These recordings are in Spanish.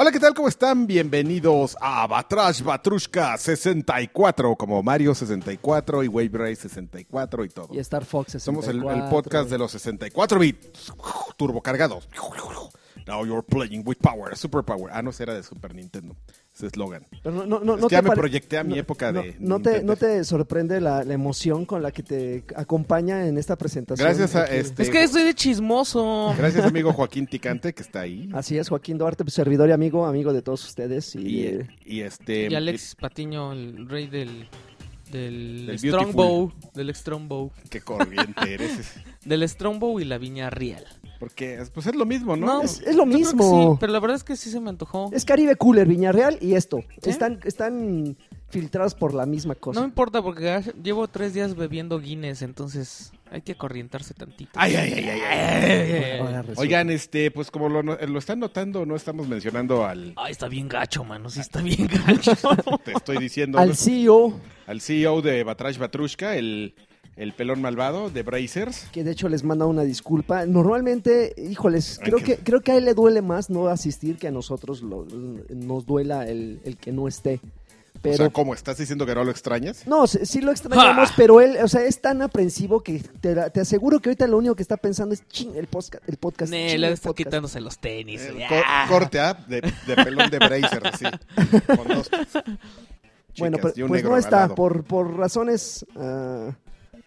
Hola, ¿qué tal? ¿Cómo están? Bienvenidos a Batrash Batrushka 64, como Mario 64 y Wave Race 64 y todo. Y Star Fox 64. Somos el, el podcast de los 64 bits turbocargados. Now you're playing with power, super power. Ah, no, ese era de Super Nintendo. Ese eslogan. Pero no, no, no, Es no que ya te me pare- proyecté a mi época no- de No te, Nintendo. no te sorprende la, la emoción con la que te acompaña en esta presentación. Gracias a Aquí. este. Es que estoy de chismoso. Gracias, amigo Joaquín Ticante, que está ahí. Así es, Joaquín Duarte, servidor y amigo, amigo de todos ustedes. Y, Y, eh, y este. Y Alex Patiño, el rey del. Del, Del Strongbow. Del Strongbow. Qué corriente eres. Del Strongbow y la viña real. Porque pues es lo mismo, ¿no? No. es, es lo Yo creo que mismo. sí, pero la verdad es que sí se me antojó. Es Caribe Cooler, Viñarreal y esto. ¿Sí? Están, están filtrados por la misma No me cosa. importa porque ya llevo tres días bebiendo Guinness, entonces hay que acorrientarse tantito. Ay, ay, ay, ay, ay. Ahora resulta. Oigan, este, pues como lo, lo están notando, no estamos mencionando al. Ay, está bien gacho, mano. Sí, está bien gacho. Te estoy diciendo. ¿no? Al E CEO, al CEO de Batrash Batrushka, el, el pelón malvado de Brazers. que de hecho les manda una disculpa. Normalmente, híjoles, Ay, creo qué- que, creo que a él le duele más no asistir que a nosotros lo- nos duela el, el que no esté. Pero O sea, Ah. ¿cómo? ¿Estás diciendo que no lo extrañas? No, sí sí lo extrañamos, ¡Ja! pero él, o sea, es tan aprensivo que te, la- te aseguro que ahorita lo único que está pensando es ching, el podcast, el podcast. Nee, ching, le el está podcast". quitándose los tenis. Eh, ya. co- corte, ¿ah? De, de pelón de Brazers, sí. Con dos chicas Bueno, pero, y un pues negro no al está, lado. por, por razones ah,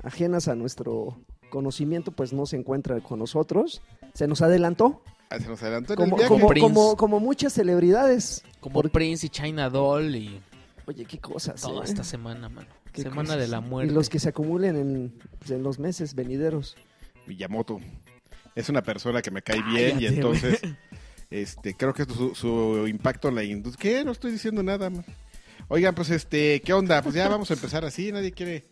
ajenas a nuestro conocimiento, pues no se encuentra con nosotros. Se nos adelantó, Ah, Se nos adelantó en el como, viaje. como, Prince. como, como muchas celebridades. Como Por- Prince y China Doll y Oye, qué cosas. toda eh, esta semana, mano. qué Semana cosas. de la muerte. Y los que se acumulen en, pues, en los meses venideros. Miyamoto. Es una persona que me cae bien y Cállate, entonces este creo que su, su impacto en la industria... ¿Qué? No estoy diciendo nada. ma. Oigan, pues este, ¿qué onda? Pues ya vamos a empezar así. Nadie quiere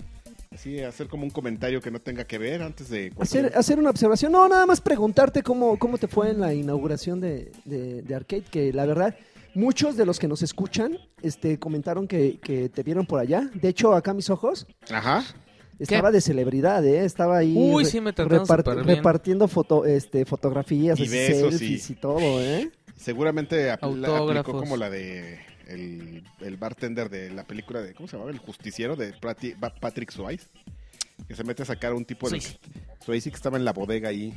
así hacer como un comentario que no tenga que ver antes de... Pues cualquier- Hacer, hacer una observación, no, nada más preguntarte cómo, cómo te fue en la inauguración de, de- de Arcade, que la verdad, muchos de los que nos escuchan este, comentaron que, que te vieron por allá. De hecho, acá a mis ojos, Ajá. estaba de celebridad, ¿eh? estaba ahí Uy, re- sí, me trataron súper bien. repartiendo foto, este, fotografías, Y así, besos, selfies y- y todo. ¿eh? Seguramente apl- aplicó Autógrafos. como la de el, el bartender de la película de, ¿cómo se llamaba? El justiciero de Prati- Ba- Patrick Swayze. Que se mete a sacar a un tipo de... Swayze. Swayze que estaba en la bodega ahí.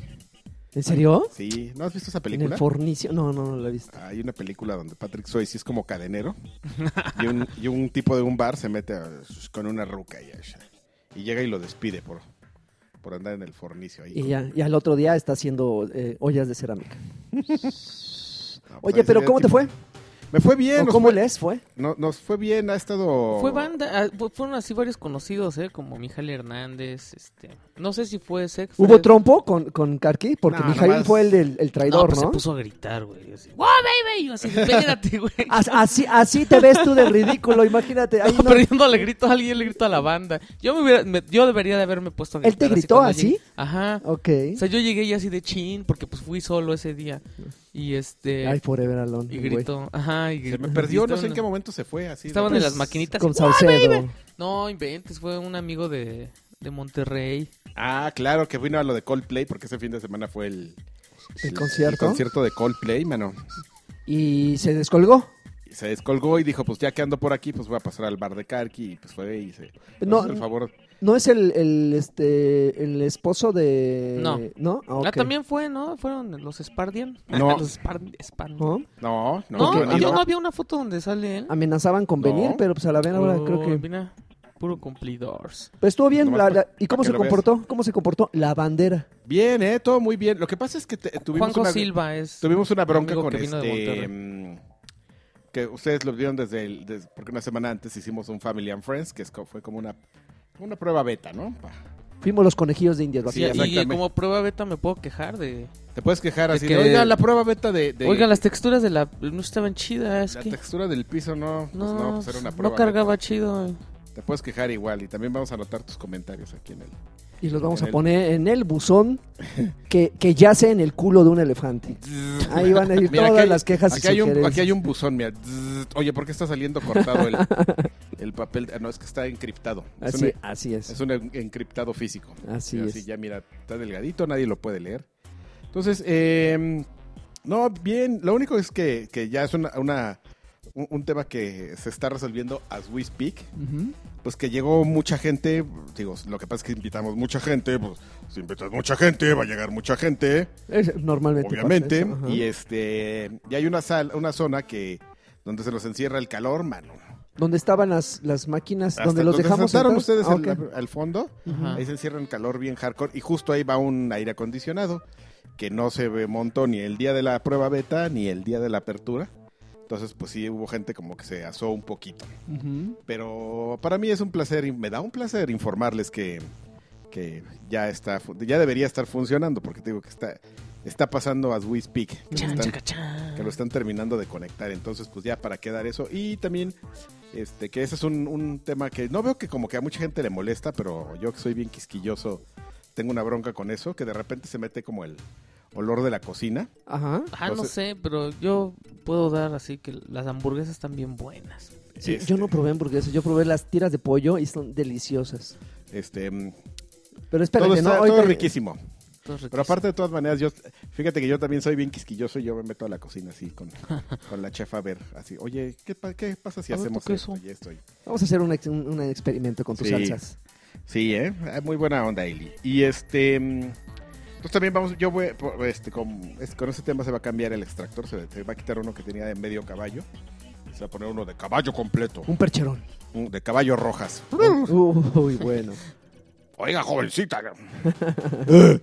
¿En serio? Sí, ¿no has visto esa ¿En película? el fornicio? No, no, no lo he visto. Hay una película donde Patrick Swayze es como cadenero y un, y un tipo de un bar se mete a- con una ruca y, y llega y lo despide por, por andar en el fornicio ahí. Y ya, y al otro día está haciendo eh, ollas de cerámica. No, pues Oye, ahí pero sería ¿cómo te tipo- fue? Me fue bien. ¿O Nos ¿Cómo fue, les fue? no- nos fue bien, ha estado... Fue banda, ah, fu- fueron así varios conocidos, ¿eh? Como Mijail Hernández, este... No sé si fue Sex. ¿Hubo trompo con, con Karki? Porque No, Mijail nomás- fue el, del, el No, traidor, pues ¿no? se puso a gritar, güey. Yo así, ¡Wow, baby! Yo así, espérate, güey. As- Así, así te ves tú de ridículo, imagínate. ahí no- Pero yo no le grito a alguien, le grito a la banda. Yo me hubiera- me- yo debería de haberme puesto a ¿Él gritar. te gritó cuando así? llegué. Ajá. Ok. O sea, yo llegué ya así de chin, porque pues fui solo ese día. Y este... Ay, forever alone. y güey. gritó, ajá, y Se me gritó. perdió, no Y sé en estaban- qué momento se fue así. de- Estaban en las maquinitas. Pues, Con ¡Wow, Saucedo. No, inventes, fue un amigo de, de Monterrey. Ah, claro, que vino a lo de Coldplay porque ese fin de semana fue el... El concierto. concierto de Coldplay, mano. Y se descolgó. Y se descolgó y dijo, pues ya que ando por aquí, pues voy a pasar al bar de Karki. Y pues fue y se... No, nos hizo el favor. ¿No es el, el, este, el esposo de. No. ¿No? Ah, ok. Ah, también fue, ¿no? Fueron los Spardian. No. los Spar- Spardian. ¿No? No, no, No, porque- no, yo no. no había una foto donde sale él. Amenazaban con No. venir, pero pues a la vez ahora Oh, creo que. Mira, puro cumplidors. Pero estuvo bien. Nomás la- pa- la- ¿Y pa' cómo que se lo veas. comportó? ¿Cómo se comportó? La bandera. Bien, eh, todo muy bien. Lo que pasa es que te- tuvimos, Juanjo una, Silva es. tuvimos una bronca amigo con que vino de este... Monterrey. mm, Que ustedes lo vieron desde el... des- porque una semana antes hicimos un Family and Friends, que es co- fue como una, una prueba beta, ¿no? Pa- Fuimos los conejillos de indias. Sí, Y- básicamente. y exactamente. como prueba beta me puedo quejar de. Te puedes quejar De así. que- de, Oigan, la prueba beta de... de- Oigan, las texturas de la. No estaban chidas. La que... textura del piso no, pues No, no, pues era una no prueba. cargaba chido. Te puedes quejar igual y también vamos a anotar tus comentarios aquí en el. Y los vamos En a el- poner en el buzón que, que yace en el culo de un elefante. Ahí van a ir Mira, todas aquí hay- las quejas Aquí y hay, un, sugerencias. aquí hay un buzón, mira. Oye, ¿por qué está saliendo cortado el, el papel? Ah, No, es que está encriptado. Es, así, un, así es. es un en- encriptado físico. Así Y es. ya mira, está delgadito, nadie lo puede leer. Entonces, eh, No, bien. Lo único es que, que ya es una, una- un, un tema que se está resolviendo as we speak. Ujú. Pues que llegó mucha gente. Digo, lo que pasa es que invitamos mucha gente. Pues si invitas mucha gente, va a llegar mucha gente. Es- normalmente. pasa obviamente. eso, ajá. Y este. Y hay una sal, una zona que. Donde se nos encierra el calor, mano. Donde estaban las, las máquinas, Hasta donde los dejamos sentaron entrar? ustedes Ah, al- ok. al fondo. Ajá. Ahí se encierra el calor bien hardcore y justo ahí va un aire acondicionado que no se ve- montó ni el día de la prueba beta ni el día de la apertura. Entonces, pues sí, hubo gente como que se asó un poquito. Ujú. Pero para mí es un placer, y me da un placer informarles que, que ya está, fu- ya debería estar funcionando porque te digo que está, está pasando as we speak. que lo Chan, están- chaca, chan. que lo están terminando de conectar. Entonces, pues ya para quedar eso. Y también, este, que ese es un, un tema que no veo que como que a mucha gente le molesta, pero yo que soy bien quisquilloso, tengo una bronca con eso, que de repente se mete como el olor de la cocina. Ajá. Ajá, Ah, no Entonces- sé, pero yo puedo dar así que las hamburguesas están bien buenas. Sí, Este, Yo no probé hamburguesas, yo probé las tiras de pollo y son deliciosas. Este, mm, Pero espérate, todo está ¿no? todo Ahorita- riquísimo. Todo riquísimo. Pero aparte de todas maneras, yo, fíjate que yo también soy bien quisquilloso y yo me meto a la cocina así con, con la chef a ver, así, oye, ¿qué, pa- qué pasa si A ver, hacemos toca esto eso. y esto? Y- Vamos a hacer un, ex- un- un experimento con tus Sí. salsas. Sí, ¿eh? Ah, Muy buena onda, Eli. Y este... mm, Entonces también vamos, yo voy, por- este, con, es- con ese tema se va a cambiar el extractor, se, se va a quitar uno que tenía de medio caballo, se va a poner uno de caballo completo, Un percherón. un de caballo rojas. Uy, bueno. Oiga, jovencita. Eh,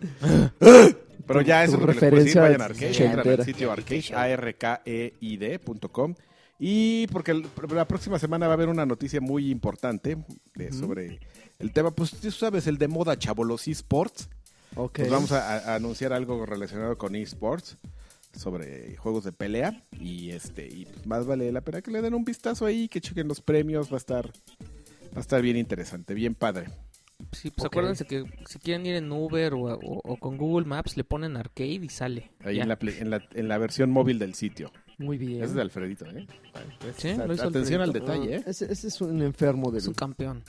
eh. Pero ya eso es Tu lo que les puedo decir, referencia vayan a Arcade, entran ochentera. al sitio arcade, E arkeid.com y porque el- la próxima semana va a haber una noticia muy importante de- sobre el tema, pues tú sabes, el de moda Chavolos eSports. Ok. Pues vamos a, a- a anunciar algo relacionado con esports sobre juegos de pelea y este y pues, más vale la pena que le den un vistazo ahí que chequen los premios va a estar va a estar bien interesante bien padre Sí, pues Ok. acuérdense que si quieren ir en Uber o, o- o con Google Maps, le ponen arcade y sale. ahí Ya. en la, pli- en la en la versión móvil del sitio Muy bien. ese es de Alfredito eh Sí, At- lo hizo atención al Alfredito. detalle eh Ese, ese es un enfermo de Es un campeón.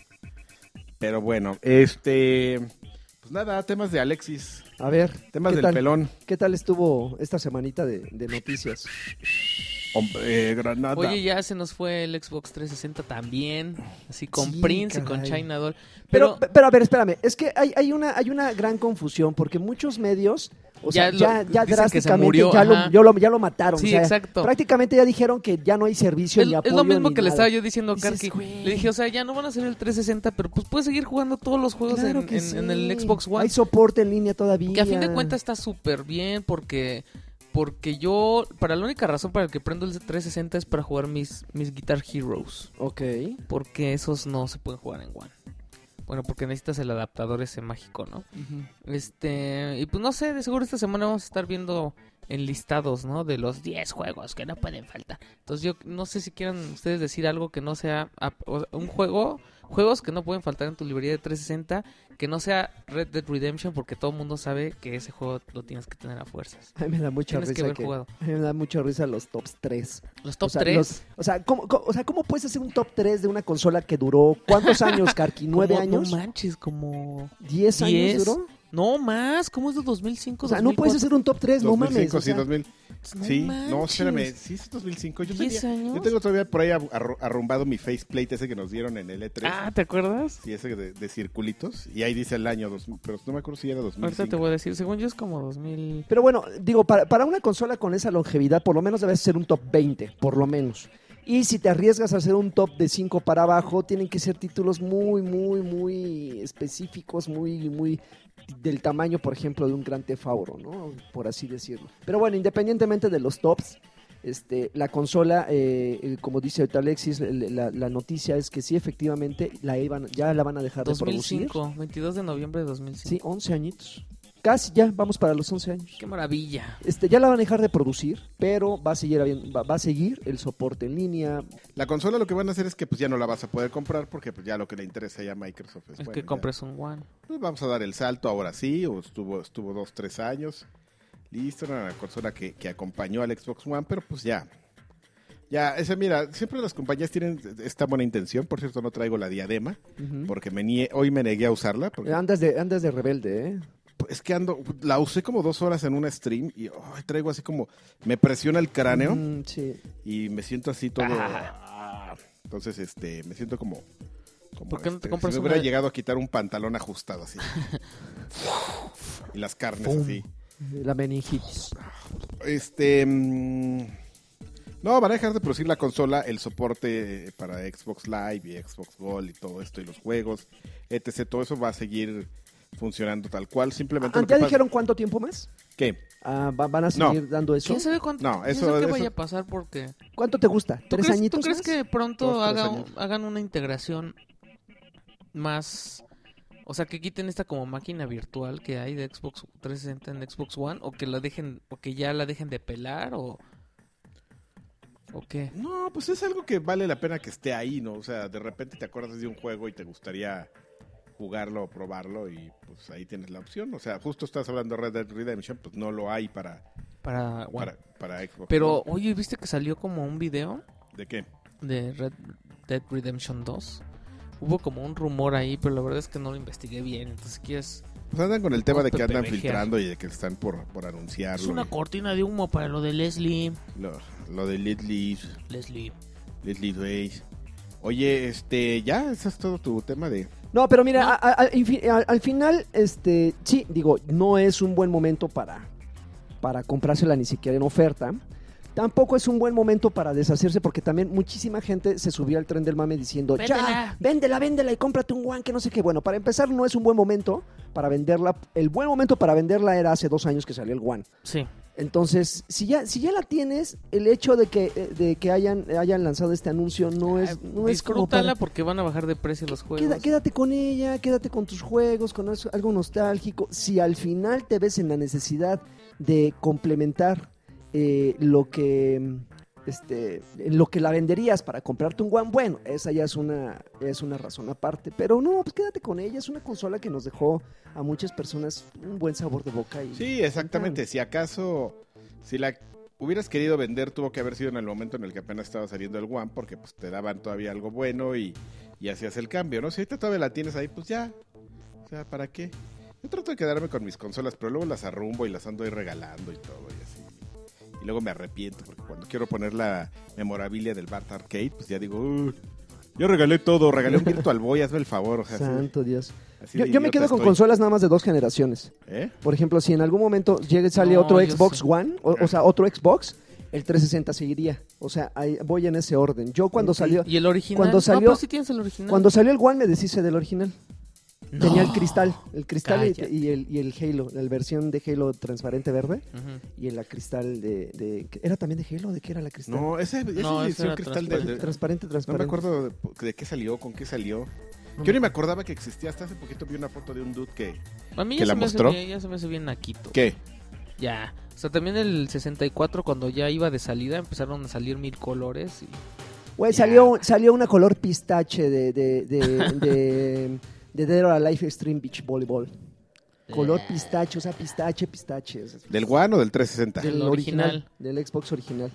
pero bueno este pues nada temas de Alexis A ver, temas ¿qué del tal? pelón ¿Qué tal estuvo esta semanita de, de noticias? Hombre, eh, Granada Oye, ya se nos fue el Xbox 360 también. Así con Sí, Prince y con caray. China Doll. Pero, Pero, pero, a ver, espérame, es que hay, hay, una, hay una gran confusión porque muchos medios, o Ya sea, lo- ya, ya dicen que se drásticamente murió, ya, ajá. lo, yo lo- ya lo mataron. Sí, o sea, exacto. Prácticamente ya dijeron que ya no hay servicio es, ni es apoyo. lo mismo ni que le nada. estaba yo diciendo a Dices, Karki. güey. Le dije, o sea, ya no van a hacer el 360, pero pues puedes seguir jugando todos los juegos Claro en, que en- sí. en el Xbox One. Hay soporte en línea todavía. Que a fin de cuentas está súper bien porque porque yo para la única razón para la que prendo el 360 es para jugar mis mis Guitar Heroes, Ok. porque esos no se pueden jugar en One. Bueno, porque necesitas el adaptador ese mágico, ¿no? Ujú. Este, y pues no sé, de seguro esta semana vamos a estar viendo enlistados, ¿no? De los 10 juegos que no pueden faltar. Entonces yo no sé si quieran ustedes decir algo que no sea ap- o sea, un juego, juegos que no pueden faltar en tu librería de 360, que no sea Red Dead Redemption porque todo el mundo sabe que ese juego lo tienes que tener a fuerzas. Ay, me da mucha Tienes que risa haber que, jugado. me da mucha risa los tops 3. Los top o sea, 3 los- o, sea, ¿cómo, cómo- o sea, ¿cómo puedes hacer un top 3 de una consola que duró cuántos años, Karki? ¿Nueve como- años? No manches, como ¿Diez años Diez. duró? no más, ¿cómo es de 2005? O sea, no puedes hacer un top 3, no 2005 mames. o sí sea, 2000 No sí, no, manches. espérame, sí es 2005. Yo, ¿Diez tenía- años? yo tengo todavía por ahí arru- arrumbado mi faceplate ese que nos dieron en el E3. Ah, ¿te acuerdas? Sí, ese de, de circulitos. Y ahí dice el año, 2000, pero no me acuerdo si era Ahorita te 2005. voy a decir, según yo es como 2000 Pero bueno, digo, para, para una consola con esa longevidad, por lo menos debe ser un top 20, por lo menos. Y si te arriesgas a hacer un top de 5 para abajo, tienen que ser títulos muy, muy, muy específicos, muy, muy del tamaño, por ejemplo, de un gran tefauro, ¿no? Por así decirlo. Pero bueno, independientemente de los tops, este, la consola, eh, eh, como dice ahorita Alexis, el- la, la noticia es que sí, efectivamente, la iban, ya la van a dejar de producir. 2005, 22 de noviembre de 2005. Sí, 11 añitos. Casi ya, vamos para los 11 años. Qué maravilla. Este, ya la van a dejar de producir, pero va a seguir habiendo- va, va a seguir el soporte en línea. La consola lo que van a hacer es que pues ya no la vas a poder comprar porque pues ya lo que le interesa ya a Microsoft es, Es Pues bueno, que ya, compres un One. pues, vamos a dar el salto ahora sí, o estuvo estuvo dos, tres años. Listo, era una consola que, que acompañó al Xbox One, pero pues ya. Ya, ese mira, siempre las compañías tienen esta buena intención. Por cierto, no traigo la diadema porque me nie- hoy me negué a usarla. Porque Andas de, andas de rebelde, ¿eh? es que ando, la usé como dos horas en una stream y ay, traigo así como, me presiona el cráneo Mm, sí. y me siento así todo. ah. Entonces, este, me siento como. como, ¿Por qué no te este, compras si me hubiera una- llegado a quitar un pantalón ajustado así. y las carnes Fum. así. La meningitis. Este. mm, no, van a dejar de producir la consola, el soporte para Xbox Live y Xbox Gold y todo esto y los juegos, etc. Todo eso va a seguir funcionando tal cual. Simplemente. lo Ah, ¿Ya que pasa- dijeron cuánto tiempo más? ¿Qué? Ah, va- ¿Van a seguir dando eso? ¿Quién sabe cuánto? No, quién eso- sabe qué eso- vaya a pasar? Porque... ¿Cuánto te gusta? ¿Tú ¿Tres crees, añitos ¿Tú crees más? que pronto Dos, tres haga- añitos. hagan una integración más... O sea, que quiten esta como máquina virtual que hay de Xbox 360 en Xbox One o que la dejen o que ya la dejen de pelar o o qué? No, pues es algo que vale la pena que esté ahí, ¿no? O sea, de repente te acuerdas de un juego y te gustaría jugarlo o probarlo y pues ahí tienes la opción. O sea, justo estás hablando de Red Dead Redemption, pues no lo hay para, Para, One. para, para Xbox. Pero ¿no? oye, ¿viste que salió como un video ¿De qué? de Red Dead Redemption 2? Hubo como un rumor ahí, pero la verdad es que no lo investigué bien, entonces si quieres Pues andan con el tema de que Vamos a andan pepejear. filtrando y de que están por, por es anunciarlo. una y cortina de humo para lo de Leslie, Lo, lo de Leslie, Leslie. Leslie Grace. Oye, este, ya, eso es todo tu tema de... No, pero mira, a- a- al, fi- al- al final, este, sí, digo, no es un buen momento para, para comprársela ni siquiera en oferta. Tampoco es un buen momento para deshacerse porque también muchísima gente se subió al tren del mame diciendo, ya, Véndela. véndela, véndela y cómprate un guan que no sé qué. Bueno, para empezar no es un buen momento para venderla. El buen momento para venderla era hace dos años que salió el guan. Sí. Entonces, si ya, si ya la tienes, el hecho de que, eh, de que hayan, hayan lanzado este anuncio no es, no es como Disfrútala para- porque van a bajar de precio los juegos. Queda- quédate con ella, quédate con tus juegos, con eso- algo nostálgico. Si al final te ves en la necesidad de complementar eh, lo que mm, este lo que la venderías para comprarte un One, bueno, esa ya es una, es una razón aparte. Pero no, pues quédate con ella, es una consola que nos dejó a muchas personas un buen sabor de boca y Sí, exactamente. Si acaso, si la hubieras querido vender, tuvo que haber sido en el momento en el que apenas estaba saliendo el One, porque pues te daban todavía algo bueno y, y hacías el cambio, ¿no? Si ahorita todavía la tienes ahí, pues ya. O sea, ¿para qué? Yo trato de quedarme con mis consolas, pero luego las arrumbo y las ando ahí regalando y todo y así. Y luego me arrepiento, porque cuando quiero poner la memorabilia del Bart Arcade, pues ya digo, "Uh, yo regalé todo, regalé un Virtual Boy, hazme el favor. O sea, así- santo Dios. así Yo, de yo me idiota quedo con estoy. consolas nada más de dos generaciones. ¿Eh? Por ejemplo, si en algún momento llega y sale No, otro yo Xbox sí. One, o, o sea, otro Xbox, el 360 seguiría. O sea, ahí voy en ese orden. Yo cuando salió, Y el original. Cuando No, salió- pero sí tienes el original. cuando salió el One me deshice del original. No. Tenía el cristal, el cristal y- cállate. y, el, y el Halo, la versión de Halo transparente verde Ujú. y el la cristal de, de- ¿Era también de Halo? ¿De qué era la cristal? No, ese, ese No, es ese un era cristal de- de, No transparente, transparente. me transparente. acuerdo de, de qué salió, con qué salió. No Yo me ni me acordaba que existía. Hasta hace poquito vi una foto de un dude que. A mí ¿Que ya la se, me hace mostró? bien, ya se me hace bien naquito. ¿Qué? Ya. O sea, también el 64 cuando ya iba de salida empezaron a salir mil colores. y- Güey, Ya. salió, salió una color pistache de, de, de, de, de Dead or Alive Extreme Beach Volleyball. Eh. Color pistache, o sea, pistache, pistache. o sea, ¿Del One o del 360? Del original. Del Xbox original.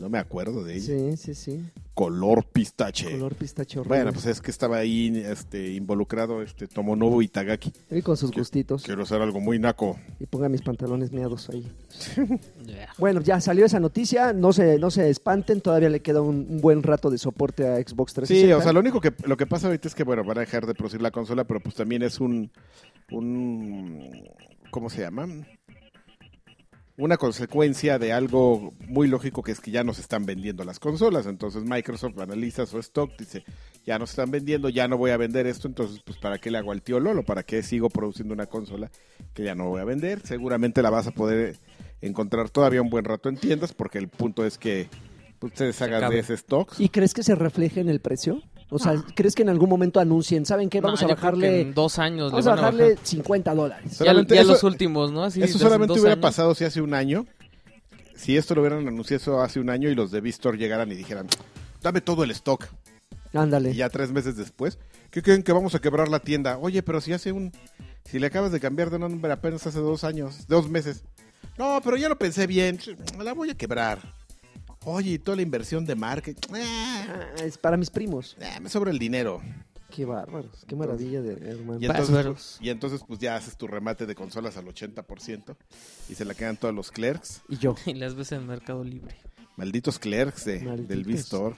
No me acuerdo de ella. Sí, sí, sí. Color pistache. Color pistache horrible. Bueno, pues es que estaba ahí este, involucrado este Tomonobu Itagaki. Y con sus que- gustitos. Quiero hacer algo muy naco. Y ponga mis pantalones miados ahí. Ya. Bueno, ya salió esa noticia. No se, no se espanten. Todavía le queda un, un buen rato de soporte a Xbox 360. Sí, o sea, lo único que, lo que pasa ahorita es que, bueno, van a dejar de producir la consola, pero pues también es un. un ¿Cómo se llama? Una consecuencia de algo muy lógico que es que ya nos están vendiendo las consolas. Entonces Microsoft analiza su stock, dice, ya nos están vendiendo, ya no voy a vender esto, entonces pues ¿para qué le hago al tío Lolo? ¿Para qué sigo produciendo una consola que ya no voy a vender? Seguramente la vas a poder encontrar todavía un buen rato en tiendas porque el punto es que pues, ustedes hagan acabe. de ese stock. ¿Y crees que se refleje en el precio? O sea, ¿crees que en algún momento anuncien? ¿Saben qué? Eh, Vamos No, a yo creo que bajarle. en dos años le Vamos a van a bajar. bajarle 50 dólares. Ya, Solamente ya eso- los últimos, ¿no? Así Eso desde solamente dos hubiera años. pasado si hace un año. Si esto lo hubieran anunciado hace un año y los de Vistor llegaran y dijeran, dame todo el stock. Ándale. Y ya tres meses después, ¿qué creen que vamos a quebrar la tienda? Oye, pero si hace un. Si le acabas de cambiar de nombre apenas hace dos años, dos meses. No, pero ya lo pensé bien. La voy a quebrar. Oye, y toda la inversión de marketing. Ah, es para mis primos. Ah, me sobra el dinero. Qué bárbaros, qué maravilla de hermano. Y entonces, Bárbaros. pues, y entonces, pues ya haces tu remate de consolas al 80% y se la quedan todos los clerks, Y yo. Y las ves en Mercado Libre. malditos clerks de- del Malditos. Vistor.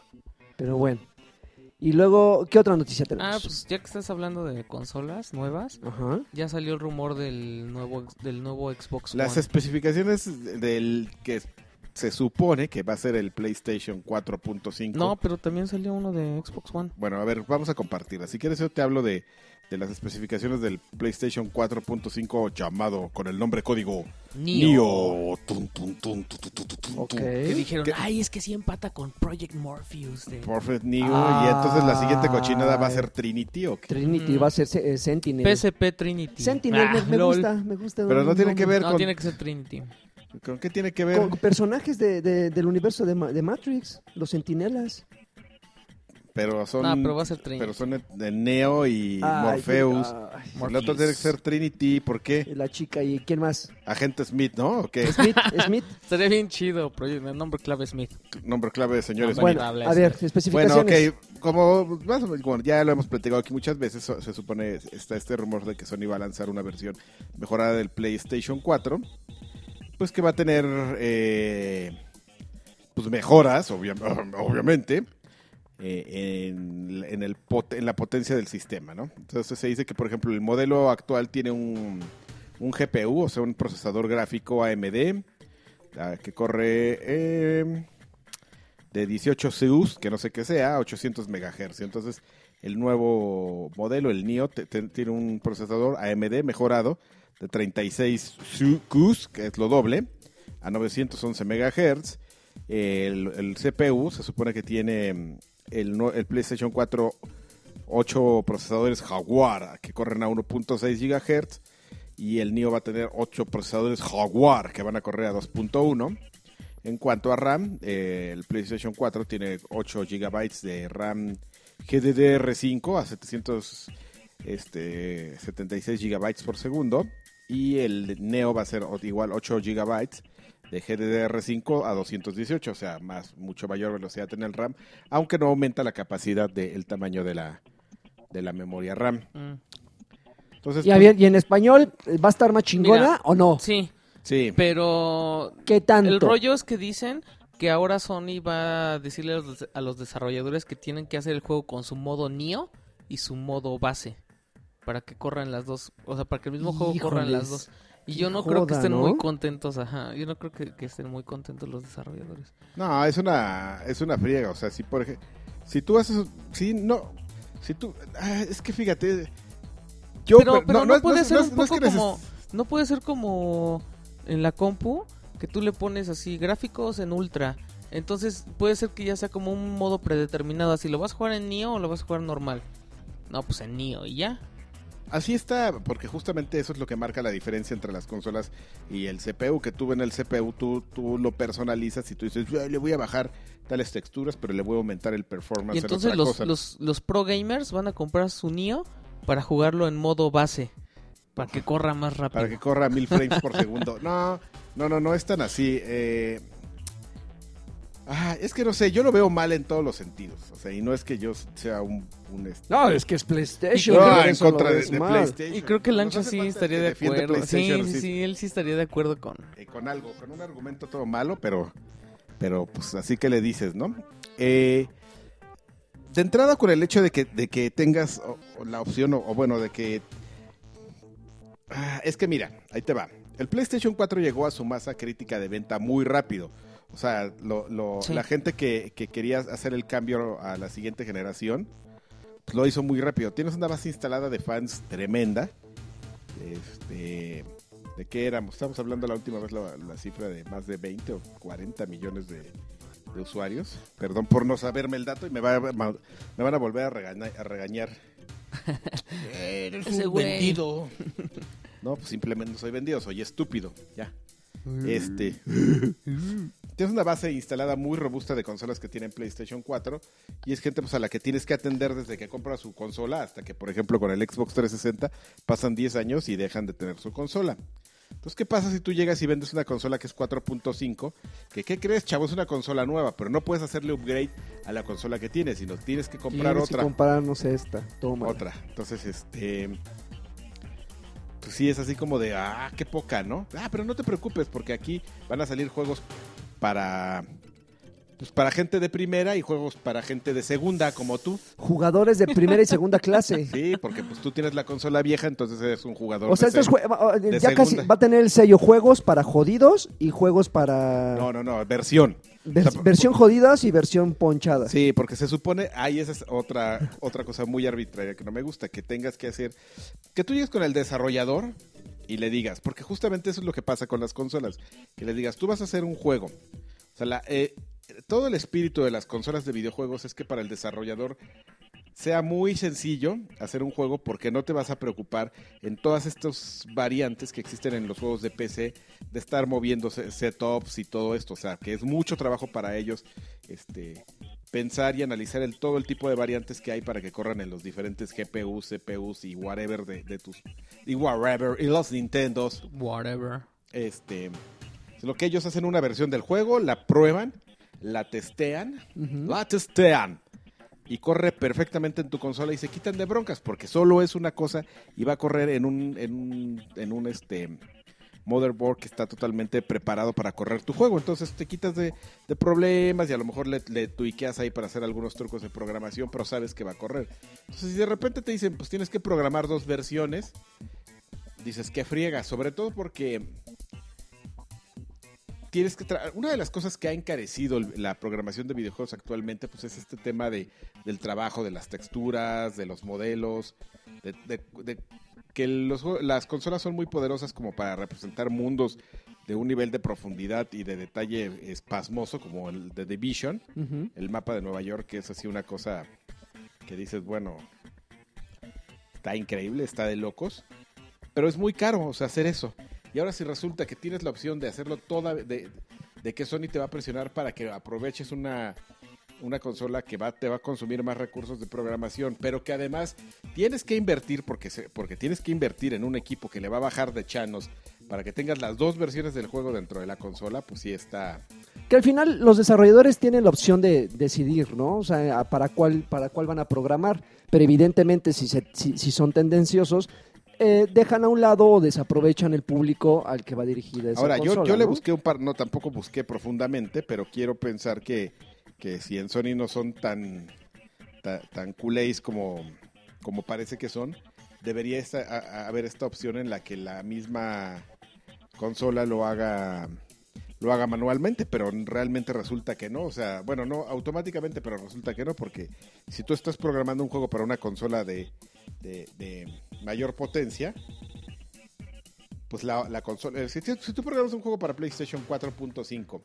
Pero bueno. Y luego, ¿qué otra noticia tenemos? Ah, pues ya que estás hablando de consolas nuevas, Ajá. ya salió el rumor del nuevo, ex- del nuevo Xbox Las One. especificaciones del que se supone que va a ser el PlayStation 4.5. No, pero también salió uno de Xbox One. Bueno, a ver, vamos a compartirlas. Si quieres, yo te hablo de, de las especificaciones del PlayStation 4.5 llamado con el nombre código NIO. Tun, tun, tun, tu, tu, tu, tu, tu, Ok. tu. Que dijeron, ¿Qué? ay, es que sí empata con Project Morpheus. de- Perfect Neo. Ay. Ah. Y entonces la siguiente cochinada va a ser Trinity o qué? Trinity Mm. va a ser eh, Sentinel. PSP Trinity. Sentinel, Ah, me, me lol. gusta, me gusta. Pero no tiene que ver No, con, tiene que ser Trinity. con qué tiene que ver. Con personajes de, de- del universo de, Ma- de Matrix, los sentinelas. Pero son. No, Ah, pero va a ser Trinity. pero son de Neo y Ay, ah. Morpheus. ay, El otro tiene que ser Trinity. ¿Por qué? la chica y ¿quién más? Agente Smith, ¿no? ¿O qué? Smith, Smith. Estaría bien chido, Project, el nombre clave Smith. Nombre clave de Pues señores. bueno, Lamentable a ver, Bueno, especificaciones. ok, como más o menos, como ya lo hemos platicado aquí muchas veces, so- se supone está este rumor de que Sony va a lanzar una versión mejorada del PlayStation 4, pues que va a tener eh, pues mejoras, obvia- obviamente, eh, en, en el pot- en la potencia del sistema, ¿no? Entonces se dice que, por ejemplo, el modelo actual tiene un, un GPU, o sea, un procesador gráfico AMD, ah, que corre... eh, de 18 CUs, que no sé qué sea, 800 MHz. Entonces, el nuevo modelo, el NIO, te- te- tiene un procesador AMD mejorado de 36 CUs, que es lo doble, a 911 MHz. El, el CPU se supone que tiene mm, el, nue- el PlayStation 4 8 procesadores Jaguar que corren a 1.6 GHz y el NIO va a tener 8 procesadores Jaguar que van a correr a 2.1. En cuanto a RAM, eh, el PlayStation 4 tiene 8 GB de RAM GDDR5 a este, 776 GB por segundo. Y el Neo va a ser o- igual 8 GB de GDDR5 a 218, o sea, más mucho mayor velocidad en el RAM, aunque no aumenta la capacidad del tamaño de la, de la memoria RAM. Mm. Entonces, Y, a pues, ver, ¿y en español eh, va a estar más chingona Mira. o no? Sí, sí. pero ¿Qué tanto? el rollo es que dicen que ahora Sony va a decirle a los, a los desarrolladores que tienen que hacer el juego con su modo Neo y su modo base. Para que corran las dos, o sea, para que el mismo juego corran las dos. Híjoles. Y yo no Qué creo que joda, estén ¿no? muy contentos, ajá. Yo no creo que, que estén muy contentos los desarrolladores. No, es una es una friega, o sea, si por ej- si tú haces si no si tú ah, es que fíjate yo pero, pero no, es- puede es- ser es- un no es poco que neces- como no puede ser como en la compu que tú le pones así gráficos en ultra entonces puede ser que ya sea como un modo predeterminado así lo vas a jugar en neo o lo vas a jugar normal no pues en neo y ya Así está, porque justamente eso es lo que marca la diferencia entre las consolas y el CPU, que tú en el CPU tú, tú lo personalizas y tú dices, "Yo le voy a bajar tales texturas, pero le voy a aumentar el performance y en entonces otra los, cosa". los los pro gamers van a comprar su neo para jugarlo en modo base para que corra más rápido para que corra a mil frames por segundo. No, no, no, no es tan así. eh. Ah, es que no sé, yo lo veo mal en todos los sentidos. O sea, y no es que yo sea un... un este- No, es que es PlayStation. No, por en eso lo contra de, ves de mal. PlayStation. y creo que Nos Lancho hace sí falta estaría que de defienda acuerdo. Sí, PlayStation, sí, sí, él sí estaría de acuerdo con. eh, con algo, con un argumento todo malo, pero, pero pues así que le dices, ¿no? Eh, de entrada con el hecho de que, de que tengas o- o la opción, o, o bueno, de que... Ah, es que mira, ahí te va. El PlayStation 4 llegó a su masa crítica de venta muy rápido. O sea, lo- lo- Sí. la gente que, que quería hacer el cambio a la siguiente generación pues, lo hizo muy rápido. Tienes una base instalada de fans tremenda. Este, ¿De qué éramos? Estamos hablando la última vez la, la cifra de más de 20 o 40 millones de, de usuarios. Perdón por no saberme el dato y me, va a- ma- me van a volver a, regaña- a regañar. Eres Ese güey. vendido. No, pues simplemente no soy vendido, soy estúpido. Ya. Este. Tienes una base instalada muy robusta de consolas que tienen PlayStation 4 y es gente pues, a la que tienes que atender desde que compra su consola hasta que, por ejemplo, con el Xbox 360 pasan 10 años y dejan de tener su consola. Entonces, ¿qué pasa si tú llegas y vendes una consola que es 4.5? Que, ¿Qué crees, chavo? Es una consola nueva, pero no puedes hacerle upgrade a la consola que tienes, sino tienes que comprar Tienes que otra. compararnos esta. Toma. otra. Entonces, este. Pues sí, es así como de, ah, qué poca, ¿no? Ah, pero no te preocupes, porque aquí van a salir juegos para. Pues para gente de primera y juegos para gente de segunda, como tú. Jugadores de primera y segunda clase. Sí, porque pues tú tienes la consola vieja, entonces eres un jugador. O sea, de estos segunda. jue- va- de ya casi segunda. va a tener el sello juegos para jodidos y juegos para No, no, no, versión. vers- o sea, versión jodidas y versión ponchada. Sí, porque se supone, ahí esa es otra, otra cosa muy arbitraria que no me gusta, que tengas que hacer, que tú llegues con el desarrollador y le digas, porque justamente eso es lo que pasa con las consolas, que le digas, tú vas a hacer un juego. O sea, la, eh, todo el espíritu de las consolas de videojuegos es que para el desarrollador sea muy sencillo hacer un juego porque no te vas a preocupar en todas estas variantes que existen en los juegos de PC, de estar moviendo se- setups y todo esto. O sea, que es mucho trabajo para ellos este, pensar y analizar el, todo el tipo de variantes que hay para que corran en los diferentes GPUs, CPUs y whatever de, de tus. y whatever, y los Nintendos. Whatever. Este, lo que ellos hacen una versión del juego, la prueban, la testean, Ujú. la testean y corre perfectamente en tu consola y se quitan de broncas porque solo es una cosa y va a correr en un en un, en un este motherboard que está totalmente preparado para correr tu juego. Entonces te quitas de, de problemas y a lo mejor le, le tuiqueas ahí para hacer algunos trucos de programación, pero sabes que va a correr. Entonces si de repente te dicen, pues tienes que programar dos versiones, dices que friega, sobre todo porque tienes que tra- una de las cosas que ha encarecido el- la programación de videojuegos actualmente pues es este tema de, del trabajo de las texturas de los modelos de, de- de que los jue- las consolas son muy poderosas como para representar mundos de un nivel de profundidad y de detalle espasmoso como el de Division Ujú. el mapa de Nueva York que es así una cosa que dices, bueno, está increíble, está de locos, pero es muy caro, o sea, hacer eso. Y ahora si resulta que tienes la opción de hacerlo toda, de, de que Sony te va a presionar para que aproveches una, una consola que va, te va a consumir más recursos de programación, pero que además tienes que invertir, porque, se- porque tienes que invertir en un equipo que le va a bajar de chanos para que tengas las dos versiones del juego dentro de la consola, pues sí está... Que al final los desarrolladores tienen la opción de decidir, ¿no? O sea, a- para cuál, para cuál van a programar. Pero evidentemente, si, se- si, si son tendenciosos, eh, dejan a un lado o desaprovechan el público al que va dirigida esa Ahora, yo, consola, yo le ¿no? busqué un par, no, tampoco busqué profundamente, pero quiero pensar que, que si en Sony no son tan, ta- tan, culés como, como parece que son, debería esta- a- a- haber esta opción en la que la misma consola lo haga lo haga manualmente, pero realmente resulta que no, o sea, bueno, no automáticamente, pero resulta que no, porque si tú estás programando un juego para una consola de, de- de mayor potencia, pues la, la consola. eh, Si, tú- si tú programas un juego para PlayStation 4.5,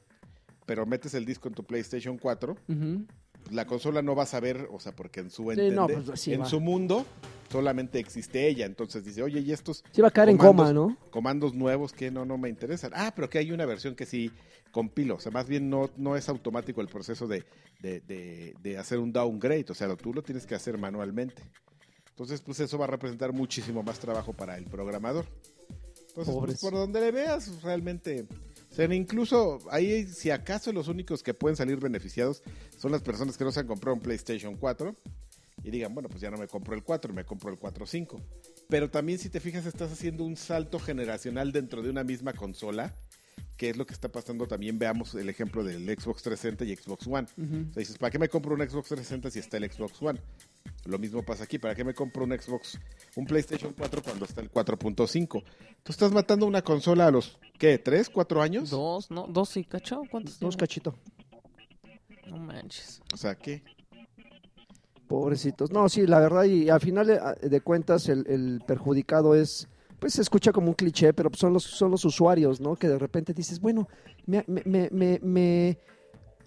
pero metes el disco en tu PlayStation 4, Ujú. pues la consola no va a saber, o sea, porque en su Sí, no, entender- pues, sí en va. su mundo solamente existe ella. Entonces dice, oye, y estos Sí va a caer en comandos- coma, ¿no? comandos nuevos que no, no me interesan. Ah, pero que hay una versión que sí compilo. O sea, más bien no, no es automático el proceso de, de, de- de hacer un downgrade. O sea, lo- tú lo tienes que hacer manualmente. Entonces, pues eso va a representar muchísimo más trabajo para el programador. Entonces, pues, Pobres. por donde le veas, realmente. O sea, incluso ahí, si acaso los únicos que pueden salir beneficiados son las personas que no se han comprado un PlayStation 4 y digan, bueno, pues ya no me compro el 4, me compro el 4.5. Pero también si te fijas, estás haciendo un salto generacional dentro de una misma consola, que es lo que está pasando también. Veamos el ejemplo del Xbox 360 y Xbox One. O sea, dices, ¿para qué me compro un Xbox 360 si está el Xbox One? Lo mismo pasa aquí, ¿para qué me compro un Xbox, un PlayStation 4 cuando está el 4.5? Tú estás matando una consola a los, ¿qué? ¿Tres, cuatro años? Dos, ¿no? Dos y cacho. ¿Cuántos? Dos tiene? cachito. No manches. O sea, ¿qué? Pobrecitos. No, sí, la verdad, y al final eh, de cuentas el, el perjudicado es, pues se escucha como un cliché, pero son los, son los usuarios, ¿no? Que de repente dices, bueno, me, me- me- me- me-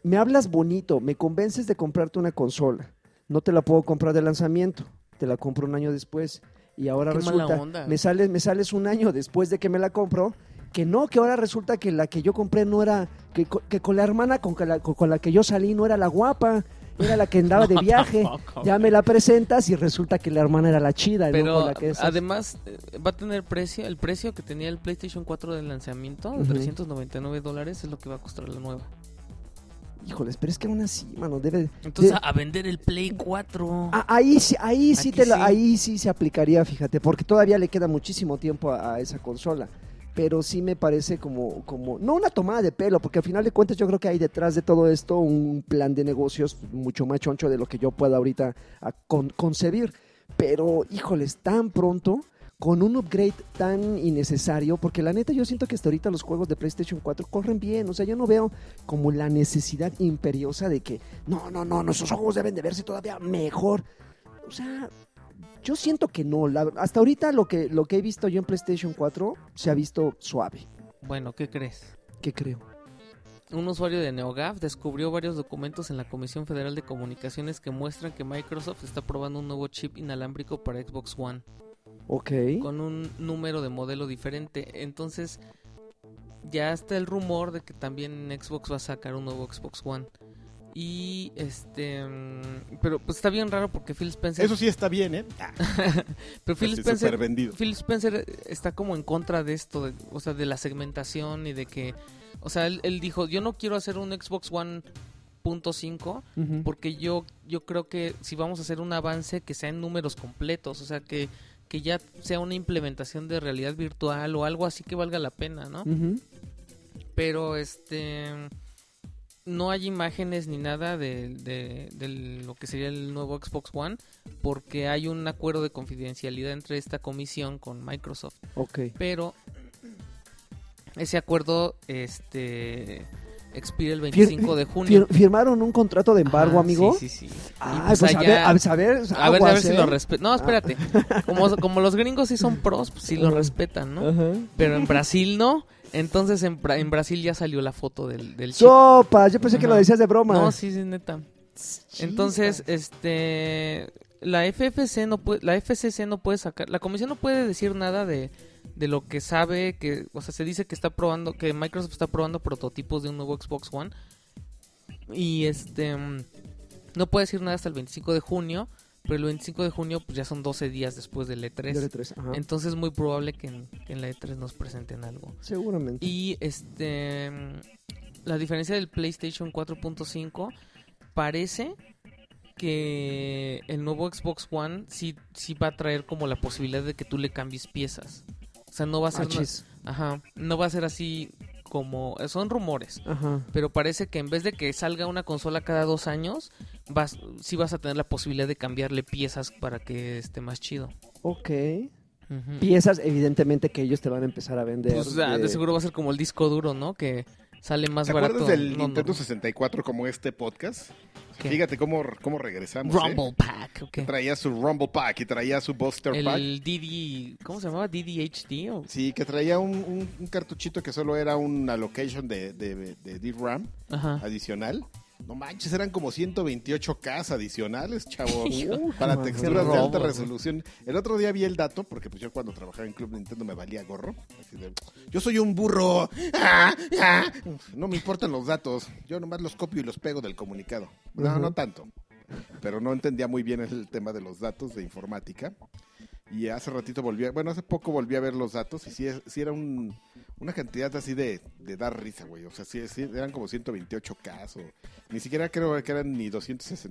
me hablas bonito, me convences de comprarte una consola. No te la puedo comprar de lanzamiento, te la compro un año después. Y ahora Qué mala resulta, onda. me sales, me sales un año después de que me la compro, que no, que ahora resulta que la que yo compré no era, que, co- que con la hermana con que la, con la que yo salí no era la guapa era la que andaba de viaje. tampoco, ya me la presentas y resulta que la hermana era la chida, y no Pero con la que es. además eh, va a tener precio, el precio que tenía el PlayStation 4 del lanzamiento, Ujú. 399 dólares es lo que va a costar la nueva. Híjoles, pero es que aún así, mano, debe. Entonces de- a vender el Play 4. Ah, ahí sí, ahí sí, Aquí te la- sí. ahí sí se aplicaría, fíjate, porque todavía le queda muchísimo tiempo a, a esa consola. Pero sí me parece como, como, no una tomada de pelo, porque al final de cuentas yo creo que hay detrás de todo esto un plan de negocios mucho más choncho de lo que yo pueda ahorita a con- concebir. Pero, híjoles, tan pronto, con un upgrade tan innecesario, porque la neta yo siento que hasta ahorita los juegos de PlayStation 4 corren bien, o sea, yo no veo como la necesidad imperiosa de que, no, no, no, nuestros juegos deben de verse todavía mejor. O sea, yo siento que no. la- hasta ahorita lo que, lo que he visto yo en PlayStation 4 se ha visto suave. Bueno, ¿qué crees? ¿Qué creo? Un usuario de NeoGAF descubrió varios documentos en la Comisión Federal de Comunicaciones que muestran que Microsoft está probando un nuevo chip inalámbrico para Xbox One. Ok. con un número de modelo diferente. Entonces, ya está el rumor de que también Xbox va a sacar un nuevo Xbox One. Y este, mm, pero pues está bien raro porque Phil Spencer, Eso sí está bien, ¿eh? Ah, pero Phil así, Spencer, supervendido. Phil Spencer está como en contra de esto, de- o sea, de la segmentación y de que, o sea, él, él dijo, yo no quiero hacer un Xbox One punto cinco Ujú. porque yo yo creo que si vamos a hacer un avance que sea en números completos, o sea que que ya sea una implementación de realidad virtual o algo así que valga la pena, ¿no? Ujú. Pero este no hay imágenes ni nada de, de- de lo que sería el nuevo Xbox One porque hay un acuerdo de confidencialidad entre esta comisión con Microsoft Ok. pero ese acuerdo este expira el Fir- 25 de junio Fir- ¿Firmaron un contrato de embargo, Ah, amigo? sí, sí, sí. Ah, Y, pues, pues, a allá- ver, a saber, A ver, a ver aguas, si ¿eh? lo respetan. No, espérate. Como, como los gringos sí son pros, pues sí lo Ajá. respetan, ¿no? Ajá. Pero en Brasil no. Entonces en, Bra- en Brasil ya salió la foto del, del chip. Sopas, yo pensé que lo Ajá. decías de broma. No, sí, sí, neta. Entonces, este. La FFC no puede. La FCC no puede sacar. La comisión no puede decir nada de, de lo que sabe. que O sea, se dice que está probando. Que Microsoft está probando prototipos de un nuevo Xbox One. Y este. mm, No puede decir nada hasta el 25 de junio. Pero el 25 de junio pues, ya son 12 días después del E3. Dale E tres, ajá. Entonces, es muy probable que en- que en la E3 nos presenten algo. Seguramente. Y este. mm, La diferencia del PlayStation 4.5 parece que el nuevo Xbox One sí, sí va a traer como la posibilidad de que tú le cambies piezas. O sea, no va a ser. Ah, chis. ajá, no va a ser así como. Son rumores. Ajá. Pero parece que en vez de que salga una consola cada dos años, vas, sí vas a tener la posibilidad de cambiarle piezas para que esté más chido. Ok. Ujú. Piezas, evidentemente, que ellos te van a empezar a vender. Pues, ah, de seguro va a ser como el disco duro, ¿no? Que sale más ¿Te barato. acuerdas del No, no. Nintendo 64 como este podcast? O sea, ¿Qué? Fíjate cómo, cómo regresamos. ¿eh? Rumble Pack, ok. Que traía su Rumble Pack y traía su Buster Pack. El DD, ¿cómo se llamaba? DDHD o Sí, que traía un, un- un cartuchito que solo era una location de, de, de DRAM Ajá. adicional. No manches, eran como 128K adicionales, chavo. Hijo, para man, texturas qué de robo, alta güey. resolución. El otro día vi el dato, porque pues yo cuando trabajaba en Club Nintendo me valía gorro. Así de, yo soy un burro. Ah, ah. No me importan los datos. Yo nomás los copio y los pego del comunicado. No, Ujú. no tanto. Pero no entendía muy bien el tema de los datos de informática. Y hace ratito volví, a- bueno, hace poco volví a ver los datos y sí, es- sí era un, una cantidad así de, de dar risa, güey. O sea, sí, sí eran como 128 casos. Ni siquiera creo que eran ni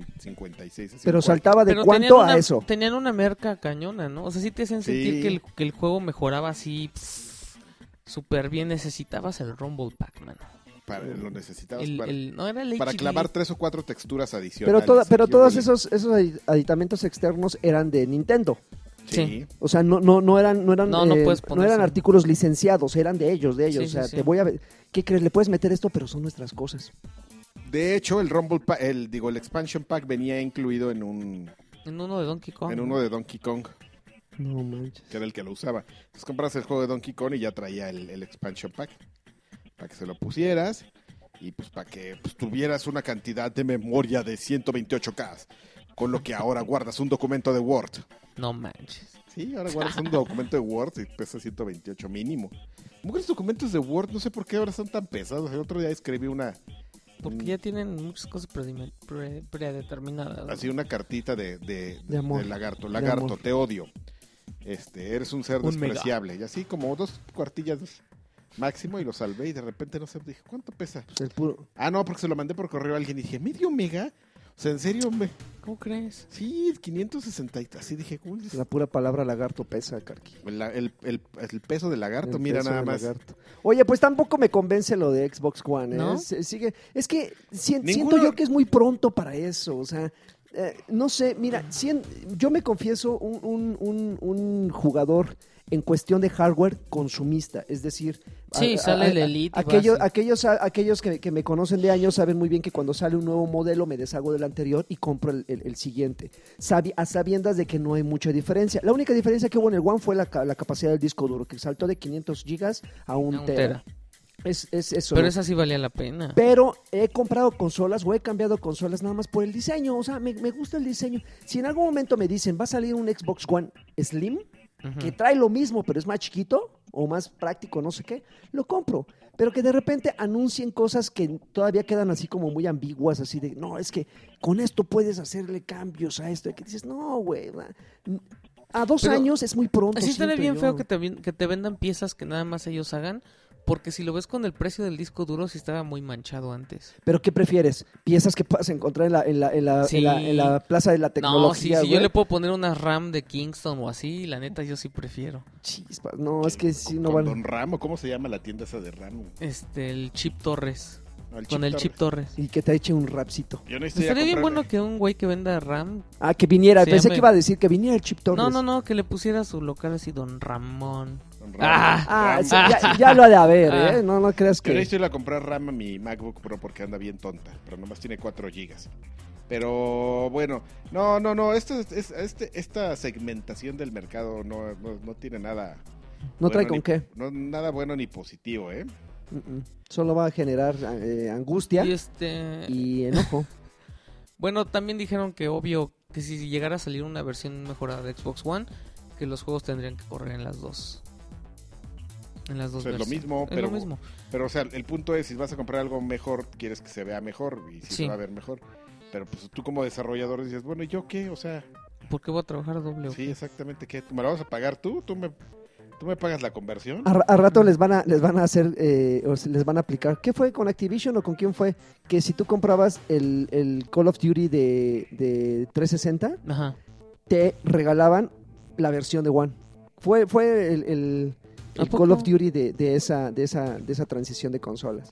256. así Pero cual. saltaba de Pero tenían cuánto a una- eso. Tenían una merca cañona, ¿no? O sea, sí te hacían Sí. sentir que el, que el juego mejoraba así pff, súper bien. Necesitabas el Rumble Pack, mano. Para, lo necesitabas El- para, el- no era el para HD. clavar tres o cuatro texturas adicionales. Pero, toda- pero Qué todos huele. esos, esos adi- aditamentos externos eran de Nintendo. Sí. O sea, no, no, no eran, no eran, No, no eh, puedes no eran ponerse. artículos licenciados, eran de ellos, de ellos. o Sí, sea, sí, sí. te voy a ver- ¿Qué crees? Le puedes meter esto, pero son nuestras cosas. De hecho, el Rumble Pack, el, digo, el Expansion Pack venía incluido en un En uno de Donkey Kong. en uno de Donkey Kong, No manches. que era el que lo usaba. Entonces compras el juego de Donkey Kong y ya traía el, el Expansion Pack. Para que se lo pusieras y pues para que pues, tuvieras una cantidad de memoria de 128K. Con lo que ahora guardas un documento de Word. No manches. Sí, ahora guardas un documento de Word y pesa 128 mínimo. Muchos documentos de Word, no sé por qué ahora son tan pesados. El otro día escribí una, Porque ya tienen muchas cosas predime- pre- predeterminadas. ¿no? Así una cartita de, de, De amor. de lagarto. De Lagarto, amor. te odio. Este, eres un ser Un mega. despreciable. Y así como dos cuartillas máximo y lo salvé y de repente no sé, dije, ¿cuánto pesa? Pues el puro. Ah, no, porque se lo mandé por correo a alguien y dije, ¿medio mega? O sea, en serio, me... ¿Cómo crees? Sí, 560 y así dije, "Uy, es La pura palabra lagarto pesa, Carqui. la- el, el- el peso del lagarto, El mira peso nada del más. lagarto. Oye, pues tampoco me convence lo de Xbox One. ¿eh? ¿No? Se- sigue. Es que si- Ninguno- siento yo que es muy pronto para eso. O sea, eh, no sé, mira, si en- yo me confieso un, un- un- un jugador en cuestión de hardware consumista. Es decir, Sí, sale el Elite y aquellos vas. aquellos, a- aquellos que, que me conocen de años saben muy bien que cuando sale un nuevo modelo me deshago del anterior y compro el, el- el siguiente. Sabi- a sabiendas de que no hay mucha diferencia. La única diferencia que hubo en el One fue la, ca- la capacidad del disco duro, que saltó de 500 gigas a un, A Ah, un tera. tera. Es, es eso. Pero ¿no? esa sí valía la pena. Pero he comprado consolas o he cambiado consolas nada más por el diseño. O sea, me, me gusta el diseño. Si en algún momento me dicen va a salir un Xbox One Slim, Ujú. que trae lo mismo, pero es más chiquito o más práctico, no sé qué, lo compro. Pero que de repente anuncien cosas que todavía quedan así como muy ambiguas, así de, no, es que con esto puedes hacerle cambios a esto. Y que dices, no, güey. na- A dos Pero años es muy pronto. Así estaría siento bien yo. feo que te, vin- que te vendan piezas que nada más ellos hagan. Porque si lo ves con el precio del disco duro, sí estaba muy manchado antes. Pero ¿qué prefieres? ¿Piezas que puedas encontrar en la, en la, en la, Sí. en la, en la plaza de la No, sí, tecnología? si yo güey? le puedo poner una RAM de Kingston o así, la neta yo sí prefiero. Chispas, no, es que sí, Con- no con van. Don Ramo, ¿cómo se llama la tienda esa de Ramo? Este, el Chip Torres. No, con el Torres. Chip Torres. Y que te eche un rapcito. Yo no estoy Estaría bien bueno que un güey que venda RAM. Ah, que viniera. Sí, Pensé hombre. que iba a decir que viniera el Chip Torres. No, no, no, que le pusiera su local así, Don Ramón. Ah, Ah. Ah, sí, Ah. Ya, ya lo ha de haber, Ah. ¿eh? No, no creas Yo que... necesito ir a comprar RAM a mi MacBook Pro porque anda bien tonta, pero nomás tiene 4 gigas. Pero bueno, no, no, no, esto es- es- este, esta segmentación del mercado no, no, no tiene nada. No trae bueno con ni- qué. No, nada bueno ni positivo, ¿eh? Mm, mm. Solo va a generar eh, angustia Y este. y enojo. Bueno, también dijeron que obvio que si llegara a salir una versión mejorada de Xbox One, que los juegos tendrían que correr en las dos. En las dos O sea, es lo versiones. mismo, Es pero- lo mismo. Pero o sea, el punto es, si vas a comprar algo mejor, quieres que se vea mejor y si Sí. se va a ver mejor. Pero pues tú como desarrollador dices, bueno, ¿y yo qué? O sea, ¿Por qué voy a trabajar doble? o sí, qué? exactamente, ¿qué? ¿Me la vas a pagar tú? ¿Tú me, tú me pagas la conversión? A, ra- a rato les van a, les van a hacer, eh, o se- les van a aplicar. ¿Qué fue con Activision o con quién fue? Que si tú comprabas el, el Call of Duty de, de 360, Ajá. te regalaban la versión de One. Fue, fue el, el- ¿A el Call of poco? Duty de, de esa, de, esa, de esa transición de consolas.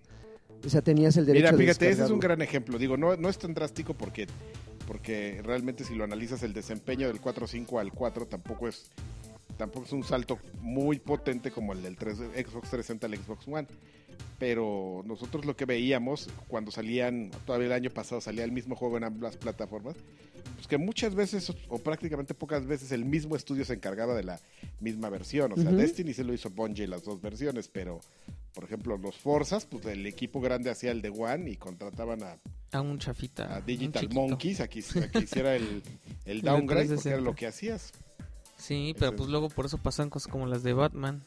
O sea, tenías el derecho Mira, de fíjate, ese es un descargarlo. gran ejemplo. Digo, no, no es tan drástico porque, porque realmente si lo analizas el desempeño del 4.5 al 4 tampoco es tampoco es un salto muy potente como el del 3, Xbox 360 al Xbox One. Pero nosotros lo que veíamos cuando salían, todavía el año pasado salía el mismo juego en ambas plataformas, pues que muchas veces o prácticamente pocas veces el mismo estudio se encargaba de la misma versión. O sea, Ujú. Destiny sí lo hizo Bungie las dos versiones, pero por ejemplo los Forzas, pues el equipo grande hacía el de One y contrataban a, A un chafita. a Ah, un Digital chiquito. Monkeys a que, a que hiciera el, el downgrade porque era 360. lo que hacías. Sí, pero Ese- pues luego por eso pasan cosas como las de Batman.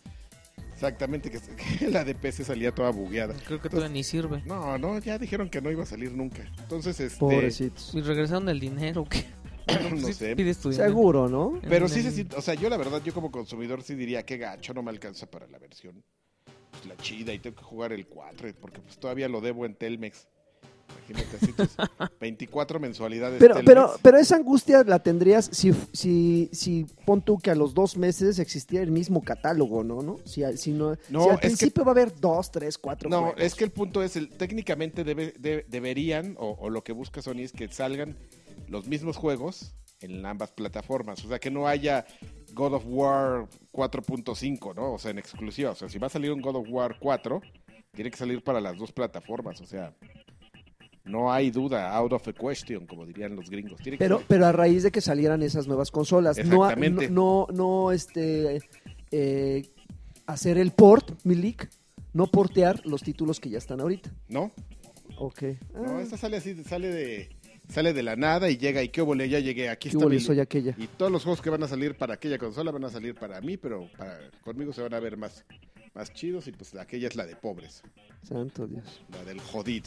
Exactamente, que, que la de PC salía toda bugueada. Creo que todavía ni sirve. No, no, ya dijeron que no iba a salir nunca. Entonces, este, Pobrecitos. Y regresaron el dinero, ¿qué? no Sí, sé. pides tu dinero. Seguro, ¿no? En- Pero sí se en- siente, o sea, yo la verdad, yo como consumidor sí diría que gacho no me alcanza para la versión. pues, la chida y tengo que jugar el 4 porque pues todavía lo debo en Telmex. Imagínate así tus 24 mensualidades Pero, Telmex. pero, pero esa angustia la tendrías si, si, si pon tú que a los dos meses existía el mismo catálogo, ¿no? ¿No? Si, al- si no, No, si al es que- principio va a haber dos, tres, cuatro. No, juegos. es que el punto es, el, técnicamente debe- de- deberían, o, o lo que busca Sony es que salgan los mismos juegos en ambas plataformas. O sea, que no haya God of War 4.5, ¿no? O sea, en exclusiva. O sea, si va a salir un God of War 4, tiene que salir para las dos plataformas. O sea, no hay duda, out of the question, como dirían los gringos. Tiene que Pero, salir. pero a raíz de que salieran esas nuevas consolas, no, a- no, Exactamente. no, no, este, eh, hacer el port, Milik, no portear los títulos que ya están ahorita. ¿No? Ok. No, Ah, esta sale así, sale de, sale de la nada y llega y qué obole, ya llegué, aquí qué está hubo, mi- soy aquella. Y todos los juegos que van a salir para aquella consola van a salir para mí, pero para, conmigo se van a ver más, más chidos y pues aquella es la de pobres, Santo Dios. la del jodid.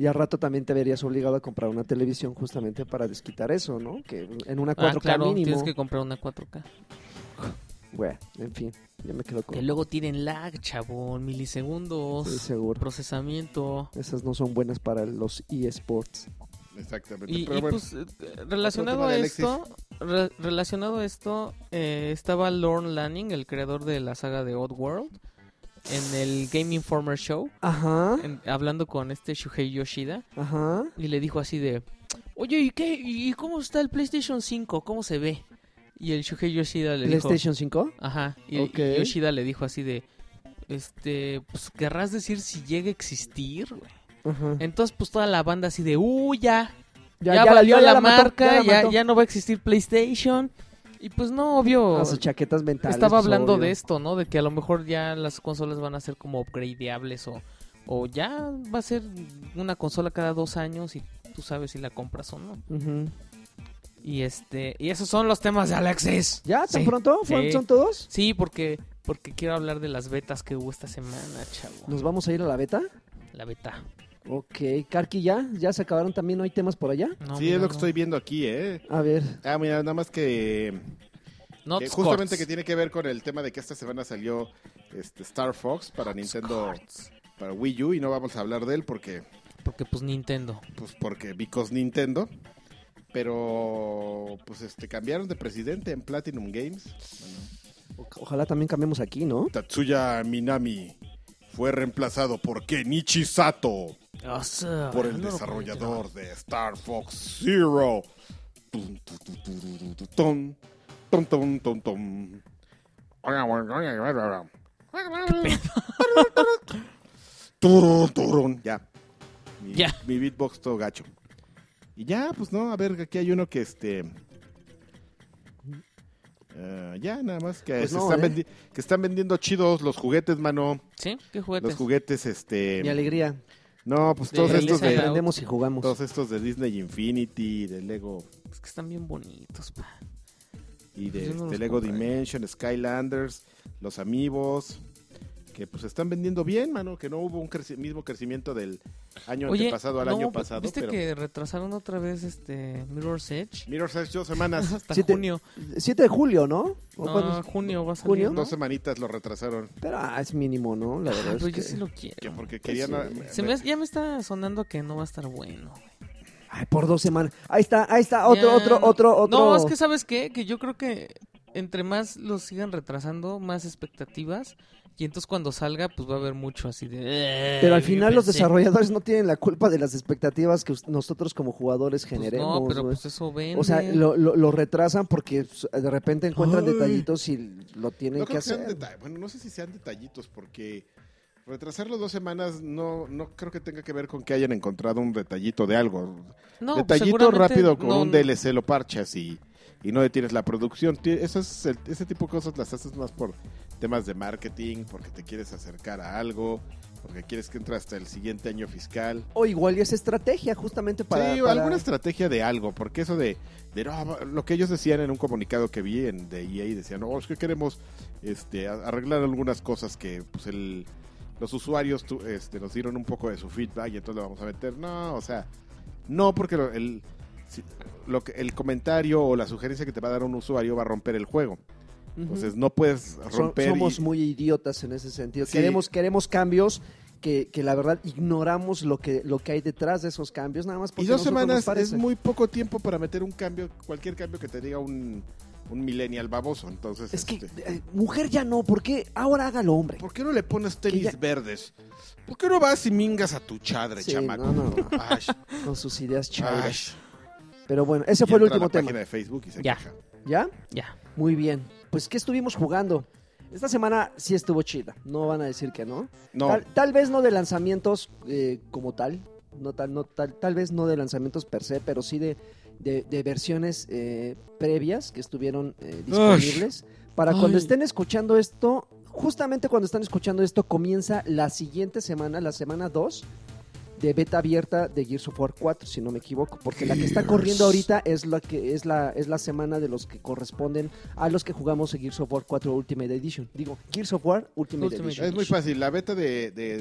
Y al rato también te verías obligado a comprar una televisión justamente para desquitar eso, ¿no? Que en una 4K ah, claro, mínimo. tienes que comprar una 4K. Güey, en fin, ya me quedo con. Que luego tienen lag, chabón, milisegundos, Estoy seguro. procesamiento. Esas no son buenas para los eSports. Exactamente. Y, pero y, bueno, pues, eh, relacionado tema a de esto, re- relacionado a esto, eh, estaba Lorne Lanning, el creador de la saga de Oddworld, en el Game Informer Show, Ajá, en- hablando con este Shuhei Yoshida, ajá. y le dijo así de, oye, ¿y qué? ¿Y cómo está el PlayStation 5? ¿Cómo se ve? Y el Shuhei Yoshida le dijo... ¿PlayStation 5? Ajá, y, Ok. y Yoshida le dijo así de, este, pues querrás decir si llega a existir, güey. Ajá. Entonces, pues toda la banda así de, uh, ya, ya, valió la, mató, marca, la ya, mató. ya no va a existir PlayStation. Y pues no, obvio. Ah, sus chaquetas mentales. estaba pues, hablando obvio. de esto, ¿no? De que a lo mejor ya las consolas van a ser como upgradeables o, o ya va a ser una consola cada dos años y tú sabes si la compras o no. Ujú. Y este, y esos son los temas de Alexis. ¿Ya? ¿Tan Sí. pronto? ¿Fueron- Sí. ¿Son todos? Sí, porque, porque quiero hablar de las betas que hubo esta semana, chavo. ¿Nos vamos a ir a la beta? La beta. Ok. Karki, ¿ya? ¿Ya se acabaron también hoy temas por allá? No, sí, mira, es lo no. que estoy viendo aquí, ¿eh? A ver. Ah, mira, nada más que Not Que eh, justamente Scots. que tiene que ver con el tema de que esta semana salió este Star Fox para Nintendo Scots. para Wii U y no vamos a hablar de él porque Porque pues Nintendo. pues porque because Nintendo pero pues este cambiaron de presidente en Platinum Games O- Ojalá también cambiemos aquí, ¿no? Tatsuya Minami fue reemplazado por Kenichi Sato por el desarrollador de Star Fox Zero Tun, tu, tu, tu, tu, tu, tu, ton. Ton, ton, ton, ton. Turun, turun, ya. Mi, Ya. mi beatbox todo gacho. Y ya, pues no, a ver, aquí hay uno que este. eh, ya, nada más que, Pues se no, están ¿eh? vendi- que están vendiendo chidos los juguetes, mano. ¿Sí? ¿Qué juguetes? Los juguetes, este. Mi alegría. Este, No, pues De todos Elisa estos y de, la otra. Aprendemos y jugamos. Pues, todos estos de Disney Infinity, de Lego Es que están bien bonitos, pa. y de pues Yo no este, los Lego compraría. Dimension, Skylanders, los amigos, que pues están vendiendo bien, mano, que no hubo un creci- mismo crecimiento del año antepasado al no, año pues, pasado, ¿viste pero que retrasaron otra vez este Mirror's Edge? Mirror's Edge dos semanas, Hasta Siete- junio. 7 de julio, ¿no? ¿O No, cuándo es? junio va a salir, ¿Junio? ¿no? dos semanitas lo retrasaron, Pero ah, es mínimo, ¿no? La Ah, verdad. es pero yo que- sí lo que quiero. porque Pues querían sí. eh, Se me hace- ya me está sonando que no va a estar bueno. Ay, por dos semanas. Ahí está, ahí está. Ah, Otro, Ya, otro, no. otro, otro. No, es que ¿sabes qué? Que yo creo que entre más los sigan retrasando, más expectativas. Y entonces cuando salga, pues va a haber mucho así de... "Eh", Pero al final los Pensé, desarrolladores no tienen la culpa de las expectativas que us- nosotros como jugadores pues, generemos. no, pero güey. pues eso vende. o sea, lo, lo- lo retrasan porque pues, de repente encuentran Ay. detallitos y lo tienen no que creo que sean hacer. deta- bueno, no sé si sean detallitos porque retrasarlo dos semanas no no creo que tenga que ver con que hayan encontrado un detallito de algo. No, pues, Detallito seguramente rápido con no- un DLC lo parchas y, y no detienes la producción. Ti- Eso es el- ese tipo de cosas las haces más por temas de marketing, porque te quieres acercar a algo, porque quieres que entre hasta el siguiente año fiscal. O igual y es estrategia justamente para... sí, para- alguna estrategia de algo, porque eso de, de, "No, lo que ellos decían en un comunicado que vi en, de EA, decían, no, es que queremos este, a- arreglar algunas cosas que pues, el- los usuarios tu- este, nos dieron un poco de su feedback y entonces lo vamos a meter. No, o sea, no, porque lo- el, si- lo que, el comentario o la sugerencia que te va a dar un usuario va a romper el juego. Ujú. Entonces no puedes So- romper... y- somos muy idiotas en ese sentido. Sí. Queremos, queremos cambios que, que la verdad ignoramos lo que, lo que hay detrás de esos cambios, nada más porque Y dos a nosotros nos semanas es parece. muy poco tiempo para meter un cambio, cualquier cambio que te diga un, un millennial baboso. Entonces, Es que, este, eh, mujer ya no, ¿por qué ahora hágalo hombre? ¿por qué no le pones Que tenis ya- verdes? ¿Por qué no vas y mingas a tu chadre, Sí, chamaco? no, no, no. Ash, Con sus ideas chavas. ash. Pero bueno, ese Y fue el entra a último la tema. página de Facebook y se Ya. queja. ¿Ya? Ya. Muy bien. Pues, ¿qué estuvimos jugando? Esta semana sí estuvo chida. No van a decir que no. No, Tal, tal vez no de lanzamientos eh, como tal. No tal, no tal, tal vez no de lanzamientos per se, pero sí de, de- de versiones eh, previas que estuvieron eh, disponibles. Para cuando Ay. estén escuchando esto, justamente cuando están escuchando esto, comienza la siguiente semana, la semana 2 de beta abierta de Gears of War 4, si no me equivoco, porque la que está corriendo ahorita es la que es la es la semana de los que corresponden a los que jugamos en Gears of War 4 Ultimate Edition. Digo, Gears of War Ultimate, Ultimate Edition. es muy fácil. La beta de, de-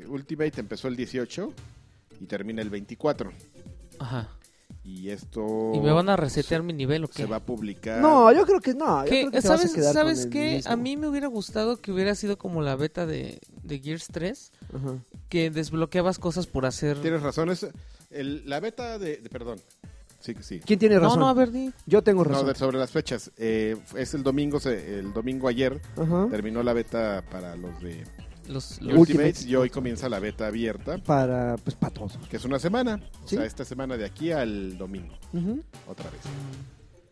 de Ultimate empezó el 18 y termina el 24. Ajá. Y esto ¿Y me van a resetear mi nivel o qué? se va a publicar. No, yo creo que no. Yo ¿Qué? creo que te vas a ¿Sabes, quedar ¿sabes con el qué? mismo. A mí me hubiera gustado que hubiera sido como la beta de, de Gears 3, Ajá. que desbloqueabas cosas por hacer. Tienes razón, es el- la beta de, de- Perdón. Sí, sí. ¿Quién tiene No, razón? no, a ver, di. Yo tengo No, razón. de- sobre las fechas. eh, es el domingo, se- el domingo ayer Ajá. terminó la beta para los de Los, los- Ultimates. Ultimates y hoy comienza la beta abierta, Para, pues, para todos. que es una semana. Sí. O sea, esta semana de aquí al domingo, Ujú. otra vez.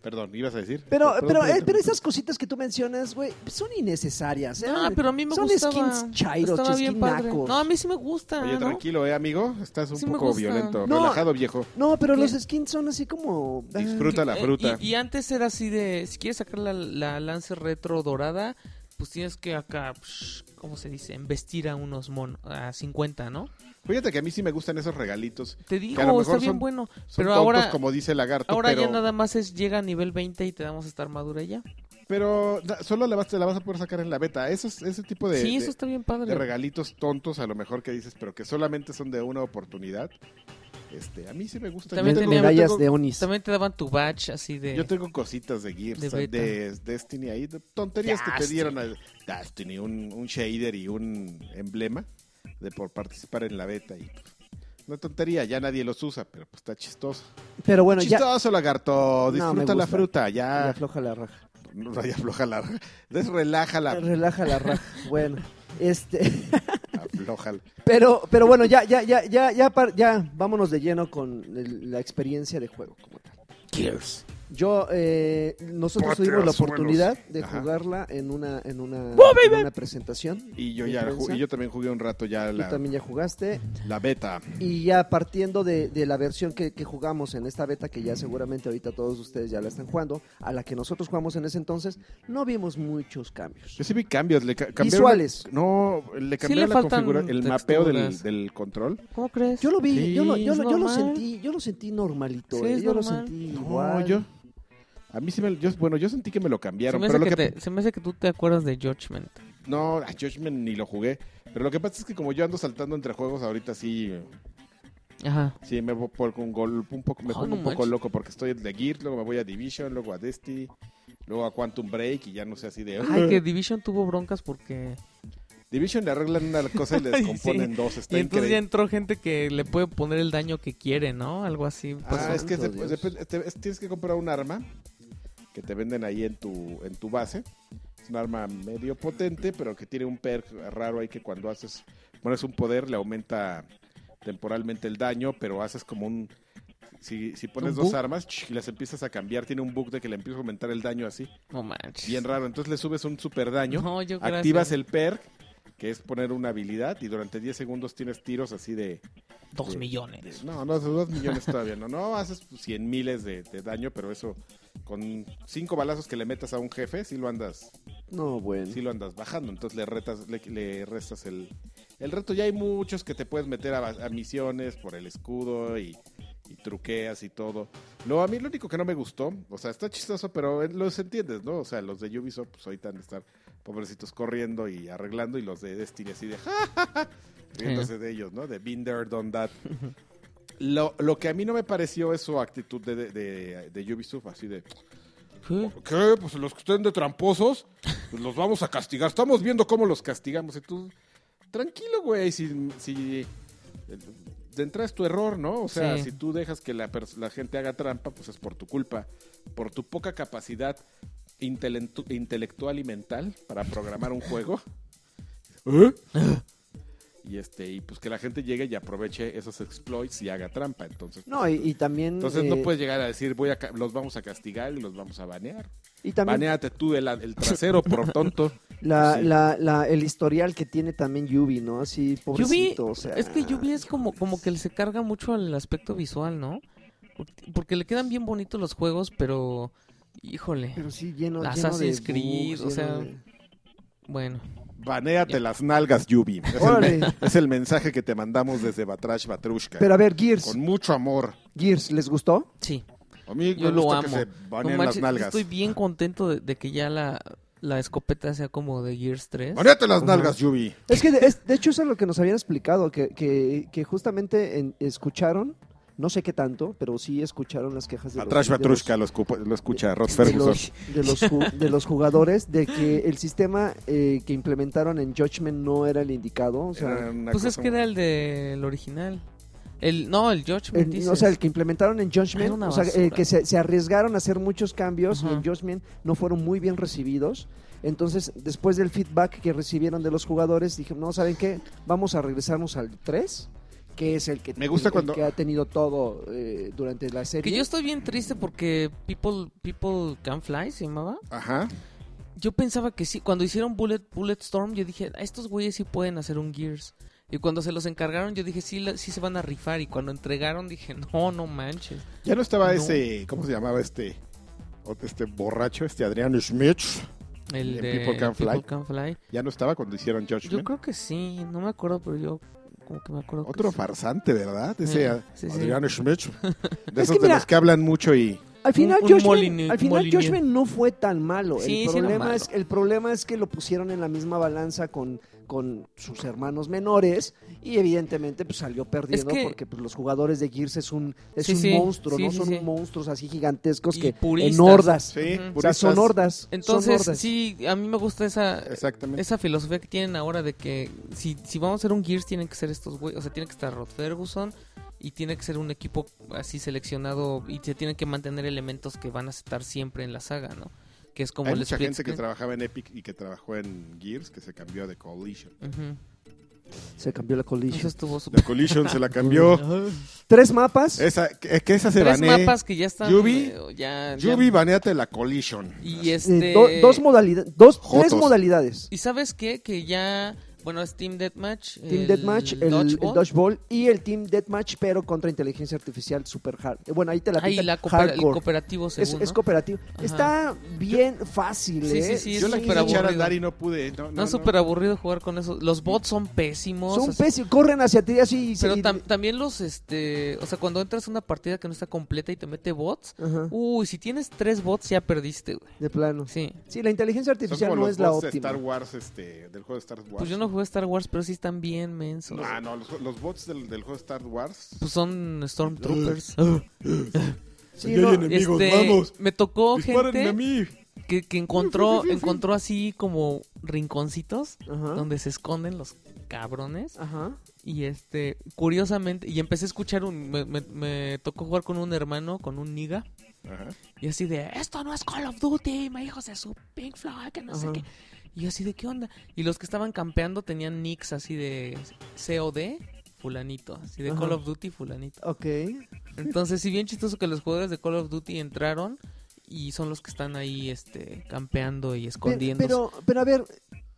Perdón, ibas a decir. Pero, Perdón, pero, perdón, eh, pero perdón. esas cositas que tú mencionas, güey, pues, son innecesarias. ¿eh? Ah, pero a mí me son gustaba. skins chairos, Estaba bien skins padre. nacos. No, a mí sí me gusta. Oye, ¿no? tranquilo, eh, amigo. Estás un Sí me poco gusta. violento. No. Relajado, viejo. No, pero ¿Qué? los skins son así como... ah, Disfruta la Eh, fruta. Y, y antes era así de, si quieres sacar la, la lance retro dorada, pues tienes que acá, psh, ¿cómo se dice? Investir a unos monos, a 50, ¿no? Fíjate que a mí sí me gustan esos regalitos. Te Que a lo digo, mejor está bien son- bueno. Son Pero tontos, ahora, como dice el lagarto, ahora pero, ya nada más es llega a nivel 20 y te damos esta armadura y ya. pero da- solo la vas, te la vas a poder sacar en la beta. Esos, ese tipo de, sí, de- eso está bien de padre. regalitos tontos, a lo mejor que dices, pero que solamente son de una oportunidad. Este, a mí sí me gusta. También yo, tengo, con tenía- yo, medallas tengo, de Onis. También te daban tu badge así de... yo tengo cositas de de Gears, de, beta. Destiny ahí, de tonterías que te Destiny. dieron al Destiny, un, un shader y un emblema de por participar en la beta y pues, una tontería, ya nadie los usa, pero pues está chistoso. Pero bueno, ya... Chistoso, lagarto. No, me Disfruta la gusta. fruta. ya Ya. afloja la raja. Raya afloja la. Desrelaja la. Relaja la raja. bueno, este... Afloja la- Pero, pero bueno, ya, ya, ya, ya, ya, par- ya, vámonos de lleno con el- la experiencia de juego como tal. Yo, eh, nosotros Patria, tuvimos la suelos. oportunidad de Ajá. jugarla en una, en una, en una presentación. Y yo ¿De ya. prensa? ju- Y yo también jugué un rato ya Tú la, también ya jugaste. la beta. Y ya partiendo de, de la versión que, que jugamos en esta beta, que ya seguramente ahorita todos ustedes ya la están jugando, a la que nosotros jugamos en ese entonces, no vimos muchos cambios. Yo sí vi cambios. Le ca- cambiaron Visuales. la- no, le cambiaron le la faltan configura- el mapeo del, texturas. del control. ¿Cómo crees? Yo lo vi, Sí, yo, lo, yo, es lo, yo lo normal. sentí, yo lo sentí normalito, Sí, eh, es yo lo normal. sentí No, igual. yo. A mí sí me. yo- bueno, yo sentí que me lo se, cambiaron. me Pero hace lo que que. te- se me hace que tú te acuerdas de Judgment. No, a Judgment ni lo jugué. Pero lo que pasa es que como yo ando saltando entre juegos ahorita sí. Ajá. Sí, me voy por un gol un poco, me Ah, pongo no un poco manches. loco porque estoy de Gears, luego me voy a Division, luego a Destiny, luego a Quantum Break y ya no sé así de. Ay, que Division tuvo broncas porque... Division le arreglan una cosa y le Ay, descomponen dos, está y entonces increíble. ya entró gente que le puede poner el daño que quiere, ¿no? Algo así. Ah, pasó. es que Santo después- Dios. después te- es- tienes que comprar un arma que te venden ahí en tu en tu base. Es un arma medio potente, pero que tiene un perk raro ahí que cuando haces pones un poder le aumenta temporalmente el daño, pero haces como un si, si pones ¿Un dos bug? armas ch, y las empiezas a cambiar, tiene un bug de que le empieza a aumentar el daño así. No manches. Bien raro. Entonces le subes un super daño. No, yo gracias. activas el perk, que es poner una habilidad, y durante 10 segundos tienes tiros así de. Dos de- millones. de- no, no, de dos millones todavía no. No, haces 100 miles de, de daño, pero eso. Con cinco balazos que le metas a un jefe, sí lo andas, No, bueno. sí lo andas bajando. Entonces le retas, le, le restas el, el reto. Ya hay muchos que te puedes meter a, a misiones por el escudo y, y truqueas y todo. No, a mí lo único que no me gustó, o sea, está chistoso, pero eh, los entiendes, ¿no? O sea, los de Ubisoft, pues ahorita han de estar pobrecitos corriendo y arreglando, y los de Destiny así de ja, ja, ja", riéndose de ellos, ¿no? De been there, done that. Lo, lo que a mí no me pareció es su actitud de, de- de- de Ubisoft, así de, ¿Qué? ¿qué? Pues los que estén de tramposos, pues los vamos a castigar. Estamos viendo cómo los castigamos. Y tú, tranquilo, güey, si, si eh, de entrada es tu error, ¿no? O sea, Sí. si tú dejas que la, pers- la gente haga trampa, pues es por tu culpa, por tu poca capacidad intelentu- intelectual y mental para programar un juego. ¿Eh? Y, este, y pues que la gente llegue y aproveche esos exploits y haga trampa. Entonces, No, y, y también... entonces eh, no puedes llegar a decir, voy a ca- los vamos a castigar y los vamos a banear. Y también Baneate tú el, el trasero por tonto. La, Sí. la, la, el historial que tiene también Yubi, ¿no? Así, Yubi, pobrecito, o sea. es que Yubi es como, como que se carga mucho al aspecto visual, ¿no? Porque- Porque le quedan bien bonitos los juegos, pero... Híjole. Pero sí, lleno, lleno Assassin's de Creed, bugs, o sea, lleno de- Bueno. Baneate las nalgas, Yubi. Es el, Órale. men- es el mensaje que te mandamos desde Batrash Batrushka. Pero a ver, Gears, Con mucho amor. Gears, ¿les gustó? Sí. A mí Yo me lo gusta amo. que se No baneen las manches, nalgas. estoy bien contento de, de que ya la la escopeta sea como de Gears 3. Ponete las nalgas, Yubi. Es que, de, es- de hecho, eso es lo que nos habían explicado, que, que, que justamente en- escucharon, no sé qué tanto, pero sí escucharon las quejas de los, Atrás de los- Batrushka lo, escupo- lo escucha Rod de Ferguson. los, de, los, ju- de los jugadores de que el sistema eh, que implementaron en Judgment no era el indicado. O sea, Era una Pues es cosa que muy- era el del original. El, no, el Judgment, el, dices. o sea, el que implementaron en Era Judgment, una o sea, basura. eh, que se, se arriesgaron a hacer muchos cambios y Ajá. en Judgment no fueron muy bien recibidos. Entonces, después del feedback que recibieron de los jugadores, dije, no, ¿saben qué? Vamos a regresarnos al 3, que es el que, Me gusta el- el cuando- que ha tenido todo eh, durante la serie. Que yo estoy bien triste porque People, People Can Fly se llamaba. Ajá. Yo pensaba que sí. Cuando hicieron Bullet, Bullet Storm, yo dije, "Ah, estos güeyes sí pueden hacer un Gears. Y cuando se los encargaron, yo dije, sí, la- sí se van a rifar. Y cuando entregaron, dije, no, no manches. Ya no estaba No. ese, ¿cómo se llamaba este? Ot- Este borracho, este Adrián Schmidt. El ¿En de People Can Fly? Fly. Ya no estaba cuando hicieron Yo Judgment. creo que sí. No me acuerdo, pero yo como que me acuerdo. que Otro sí. farsante, ¿verdad? Ese Eh, a- sí, sí. Adrián Schmidt. De Es esos de que mira- los que hablan mucho y. Al final, un Judgment- moline- al final molineo. Judgment no fue tan malo. Sí, sí el, era problema malo. Es, el problema es que lo pusieron en la misma balanza con, con sus hermanos menores y evidentemente pues, salió perdiendo que- porque pues, los jugadores de Gears es un, es Sí, un sí, monstruo, sí, no sí, son sí. monstruos así gigantescos Y que puristas. en hordas. Sí, Ujú. O sea, puristas. son hordas. Entonces, son hordas. sí, a mí me gusta esa, Exactamente. esa filosofía que tienen ahora de que si, si vamos a hacer un Gears tienen que ser estos güeyes, o sea, tiene que estar Rod Ferguson y tiene que ser un equipo así seleccionado y se tienen que mantener elementos que van a estar siempre en la saga, ¿no? Que es como Hay el mucha split gente que screen. trabajaba en Epic y que trabajó en Gears que se cambió de Coalition. Ujú. Se cambió la Eso colisión. estuvo súper- De Coalition se la cambió. Tres mapas. eh, Esa, que, que esa se Tres banee. mapas que ya están Yubi, eh, ya, ya- Yubi, baneate la Coalition. y eh, este do- dos modalidades. Dos, tres Jotos. modalidades. y sabes qué que ya bueno es Team Deathmatch Team el Deathmatch, el, el Dodgeball. Dodgeball y el Team Deathmatch, pero contra inteligencia artificial super hard. Eh, Bueno, ahí te la Ah, y pintan la cooper- el hardcore. cooperativo es, según, es ¿no? cooperativo. Está bien fácil, Sí, ¿eh? sí, sí, Yo es la súper quise echar a aburrido. andar y no pude. ¿eh? No, no, No, no. es súper aburrido jugar con eso. Los bots son pésimos. Son así. pésimos, corren hacia ti así. y- Pero y- tam- también los, este... O sea, cuando entras a una partida que no está completa y te mete bots... Ajá, Uy, si tienes tres bots ya perdiste, güey. de plano. Sí. Sí, la inteligencia Son artificial como no los es la bots de Star óptima. Wars, este, del juego de Star Wars. Pues yo no jugué Star Wars, pero sí están bien mensos. Ah, no, los, los bots del, del juego de Star Wars. Pues son Stormtroopers. Sí, no, Este, Me tocó Dispárenme a gente mí. que, que encontró, encontró así como rinconcitos Ajá. donde se esconden los cabrones. Ajá. Y este, curiosamente, y empecé a escuchar un. Me, me- me tocó jugar con un hermano, con un niga. Ajá. Y así de, esto no es Call of Duty, me dijo se su Pink Floyd, que no sé Ajá. qué. Y yo así de, ¿qué onda? Y los que estaban campeando tenían nicks así de COD, fulanito. Así de Ajá. Call of Duty, fulanito. Ok. Entonces, sí, bien chistoso que los jugadores de Call of Duty entraron y son los que están ahí, este, campeando y Pe- escondiéndose. Pero, pero a ver,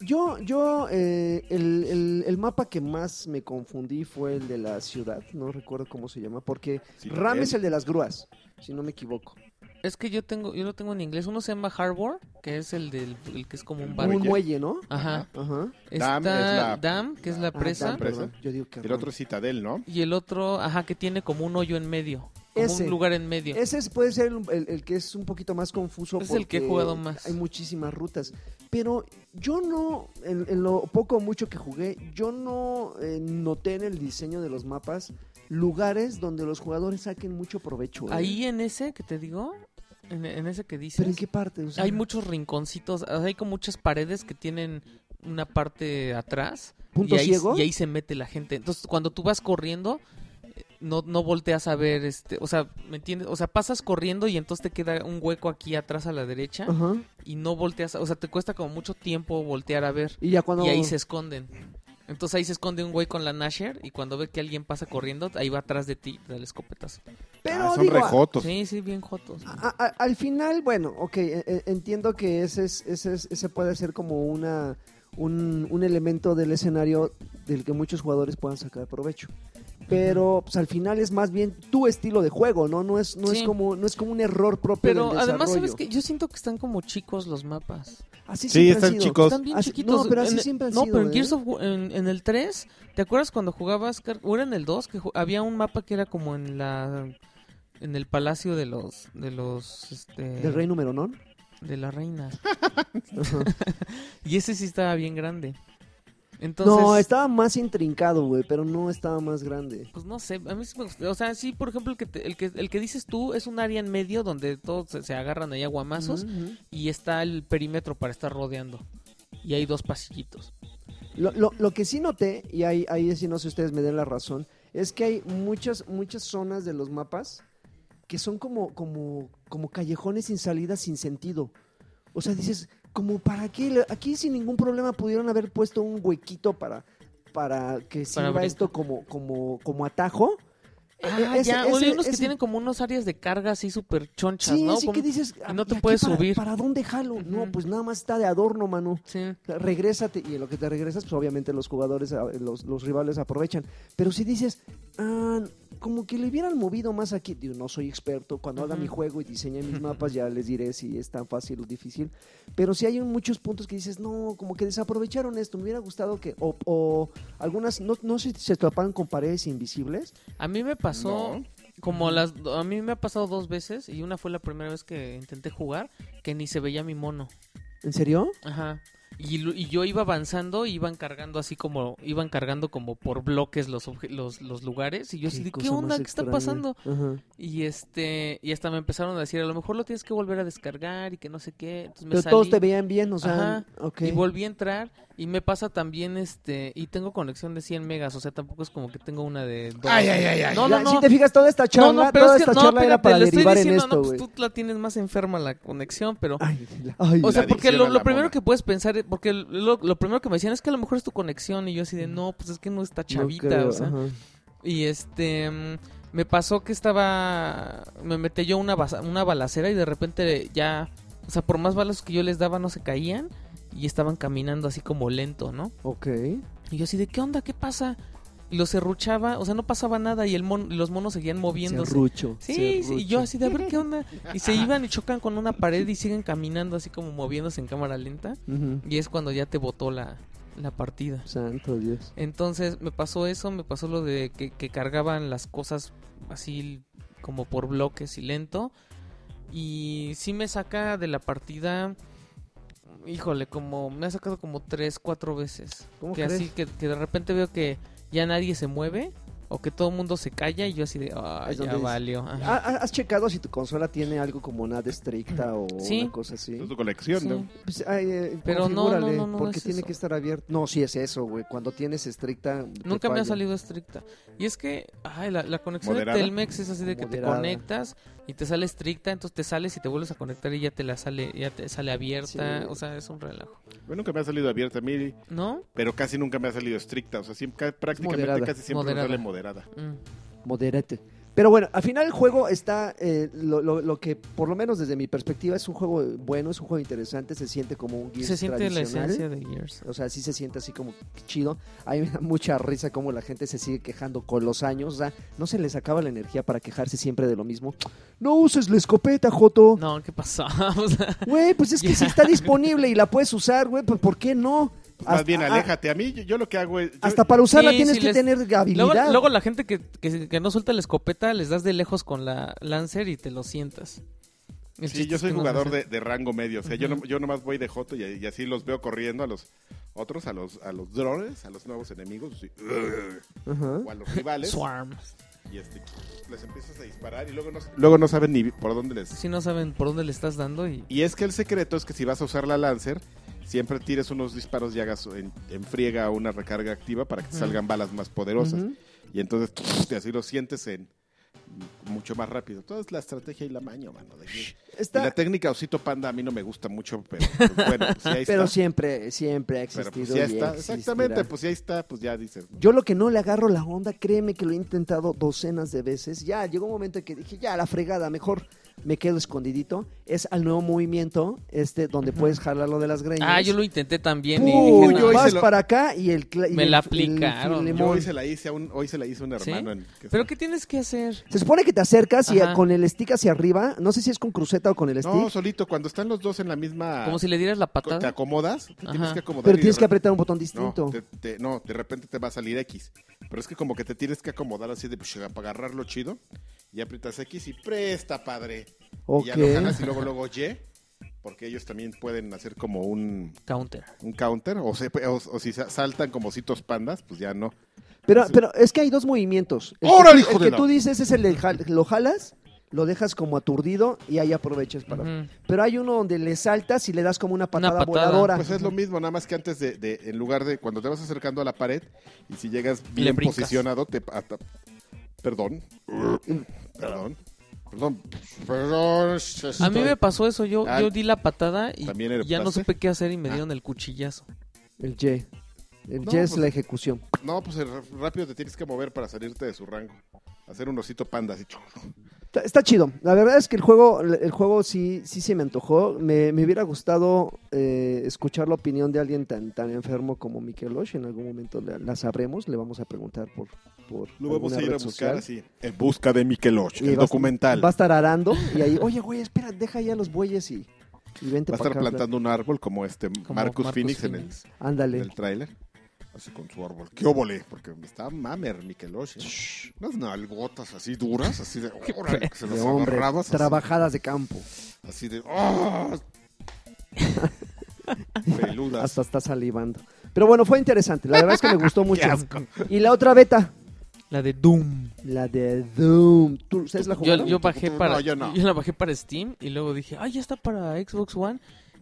yo, yo eh, el, el- el mapa que más me confundí fue el de la ciudad, no recuerdo cómo se llama, porque Sí, Ram él. es el de las grúas, si no me equivoco. Es que yo tengo, yo lo tengo en inglés. Uno se llama Harbor, que es el del, el que es como un El barco. Un muelle, ¿no? Ajá. Ajá. Está Dam es la- Dam, que es la Ah, presa. Dan, perdón, Presa. Yo digo que El Ram. otro es Citadel, ¿no? Y el otro, ajá, que tiene como un hoyo en medio. Como Ese. un lugar en medio. Ese es- puede ser el, el- el que es un poquito más confuso. Es el que he porque jugado más. Hay muchísimas rutas. Pero yo no, en, en lo poco o mucho que jugué, yo no eh, noté en el diseño de los mapas lugares donde los jugadores saquen mucho provecho. ¿eh? Ahí en ese que te digo, en, en ese que dices, ¿Pero en qué parte? O sea, hay muchos rinconcitos, o sea, hay como muchas paredes que tienen una parte atrás. ¿Punto y ahí, ciego? Y ahí se mete la gente. Entonces, cuando tú vas corriendo, eh, no, no volteas a ver, este, o sea, ¿me entiendes? O sea, pasas corriendo y entonces te queda un hueco aquí atrás a la derecha Ajá. y no volteas, a- o sea, te cuesta como mucho tiempo voltear a ver. Y ya cuando... Y ahí se esconden. Entonces ahí se esconde un güey con la Nasher y cuando ve que alguien pasa corriendo, ahí va atrás de ti, del escopetazo. Pero Ah, son digo, rejotos. Sí, sí, bien jotos. a- a- al final, bueno, ok, e- e- entiendo que ese, es- ese, es- ese puede ser como una, un, un elemento del escenario del que muchos jugadores puedan sacar provecho. Pero pues, al final es más bien tu estilo de juego, ¿no? No es, no es Sí. como no es como un error propio Pero del además, ¿sabes desarrollo. que Yo siento que están como chicos los mapas. Así Sí, siempre han están sido. chicos. Están bien Así- chiquitos. no, pero así En- siempre han No, sido, pero en ¿eh? Gears of War- en, en el 3, ¿te acuerdas cuando jugabas, Car- o era en el 2, que ju- había un mapa que era como en la... En el palacio de los... De los... Este... Del rey número, ¿no? De la reina. Y ese sí estaba bien grande. Entonces, No, estaba más intrincado, güey, pero no estaba más grande. pues no sé, a mí sí me gustó. O sea, sí, por ejemplo, el que, te- el que, el que dices tú es un área en medio donde todos se, se agarran ahí aguamazos Ujú. y está el perímetro para estar rodeando. Y hay dos pasillitos. Lo, lo- lo que sí noté, y ahí, ahí sí no sé si ustedes me den la razón, es que hay muchas, muchas zonas de los mapas que son como, como, como callejones sin salida, sin sentido. O sea, dices, como para qué, Le- aquí sin ningún problema pudieron haber puesto un huequito para, para que sirva brincar. esto como, como, como atajo. Ah, Eh, ese- ya, o hay ese- unos que ese- tienen como unos áreas de carga así súper chonchas, Sí, ¿no? sí Como- que dices, y no "Ah, te aquí puedes para- subir". ¿Para dónde jalo? No, Ujú. pues nada más está de adorno, mano. Sí. regrésate y en lo que te regresas pues obviamente los jugadores a- los, los rivales aprovechan pero si dices ah, como que le hubieran movido más aquí digo no soy experto cuando haga Ujú. mi juego y diseñe mis mapas ya les diré si es tan fácil o difícil pero si hay un- muchos puntos que dices no como que desaprovecharon esto me hubiera gustado que o, o algunas no, no sé si se taparon con paredes invisibles A mí me pasó No. como las a mí me ha pasado dos veces y una fue la primera vez que intenté jugar que ni se veía mi mono. en serio Ajá. Y, lo- y yo iba avanzando y iban cargando así como iban cargando como por bloques los obje- los, los lugares y yo así de qué cosa onda, más qué está extraña. pasando. Ajá. Y este y hasta me empezaron a decir, a lo mejor lo tienes que volver a descargar y que no sé qué. Entonces me pero salí. todos te veían bien o sea Ajá. ok. Y volví a entrar y me pasa también este y tengo conexión de 100 megas, o sea, tampoco es como que tengo una de dos. Ay, ay, ay, ay. No, Ya, no, no. si te fijas toda esta charla toda esta charla era espérate, para le estoy derivar en diciendo, esto no, güey pues tú la tienes más enferma la conexión, pero... Ay, la- ay, o sea, la porque adicción lo, a lo la primero mona. que puedes pensar, es- porque lo, lo primero que me decían es que a lo mejor es tu conexión y yo así de, no, pues es que no está no chavita, creo, o sea. ajá. Y este... mm, Me pasó que estaba... Me metí yo una, baza- una balacera y de repente ya... O sea, por más balas que yo les daba no se caían y estaban caminando así como lento, ¿no? Ok. Y yo así de, ¿qué onda? ¿Qué pasa? Y los serruchaba, o sea, no pasaba nada y el mon- los monos seguían moviéndose. Serrucho. Sí, sí, y serrucho. yo así de a ver qué onda. Y se iban y chocan con una pared y siguen caminando así como moviéndose en cámara lenta. Ujú. Y es cuando ya te botó la, la partida. Santo Dios. Entonces me pasó eso, me pasó lo de que, que cargaban las cosas así como por bloques y lento. Y sí me saca de la partida, híjole, como me ha sacado como tres, cuatro veces. ¿Cómo que así que, que de repente veo que ya nadie se mueve o que todo el mundo se calla y yo así de, ah, Es Ah, donde ya dices, valió. Ajá. ¿Ha- ha- ¿Has checado si tu consola tiene algo como nada estricta o Sí. una cosa así? Es tu colección, Sí. ¿no? Pues, ay, eh, Pero no, configúrale, no, no, no porque es tiene eso. que estar abierto. No, sí es eso, güey. Cuando tienes estricta. te Nunca me ha falla. salido estricta. Y es que, ay, la, la conexión ¿Moderada? de Telmex es así de que Moderada. te conectas y te sale estricta, entonces te sales y te vuelves a conectar y ya te la sale, ya te sale abierta, Sí. o sea, es un relajo. Yo nunca me ha salido abierta a mí, ¿no pero casi nunca me ha salido estricta. O sea, siempre, ca- prácticamente moderada. casi siempre Moderada. me sale moderada. Mm. Modérate. Pero bueno, al final el juego está, eh, lo, lo- lo que por lo menos desde mi perspectiva es un juego bueno, es un juego interesante, se siente como un Gears Se siente la tradicional. esencia de Gears. O sea, sí se siente así como chido. A mí me da mucha risa cómo la gente se sigue quejando con los años. O sea, no se les acaba la energía para quejarse siempre de lo mismo. No uses la escopeta, Joto. No, ¿qué pasó? O sea, Güey, pues es que si está disponible y la puedes usar, güey, pues ¿por qué no? Más bien, a- ah. aléjate. A mí, yo, yo lo que hago es. yo- Hasta para usarla Sí, tienes sí que les- tener luego, habilidad. luego la gente que, que, que no suelta la escopeta les das de lejos con la Lancer y te lo sientas. El Sí, chiste yo es soy que no jugador se- de, de rango medio. O sea, yo, Ujú. no- yo nomás voy de Joto y, y así los veo corriendo a los otros, a los, a los drones, a los nuevos enemigos, así, Ajá. o a los rivales. Swarm. y este, les empiezas a disparar y luego no, luego no saben ni por dónde les. Si no saben por dónde le estás dando y... Y es que el secreto es que si vas a usar la Lancer, siempre tires unos disparos y hagas en, en friega una recarga activa para que te Ujú. salgan balas más poderosas. Ujú. Y entonces y así lo sientes en mucho más rápido. Toda es la estrategia y la maña, mano. de- Y Está- la técnica osito panda a mí no me gusta mucho, pero pues, bueno, pues sí, ahí está. Pero siempre, siempre ha Pero, existido. pues, ya y está. existirá. Exactamente, pues ya está, pues ya dices. ¿no? Yo lo que no le agarro la onda, créeme que lo he intentado docenas de veces. Ya llegó un momento en que dije, ya la fregada, mejor me quedo escondidito. Es al nuevo movimiento, este, donde puedes jalarlo de las greñas. Ah, yo lo intenté también y Puh, dije, no. yo hice vas lo- para acá y el cla- y Me la el- el aplicaron. Yo filemón. hoy se la hice a un, hoy se la hice a un ¿Sí? hermano. en- que ¿Pero se- qué tienes que hacer? Se supone que te acercas y Ajá. con el stick hacia arriba, no sé si es con cruceta o con el stick, No, solito, cuando están los dos en la misma. Como si le dieras la Ah, te patada. acomodas, te tienes Ajá. que acomodar. pero y tienes de que re- apretar un botón no, distinto. te- te- no, de repente te va a salir X. Pero es que como que te tienes que acomodar así de pues, para agarrarlo chido. Y aprietas X y presta, padre. Ok. Y ya lo jalas y luego, luego Y. porque ellos también pueden hacer como un, Counter. un counter, o, se- o- o si sa- saltan como citos pandas, pues ya no. Pero, pero es que hay dos movimientos. El que ¡Órale, tú- hijo el de que la- tú dices es el de jal- lo jalas, lo dejas como aturdido y ahí aprovechas para. Ujú. Pero hay uno donde le saltas y le das como una patada, patada. voladora. Pues es lo mismo, nada más que antes de, de- en lugar de cuando te vas acercando a la pared y si llegas Le bien brincas. posicionado, te ata- perdón, perdón, perdón, perdón. A mí me pasó eso, yo, Ah. yo di la patada y ¿También eres ya no placer? supe qué hacer y me Ah. dieron el cuchillazo. El Y. El No, Y es pues- la ejecución. No, pues el- rápido te tienes que mover para salirte de su rango. Hacer un osito panda así. Está, está chido. La verdad es que el juego, el juego sí, sí se me antojó. Me, me hubiera gustado eh, escuchar la opinión de alguien tan, tan enfermo como Mikelosh. En algún momento la, la sabremos, le vamos a preguntar por. por Lo vamos alguna a ir a red social. buscar así. En busca de Mikeloch, Y el va a- documental. Va a estar arando y ahí, oye, güey, espera, deja ya los bueyes y, y vente Va a para estar acá. plantando un árbol como este Como Marcus, Phoenix, en el- Phoenix. en el, Ándale. tráiler. Así con su árbol. ¡Qué óvole! Porque está mamer Mikeloch. ¿eh? Unas nalgotas así duras, así de... órale, que se las De hombre, agarrabas así, trabajadas de campo. así de... ¡ah! Peludas. Hasta está salivando. Pero bueno, fue interesante. La verdad es que me gustó mucho. ¡Qué asco! Y la otra beta, La de Doom. la de Doom. ¿Tú, ¿Ustedes la Yo, jugaron? yo bajé para No, yo no. la bajé para Steam y luego dije, "Ay, ya está para Xbox One."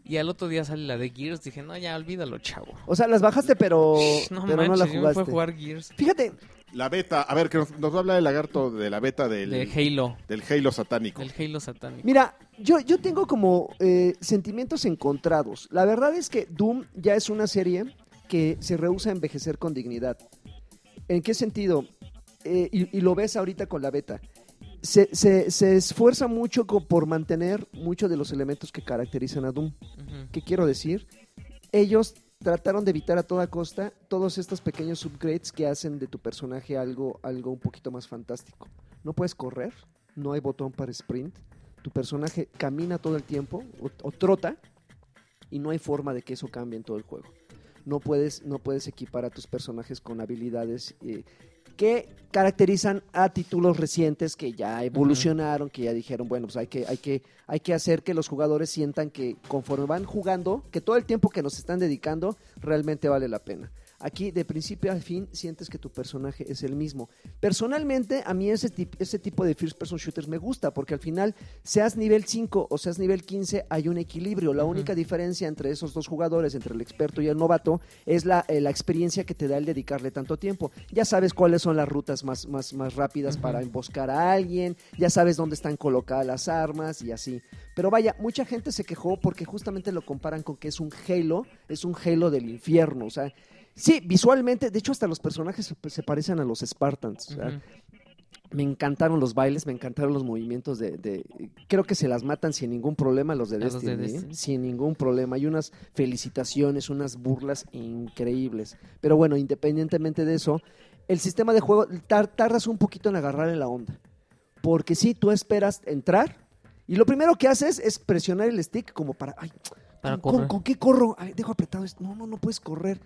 Y al otro día sale la de Gears, dije, "No, ya olvídalo, chavo." O sea, las bajaste, pero Shh, pero no, manches, la yo me fui a jugaste. jugar Gears Fíjate, La beta. A ver, que nos, nos va a hablar el lagarto de la beta del, de Halo, del Halo satánico. del Halo satánico. mira, yo, yo tengo como eh, sentimientos encontrados. La verdad es que Doom ya es una serie que se rehúsa a envejecer con dignidad. ¿En qué sentido? Eh, y, y lo ves ahorita con la beta. Se, se- se esfuerza mucho co- por mantener muchos de los elementos que caracterizan a Doom. Ujú. ¿Qué quiero decir? Ellos trataron de evitar a toda costa todos estos pequeños upgrades que hacen de tu personaje algo, algo un poquito más fantástico. No puedes correr, no hay botón para sprint, tu personaje camina todo el tiempo o, o trota y no hay forma de que eso cambie en todo el juego. No puedes, no puedes equipar a tus personajes con habilidades eh, que caracterizan a títulos recientes que ya evolucionaron, que ya dijeron, bueno, pues hay que, hay que, hay que hacer que los jugadores sientan que conforme van jugando, que todo el tiempo que nos están dedicando realmente vale la pena. Aquí, de principio a fin, sientes que tu personaje es el mismo. Personalmente, a mí ese, tip- ese tipo de first person shooters me gusta, porque al final, seas nivel 5 o seas nivel 15, hay un equilibrio. La Ujú. única diferencia entre esos dos jugadores, entre el experto y el novato, es la, eh, la experiencia que te da el dedicarle tanto tiempo. Ya sabes cuáles son las rutas más, más, más rápidas Ujú. para emboscar a alguien, ya sabes dónde están colocadas las armas y así. Pero vaya, mucha gente se quejó porque justamente lo comparan con que es un Halo, es un Halo del infierno. O sea, sí, visualmente, de hecho hasta los personajes se- se parecen a los Spartans. o sea, Ujú. me encantaron los bailes, me encantaron los movimientos de, de- creo que se las matan sin ningún problema los de A los Destiny, de ¿eh? Destiny. sin ningún problema. Hay unas felicitaciones, unas burlas increíbles. Pero bueno, independientemente de eso, el sistema de juego tar- tardas un poquito en agarrarle la onda. Porque si tú esperas entrar y lo primero que haces es presionar el stick como para, ay, Para ¿Con, correr. con qué corro? Ay, dejo apretado esto. No, no, no puedes correr.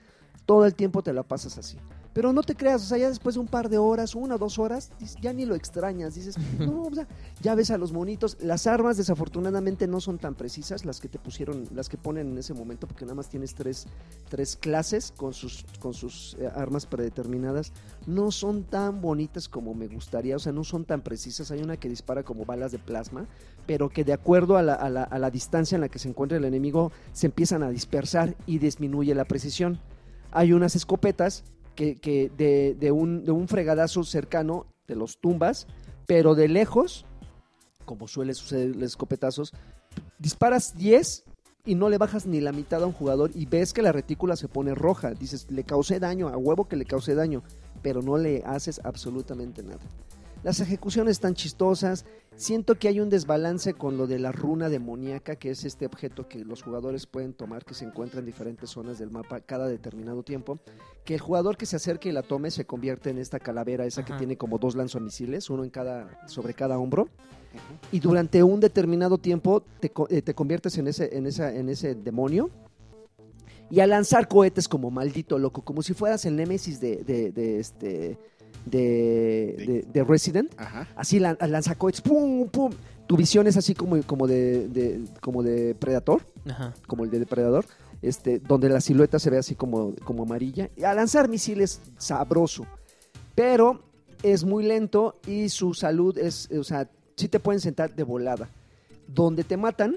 Todo el tiempo te la pasas así. Pero no te creas, o sea, ya después de un par de horas, una o dos horas, dices, ya ni lo extrañas. Dices, no, o sea, ya ves a los monitos. Las armas, desafortunadamente, no son tan precisas las que te pusieron, las que ponen en ese momento, porque nada más tienes tres, tres clases con sus, con sus eh, armas predeterminadas. No son tan bonitas como me gustaría, o sea, no son tan precisas. Hay una que dispara como balas de plasma, pero que de acuerdo a la, a la- a la distancia en la que se encuentra el enemigo se empiezan a dispersar y disminuye la precisión. Hay unas escopetas que, que de, de un, de un fregadazo cercano te los tumbas, pero de lejos, como suele suceder en los escopetazos, disparas 10 y no le bajas ni la mitad a un jugador y ves que la retícula se pone roja. Dices, le causé daño, a huevo que le causé daño, pero no le haces absolutamente nada. Las ejecuciones están chistosas, Siento que hay un desbalance con lo de la runa demoníaca, que es este objeto que los jugadores pueden tomar, que se encuentra en diferentes zonas del mapa cada determinado tiempo. Que el jugador que se acerque y la tome se convierte en esta calavera, esa que Ajá. tiene como dos lanzamisiles, uno en cada, sobre cada hombro. Y durante un determinado tiempo te, co- eh, te conviertes en ese, en, esa, en ese demonio. Y a lanzar cohetes como maldito loco, como si fueras el némesis de, de, de este, de- de- de Resident. Ajá. Así lan- lanzacohetes, pum, pum. tu visión es así como, como, de, de- como de Predator, Ajá. como el de Depredador, este, donde la silueta se ve así como, como amarilla. Y a lanzar misiles sabroso, pero es muy lento y su salud es, o sea, sí te pueden sentar de volada. Donde te matan,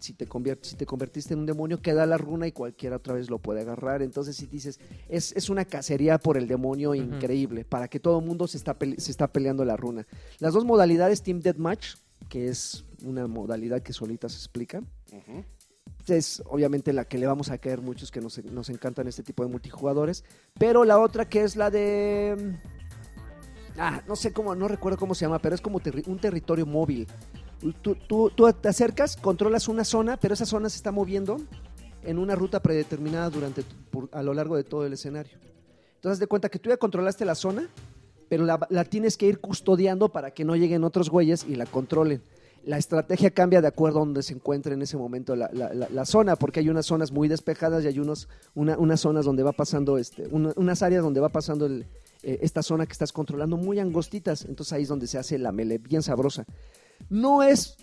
si te, convier- si te convertiste en un demonio, queda la runa y cualquiera otra vez lo puede agarrar. Entonces, si dices, es, es una cacería por el demonio Ujú. increíble, para que todo el mundo se está, pele- se está peleando la runa. Las dos modalidades, Team Deathmatch, que es una modalidad que solita se explica, Ujú. es obviamente la que le vamos a caer muchos que nos, nos encantan este tipo de multijugadores. Pero la otra que es la de. Ah, no sé cómo, no recuerdo cómo se llama, pero es como terri- un territorio móvil. Tú, tú- tú te acercas, controlas una zona, pero esa zona se está moviendo en una ruta predeterminada durante tu- por- a lo largo de todo el escenario. Entonces, haz de cuenta que tú ya controlaste la zona, pero la, la tienes que ir custodiando para que no lleguen otros güeyes y la controlen. La estrategia cambia de acuerdo a donde se encuentre en ese momento la, la- la- la zona, porque hay unas zonas muy despejadas y hay unos, una- unas zonas donde va pasando, este, una- unas áreas donde va pasando el, eh, esta zona que estás controlando muy angostitas. Entonces ahí es donde se hace la mele bien sabrosa. No es,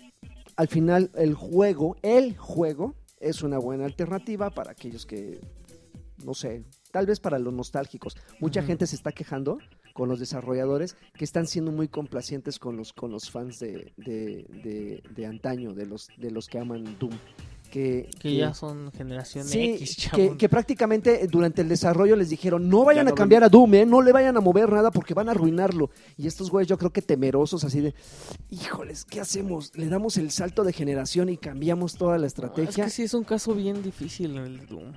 al final, el juego, el juego es una buena alternativa para aquellos que, no sé, tal vez para los nostálgicos. Mucha Ujú. gente se está quejando con los desarrolladores que están siendo muy complacientes con los, con los fans de, de- de- de antaño, de los, de los que aman Doom. Que, Que ya son generación Sí, X, que, chabón. que prácticamente durante el desarrollo les dijeron, no vayan Ya a no cambiar a Doom, ¿eh? no le vayan a mover nada porque van a arruinarlo. Y estos güeyes yo creo que temerosos así de, híjoles, ¿qué hacemos? Le damos el salto de generación y cambiamos toda la No, estrategia. Es que sí es un caso bien difícil el Doom.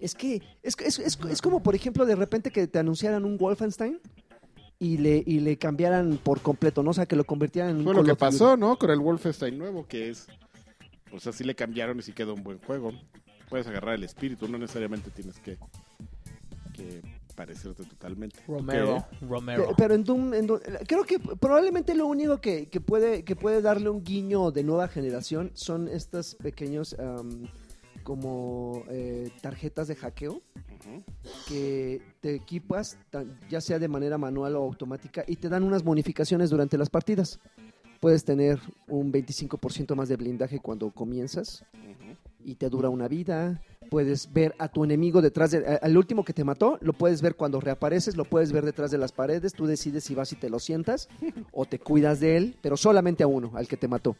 Es que es, es- es- es como, por ejemplo, de repente que te anunciaran un Wolfenstein y le, y le cambiaran por completo, ¿no? O sea, que lo convirtieran en un Fue lo Call que of Duty. pasó, ¿no? Con el Wolfenstein nuevo, que es. O sea, sí le cambiaron y sí quedó un buen juego. Puedes agarrar el espíritu, no necesariamente tienes que, que parecerte totalmente. ¿Tú qué? Romero. Romero. Pe- Pero en Doom, en Doom- creo que probablemente lo único que, que puede, que puede darle un guiño de nueva generación son estas pequeños am, como eh, tarjetas de hackeo Ujú. que te equipas tan- ya sea de manera manual o automática y te dan unas bonificaciones durante las partidas. Puedes tener un 25% más de blindaje cuando comienzas Ujú. y te dura una vida. Puedes ver a tu enemigo detrás de- a- al último que te mató, lo puedes ver cuando reapareces, lo puedes ver detrás de las paredes, tú decides si vas y te lo sientas o te cuidas de él, pero solamente a uno, al que te mató.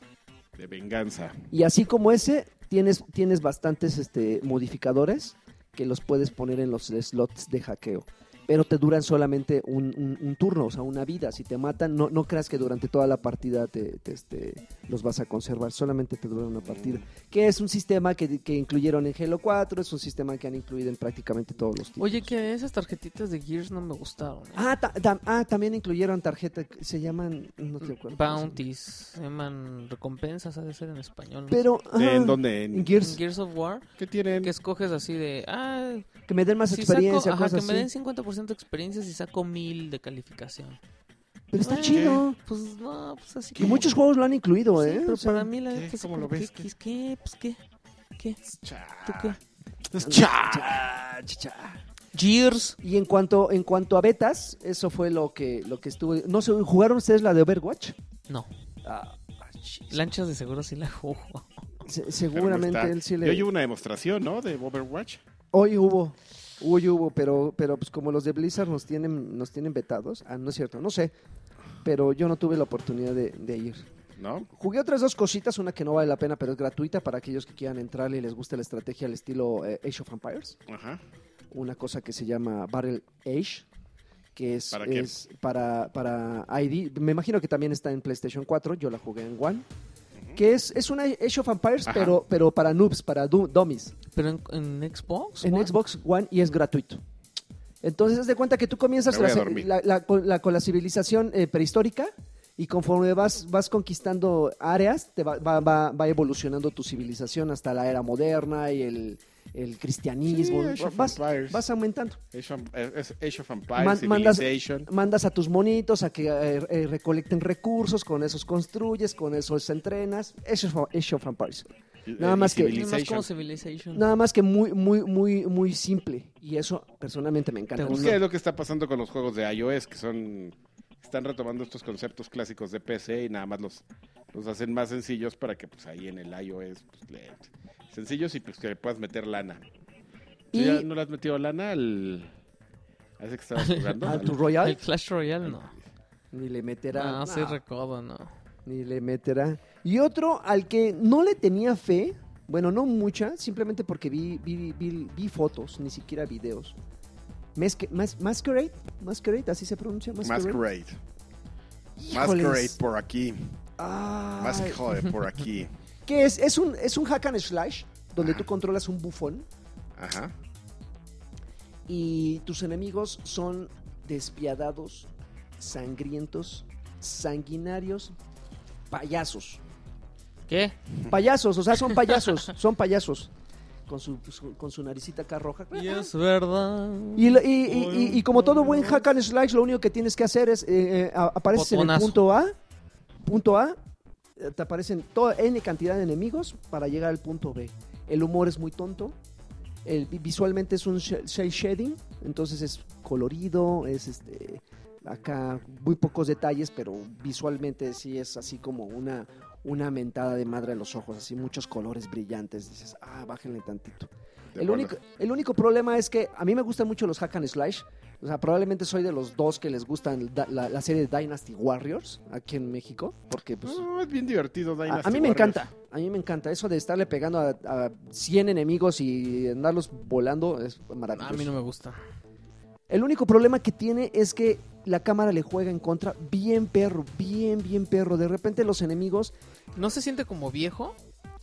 De venganza. Y así como ese, tienes, tienes bastantes este, modificadores que los puedes poner en los slots de hackeo. Pero te duran solamente un, un- un turno, o sea, una vida. Si te matan, no, no creas que durante toda la partida te, te, este, los vas a conservar, solamente te duran una partida. Que es un sistema que, que incluyeron en Halo 4, es un sistema que han incluido en prácticamente todos los títulos. Oye, que esas tarjetitas de Gears no me gustaron. ¿eh? Ah, ta- tam- ah, también incluyeron tarjeta, se llaman, no te acuerdo. cómo se llaman. Bounties, se llaman recompensas, ha de ser en español. ¿no? Pero, ¿De- ah, ¿En dónde? En- en En Gears, Gears of War, ¿Qué tienen? que escoges así de, ah, que me den más si experiencia, saco, ajá, cosas que me den así. 50% de experiencia si saco 1000 de calificación. Pero está Bueno, chido. Pues no, pues así Que muchos juegos lo han incluido, Sí, ¿eh? pero O sea, para mí la ¿qué? neta es ¿Cómo como, lo ves? ¿qué, qué, qué? Pues qué, qué, Cha. tú qué. cha, cha, cha. Gears. Ah, Y en cuanto, en cuanto a betas, eso fue lo que, lo que estuvo. No sé, ¿jugaron ustedes la de Overwatch? No, Ah, ah, chis. lanchas de seguro sí la juego. Se- Pero no seguramente está. él sí le. Y hoy hubo una demostración, ¿no? De Overwatch. Hoy hubo. Hoy hubo, pero, pero pues como los de Blizzard nos tienen, nos tienen vetados. Ah, no es cierto, no sé. Pero yo no tuve la oportunidad de, de ir. ¿No? Jugué otras dos cositas, una que no vale la pena, pero es gratuita para aquellos que quieran entrarle y les guste la estrategia al estilo eh, Age of Empires. Ajá. una cosa que se llama Barrel Age, que es ¿Para ¿Para, qué? es para, para ID. Me imagino que también está en PlayStation 4, yo la jugué en One. Que es, es una Age of Empires, Ajá. pero, pero para noobs, para du- dummies. Pero en, en Xbox. En One, Xbox One y es gratuito. Entonces, haz de cuenta que tú comienzas Me voy a la- dormir. la- la- con, la, con la civilización eh, prehistórica y conforme vas, vas conquistando áreas, te va, va- va- va evolucionando tu civilización hasta la era moderna y el, el cristianismo. Sí, Age of vas, Empires. vas aumentando. Age of, eh, es Age of Empires, Man- mandas- Civilization. mandas a tus monitos a que eh, eh, recolecten recursos, con esos construyes, con esos entrenas. Eso es Age of Empires. nada eh, más y que- Es más Civilization. como Civilization. Nada más que muy, muy, muy, muy simple. Y eso personalmente me encanta. ¿Te Pues, gusta? ¿Qué es lo que está pasando con los juegos de iOS? Que son están retomando estos conceptos clásicos de PC y nada más los, los hacen más sencillos para que pues ahí en el iOS pues, le- sencillos y pues que le puedas meter lana. ¿Tú Y- ya no le has metido lana al... ¿A ese que estabas jugando? ¿A Al- ah, tu El Royal? Clash Royale no. Ni le meterá. ah, No, Ah, sí nah, recodo, no. ni le meterá. Y otro al que no le tenía fe, bueno, no mucha, simplemente porque vi, vi, vi, vi fotos, ni siquiera videos. Masque- mas- masquerade, Masquerade, así se pronuncia. Masquerade. Masquerade. Híjoles. Masquerade por aquí. Ah, Masquerade por aquí. ¿Qué es? Es un, es un hack and slash donde tú controlas un bufón Ajá. y tus enemigos son despiadados, sangrientos, sanguinarios, payasos. ¿Qué? Payasos, o sea, son payasos, son payasos. Con su, su- con su naricita acá roja. Y es verdad. Y, lo- y- y- y- y como todo buen hack and slash, lo único que tienes que hacer es, eh, eh, a- apareces en el Botonazo. punto A, punto A, eh, te aparecen toda N cantidad de enemigos para llegar al punto B. El humor es muy tonto, el, vi- visualmente es un sh- shade shading, entonces es colorido, es este acá muy pocos detalles, pero visualmente sí es así como una, una mentada de madre a los ojos, así muchos colores brillantes, dices, ah, bájenle tantito. De El acuerdo. único, el único problema es que a mí me gustan mucho los hack and slash. O sea, probablemente soy de los dos que les gustan da- la, la serie de Dynasty Warriors aquí en México. Porque pues, No, es bien divertido, a, Dynasty a mí me Warriors. encanta. A mí me encanta. Eso de estarle pegando a, a 100 enemigos y andarlos volando es maravilloso. Ah, A mí no me gusta. El único problema que tiene es que la cámara le juega en contra bien perro, bien, bien perro. De repente los enemigos ¿No se siente como viejo?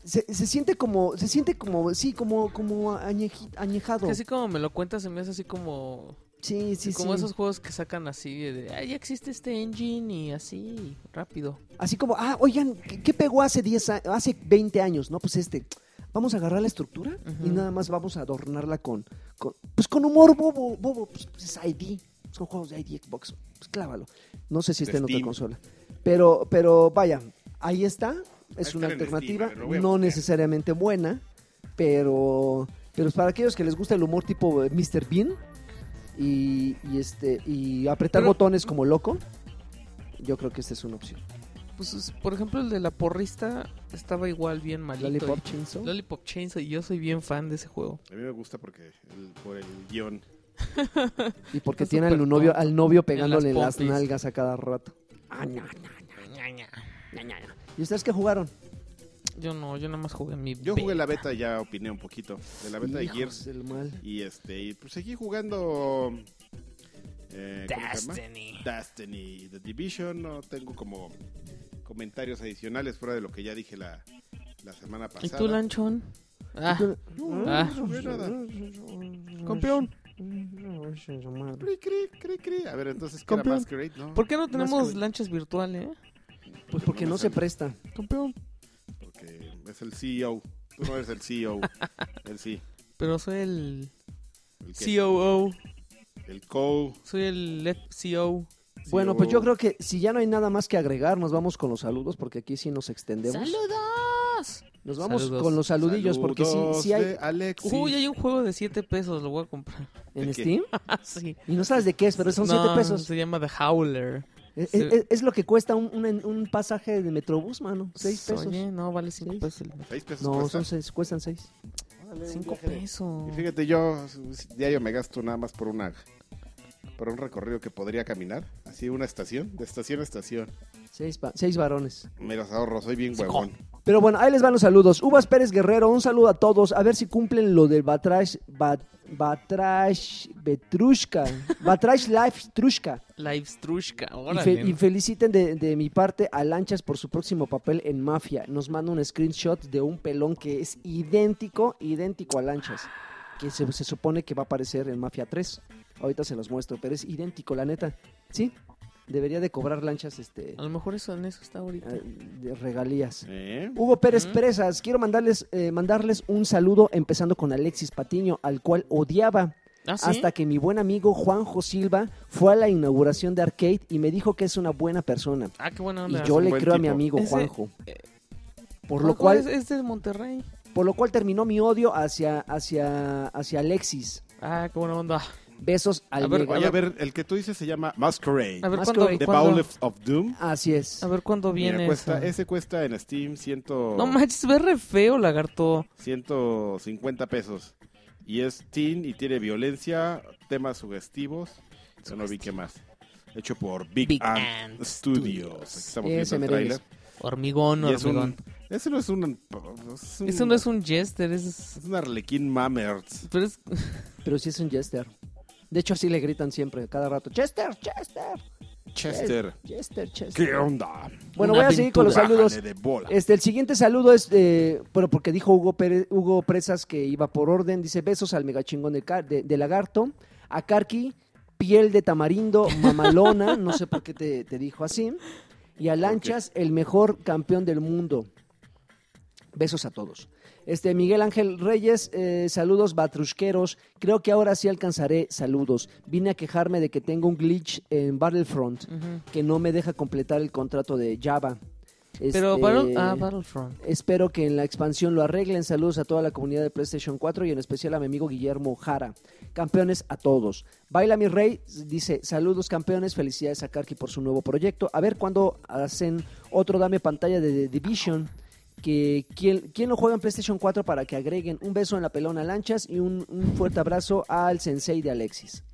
se, se siente como, se siente como, sí, como, como añeji- añejado. Que así como me lo cuentas, se me hace así como. Sí, sí, como sí. esos juegos que sacan así de. Ah, ya existe este engine y así, rápido. Así como, ah, oigan, ¿qué, qué pegó hace 10 a- hace 20 años? No, pues este. Vamos a agarrar la estructura y Ujú. nada más vamos a adornarla con, con- pues con humor bobo, bobo, pues, pues, es ID, son juegos de ID Xbox, pues clávalo. No sé si De está en otra Steam. consola. Pero pero vaya, ahí está, es Ahí está en una Steam, alternativa a ver, lo voy a no buscar. necesariamente buena, pero pero para aquellos que les gusta el humor tipo eh, Mr. Bean y, y este y apretar Pero- botones como loco, yo creo que esta es una opción. Pues, es- por ejemplo, el de la porrista estaba igual bien malito. Lollipop Y- Chainsaw. Lollipop Chainsaw, y yo soy bien fan de ese juego. A mí me gusta porque el- por el guión. Y porque Está tiene al súper novio, tonto. al novio las pegándole en las, pompis. nalgas a cada rato. Ah, ña, ña, ña, ña, ña. ¿Y ustedes qué jugaron? Yo no, yo nada más jugué en mi. Yo jugué la beta. beta y ya opiné un poquito. De la beta Hijos de Gears. del mal. Y este, y pues seguí jugando. eh, ¿cómo se llama? Destiny. Destiny y The Division. No tengo como comentarios adicionales fuera de lo que ya dije la, la semana ¿Y pasada. tú, Lanchón? Ah, No, Ah. no jugué nada. campeón. Cri, cri, cri, cri. A ver, entonces, ¿qué era Campeón. Masquerade? No, ¿Por qué no tenemos que- lanchas virtuales, eh? Pues porque no se presta presta. Campeón. Porque es el CEO. Tú no eres el E CEO. Él sí. Pero soy el El, E que- COO. el co. Soy el CEO. Bueno, CEO. pues yo creo que si ya no hay nada más que agregar, nos vamos con los saludos, porque aquí sí nos extendemos. ¡Saludos! Nos vamos Saludos. con los saludillos, porque sí, Saludos sí hay de Alexis. Uy, hay un juego de 7 pesos, lo voy a comprar. en ¿De qué? Steam. Ah, sí. Y no sabes de qué es, pero son No, 7 pesos. Se llama The Howler. Es, sí. es- es lo que cuesta un, un- un pasaje de Metrobús, mano. 6 pesos. Oye, no, vale 5 Seis. pesos. Seis pesos No, cuesta. son seis, cuestan 6. 5 pesos. Y fíjate, yo diario me gasto nada más por una por un recorrido que podría caminar, así una estación, de estación a estación. Seis, pa- seis varones. Me los ahorro, soy bien Sí, huevón. Pero bueno, ahí les van los saludos. Uvas Pérez Guerrero, un saludo a todos. A ver si cumplen lo del Batrash. Bat, batrash. Betrushka. Batrash Life Trushka. Livestrushka. Y, Órale. fe- y feliciten de, de mi parte a Lanchas por su próximo papel en Mafia. Nos manda un screenshot de un pelón que es idéntico, idéntico a Lanchas. Que se, se supone que va a aparecer en Mafia 3. Ahorita se los muestro, pero es idéntico, la neta. ¿Sí? Debería de cobrar Lanchas este, A lo mejor eso en eso está ahorita. eh, de regalías. ¿Eh? Hugo Pérez Ujú. Presas, quiero mandarles, eh, mandarles un saludo empezando con Alexis Patiño, al cual odiaba Ah, sí. hasta que mi buen amigo Juanjo Silva fue a la inauguración de Arcade y me dijo que es una buena persona. Ah, qué buena onda. Y yo un le buen creo a mi tipo. amigo Ese- Juanjo. eh, Por Ah, lo, ¿cuál es, cual, es de Monterrey. por lo cual terminó mi odio hacia, hacia, hacia Alexis. Ah, qué buena onda. Besos al A ver, Mega. Oye, a ver, el que tú dices se llama Masquerade. A ver Más cuándo, que- The cuándo- Bowl of, of Doom. Así es. a ver cuándo Mira, viene. cuesta- esa. ese cuesta en Steam 100, No manches, ve re feo, lagarto. 150 pesos. Y es teen y tiene violencia, temas sugestivos. Yo no vi qué más. Hecho por Big, Big Ant, Ant Studios. Aquí estamos viendo Ese el merengues. tráiler. Hormigón, Y es un- hormigón. Ese no es un... Es un, Eso no es un jester, es... es un arlequín mamerts. Pero es... Pero sí es un Jester. De hecho, así le gritan siempre, cada rato. Chester, Chester. Chester. Chester, Chester. ¿Qué onda? Bueno, Una voy a seguir con los Bájale saludos. de bola. Este, el siguiente saludo es, eh, bueno, porque dijo Hugo, Pérez- Hugo Presas que iba por orden. Dice besos al megachingón de, Car- de, de lagarto, a Karki, piel de tamarindo, mamalona, no sé por qué te, te dijo así, y a Lanchas, el mejor campeón del mundo. Besos a todos. Este, Miguel Ángel Reyes, eh, saludos batrusqueros. Creo que ahora sí alcanzaré saludos. Vine a quejarme de que tengo un glitch en Battlefront Ujú. que no me deja completar el contrato de Java. Pero Este, Battle- ah, Battlefront. Espero que en la expansión lo arreglen. Saludos a toda la comunidad de PlayStation 4 y en especial a mi amigo Guillermo Jara. Campeones a todos. Baila mi rey dice, saludos campeones, felicidades a Karki por su nuevo proyecto. A ver cuándo hacen otro dame pantalla de The Division. Que, ¿quién, quién lo juega en PlayStation 4 para que agreguen un beso en la pelona lanchas y un, un fuerte abrazo al sensei de Alexis?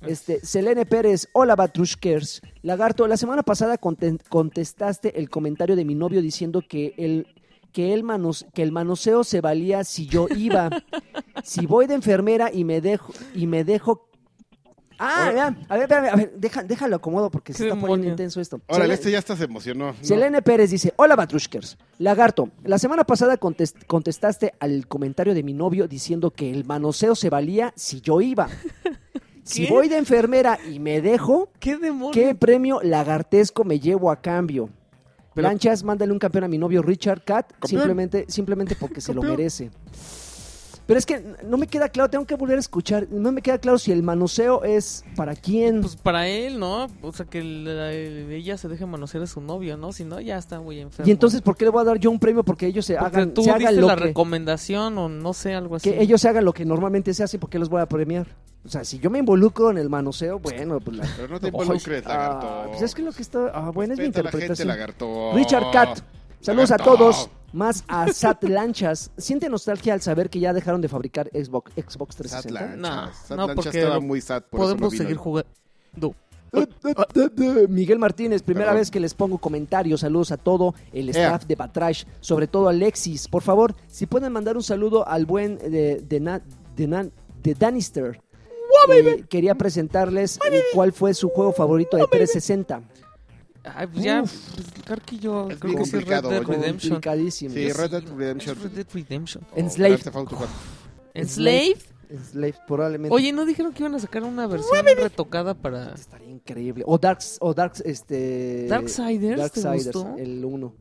Este, Selene Pérez, hola Batrushkers. Lagarto, la semana pasada conten- contestaste el comentario de mi novio diciendo que el, que, el manos- que el manoseo se valía si yo iba. si voy de enfermera y me dejo, y me dejo. Ah, ya, a ver, espérame, a ver, deja- déjalo acomodo porque se Qué está poniendo demonio. intenso esto. Órale, Selene- este ya hasta se emocionó. No. Selene Pérez dice, hola Batrushkers, lagarto, la semana pasada contest- contestaste al comentario de mi novio diciendo que el manoseo se valía si yo iba. Si ¿Qué? voy de enfermera y me dejo, ¿Qué demonios? ¿qué premio lagartesco me llevo a cambio? Pero- Lanchas, mándale un campeón a mi novio Richard Cat, Campeón. simplemente, simplemente porque se lo Campeón. merece. Pero es que no me queda claro, tengo que volver a escuchar, no me queda claro si el manoseo es para quién. Pues para él, ¿no? O sea, que la- ella se deje manosear a su novio, ¿no? Si no, ya está muy enfermo. y entonces, ¿por qué le voy a dar yo un premio? Porque ellos se Porque hagan, tú se diste hagan lo la que... recomendación o no sé, algo así. que ellos hagan lo que normalmente se hace, porque los voy a premiar? O sea, si yo me involucro en el manoseo, bueno, pues la... Pero no te involucres, Ay, lagarto. ah, pues es que lo que está... Ah, bueno, es mi Respeta a la gente, interpretación. lagarto. Richard Cat, saludos a Lagarto. todos. Más a Sat Lanchas. Siente nostalgia al saber que ya dejaron de fabricar Xbox, Xbox Sad 360. Lanchas. No, Sad no, Lanchas porque estaba lo- muy sad. Por eso no Podemos vino. seguir jugando. Miguel Martínez, primera Perdón. vez que les pongo comentarios. Saludos a todo el staff de Batrash, sobre todo a Alexis. Por favor, si pueden mandar un saludo al buen eh, de, de, Na- de, Na- de Danister. Eh, quería presentarles eh, cuál fue su juego favorito de 360. Ay, pues ya, Uf. pues, Karki, yo Es creo bien que sí, Red complicado, Dead oye. Redemption. Complicadísimo. Sí, Red Dead Redemption. Es Red Dead Redemption. O Enslaved. Grand Theft Auto 4. Enslaved. Slave, probablemente. Oye, ¿no dijeron que iban a sacar una versión retocada para Estaría increíble. O Darks, o Darks, este... Darksiders? ¿Te Darksiders, gustó? el 1.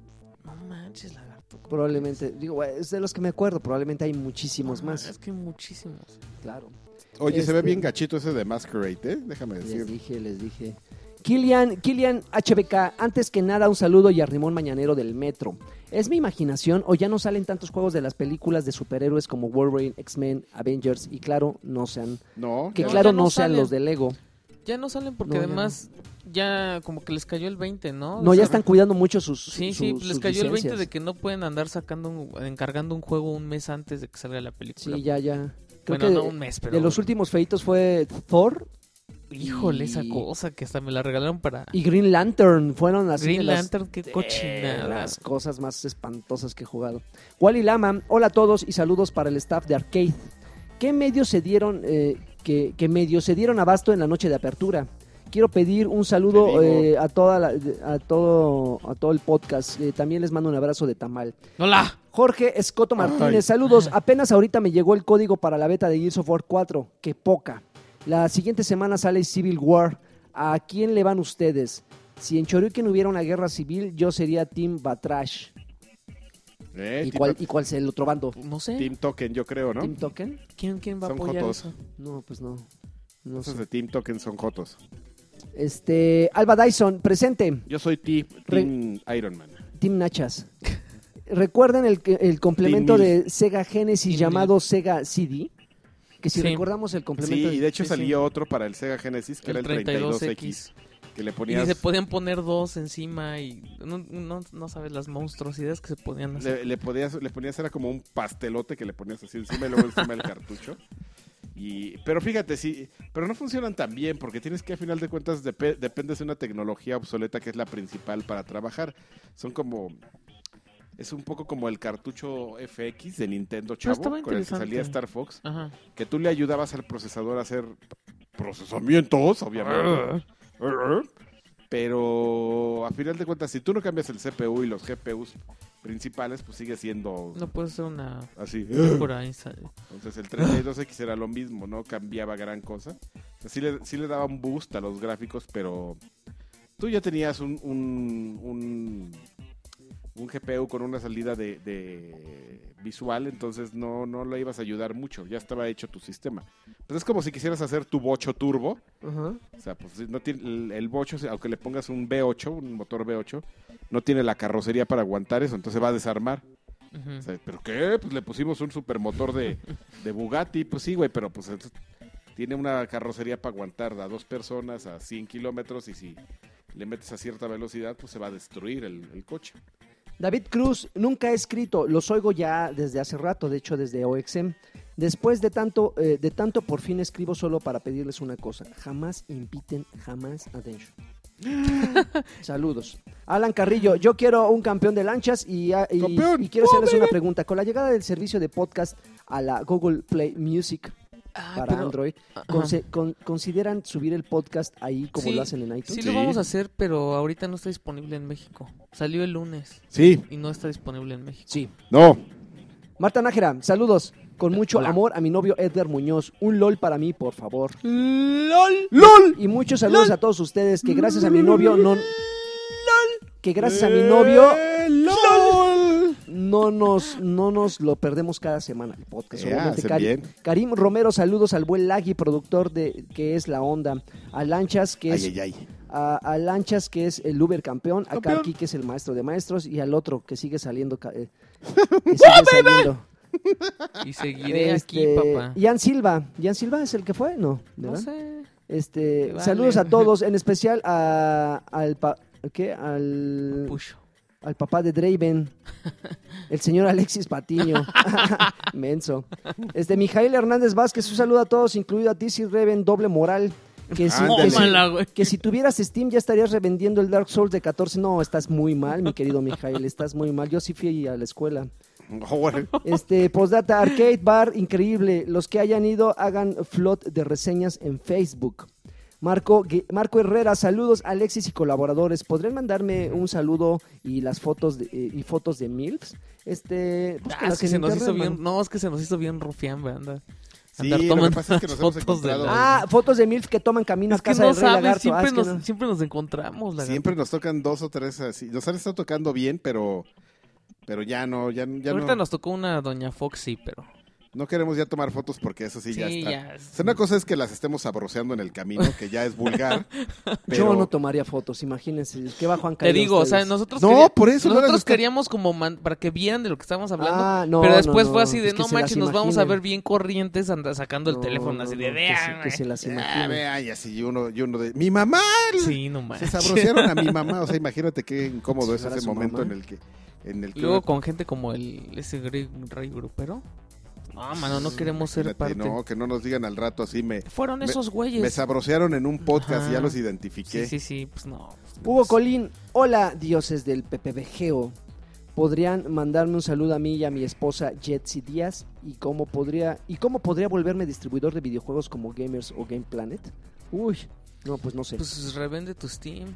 No manches, lagarto. ¿cómo Probablemente. Digo, es de los que me acuerdo. Probablemente hay crees? muchísimos No, más. Es que muchísimos. Claro. Oye, se ve Este- bien gachito ese de Masquerade, ¿eh? Déjame Les decir. dije, les dije. Kilian, Kilian HBK, antes que nada un saludo y a Rimón Mañanero del Metro. ¿Es mi imaginación o ya no salen tantos juegos de las películas de superhéroes como Wolverine, X-Men, Avengers y claro, no sean, No, que ya- No, claro ya no no, sean salen. los de Lego? Ya no salen No, porque ya además ya como que les cayó el 20, ¿no? No, O ya sea, están cuidando mucho sus Sí, sus- sí, sus les cayó el 20 de licencias. que no pueden andar sacando, un- encargando un juego un mes antes de que salga la película. Sí, ya, ya. Creo bueno, que no un mes, pero... de los últimos feitos fue Thor Híjole, esa y- cosa que hasta me la regalaron para... y Green Lantern. Fueron así de Green las- Lantern, qué de cochinada. las cosas más espantosas que he jugado. Wally Lama, hola a todos y saludos para el staff de Arcade. ¿Qué medios se dieron, eh, que, que medios se dieron abasto en la noche de apertura? Quiero pedir un saludo Te digo. eh, a toda la- a todo a todo el podcast. Eh, también les mando un abrazo de Tamal. ¡Hola! Jorge Escoto Martínez, Ay. saludos. Apenas ahorita me llegó el código para la beta de Gears of War 4. Qué poca. La siguiente semana sale Civil War. ¿A quién le van ustedes? Si en Choryuken hubiera una guerra civil, yo sería Team Batrash. Eh, ¿Y Team- cuál, ¿Y cuál es el otro bando? No sé, Team Token, yo creo, ¿no? ¿Team Token? ¿quién, quién va a Son apoyar jotos. eso? No, pues no. No Esos sé. de Team Token son Jotos. Este, Alba Dyson, presente. Yo soy ti- Re- Team Iron Man. Team Nachas. Recuerden el, el complemento Team de Sega Genesis Team llamado Sega CD, que si Sí. recordamos el Sí, complemento... y de hecho sí, sí. salió otro para el Sega Genesis, que El era el 32X, 32X. que le Y ponías... se podían poner dos encima y no, no, no sabes las monstruosidades que se podían hacer. Le, le podías, le ponías, era como un pastelote que le ponías así encima y luego encima del cartucho. Y, pero fíjate, sí, pero no funcionan tan bien porque tienes que a final de cuentas depe- dependes de una tecnología obsoleta que es la principal para trabajar. Son como, es un poco como el cartucho FX de Nintendo Chavo, estaba con el que interesante. salía Star Fox, Ajá. que tú le ayudabas al procesador a hacer procesamientos, obviamente. Ah. Pero a final de cuentas, si tú no cambias el CPU y los GPUs principales, pues sigue siendo No puede ser una así. pura insta- Entonces el 32X era lo mismo, no cambiaba gran cosa. Así le, sí le daba un boost a los gráficos, pero tú ya tenías un, un, un, un GPU con una salida de, de visual, entonces no, no le ibas a ayudar mucho, ya estaba hecho tu sistema. Pues es como si quisieras hacer tu bocho turbo, Ajá. o sea, pues no tiene, el, el bocho, aunque le pongas un V8, un motor V8, no tiene la carrocería para aguantar eso, entonces se va a desarmar. Ujú. O sea, ¿Pero qué? Pues le pusimos un supermotor de, de Bugatti. Pues sí, güey, pero pues entonces tiene una carrocería para aguantar a dos personas a 100 kilómetros y si le metes a cierta velocidad, pues se va a destruir el, el coche. David Cruz nunca ha escrito, los oigo ya desde hace rato, de hecho desde OXM. Después de tanto, eh, de tanto por fin escribo solo para pedirles una cosa. Jamás inviten, jamás atención. Saludos. Alan Carrillo, yo quiero un campeón de lanchas y, ah, y- ¡Campeón! y quiero Oh, hacerles una pregunta. Con la llegada del servicio de podcast a la Google Play Music Ah, para pero- Android, ajá. conse- con- ¿consideran subir el podcast ahí como Sí, lo hacen en iTunes? Sí, lo Sí. vamos a hacer, pero ahorita no está disponible en México. Salió el lunes Sí, y no está disponible en México. sí. no. Marta Nájera, saludos. Con mucho Hola. amor a mi novio Edgar Muñoz. Un LOL para mí, por favor. ¡LOL! ¡LOL! Y muchos saludos a todos ustedes que gracias a mi novio no... Que gracias a mi novio Eh, ¡LOL! no nos, no nos lo perdemos cada semana el podcast. Eh, obviamente, hacen Cari- bien. Karim Romero, saludos al buen Lagui, productor de que es La Onda. A Lanchas, que es, Ay, ay, ay. a, a Lanchas, que es el Uber campeón. A Campeón. Karki, que es el maestro de maestros. Y al otro, que sigue saliendo... ca- eh, que sigue saliendo. Y seguiré aquí, Este, papá. Ian Silva. Ian Silva es el que fue, ¿no? No ¿verdad? sé. Este, Te vale. saludos a todos, en especial a, al, pa- ¿qué? Al, Pucho. al papá de Draven, el señor Alexis Patiño, menso. Este, Mijael Hernández Vázquez, un saludo a todos, incluido a ti, Sir Reven, doble moral. Que si, Ándale. que si- Tómala, güey. pues que si tuvieras Steam ya estarías revendiendo el Dark Souls de 14. No, estás muy mal, mi querido Mijael, estás muy mal. Yo sí fui a la escuela. Joder. Este, postdata, arcade bar, increíble. Los que hayan ido, hagan flot de reseñas en Facebook. Marco, Gue- Marco Herrera, saludos Alexis y colaboradores. ¿Podrían mandarme un saludo y las fotos de, eh, y fotos de MILFs? Este, Ah, es búsquenlas que en se nos hizo internet, bien. mano. No, es que se nos hizo bien rufián, güey. Anda. Sí, lo que pasa es que nos hemos encontrado- Ah, fotos de MILFs que toman camino es a que casa no del Rey sabes. Lagarto. Ah, Siempre, es que nos, no. siempre nos encontramos, lagarto. Siempre nos tocan dos o tres así. Nos han estado tocando bien, pero... Pero ya no, ya, ya Ahorita no, nos tocó una doña Foxy, pero. no queremos ya tomar fotos porque eso sí, ya Sí, está. ya es- O sea, una cosa es que las estemos sabroseando en el camino, que ya es vulgar. pero... Yo no tomaría fotos, imagínense. ¿Qué va Juan Te Caído digo, o sea, ustedes? nosotros. No, por eso no las Nosotros busca- queríamos como man- para que vieran de lo que estábamos hablando. Ah, no, pero después no, fue no, así de es que no se las manches, nos vamos a imaginen. ver bien corrientes anda sacando el No, teléfono no, así no, de que se- vean. que se güey". las Ah, imaginen. vea, y así y uno, y uno de mi mamá. Sí, no Se manches. sabrosearon a mi mamá, o sea, imagínate qué incómodo Si es fuera ese su momento mamá. en el que en el que Y Luego con gente como el ese gri- rey grupero. No, mano, no queremos ser Espérate, parte. no, que no nos digan al rato así me Fueron Me- esos me güeyes. sabrosearon en un podcast Ajá. y ya los Sí, identifiqué. sí, sí, pues no. pues, Hugo pues, Colín, hola dioses del PPBGO. ¿Podrían mandarme un saludo a mí y a mi esposa Jetsi Díaz? ¿Y cómo podría y cómo podría volverme distribuidor de videojuegos como Gamers o Game Planet? Uy, no, pues no sé. Pues revende tu Steam.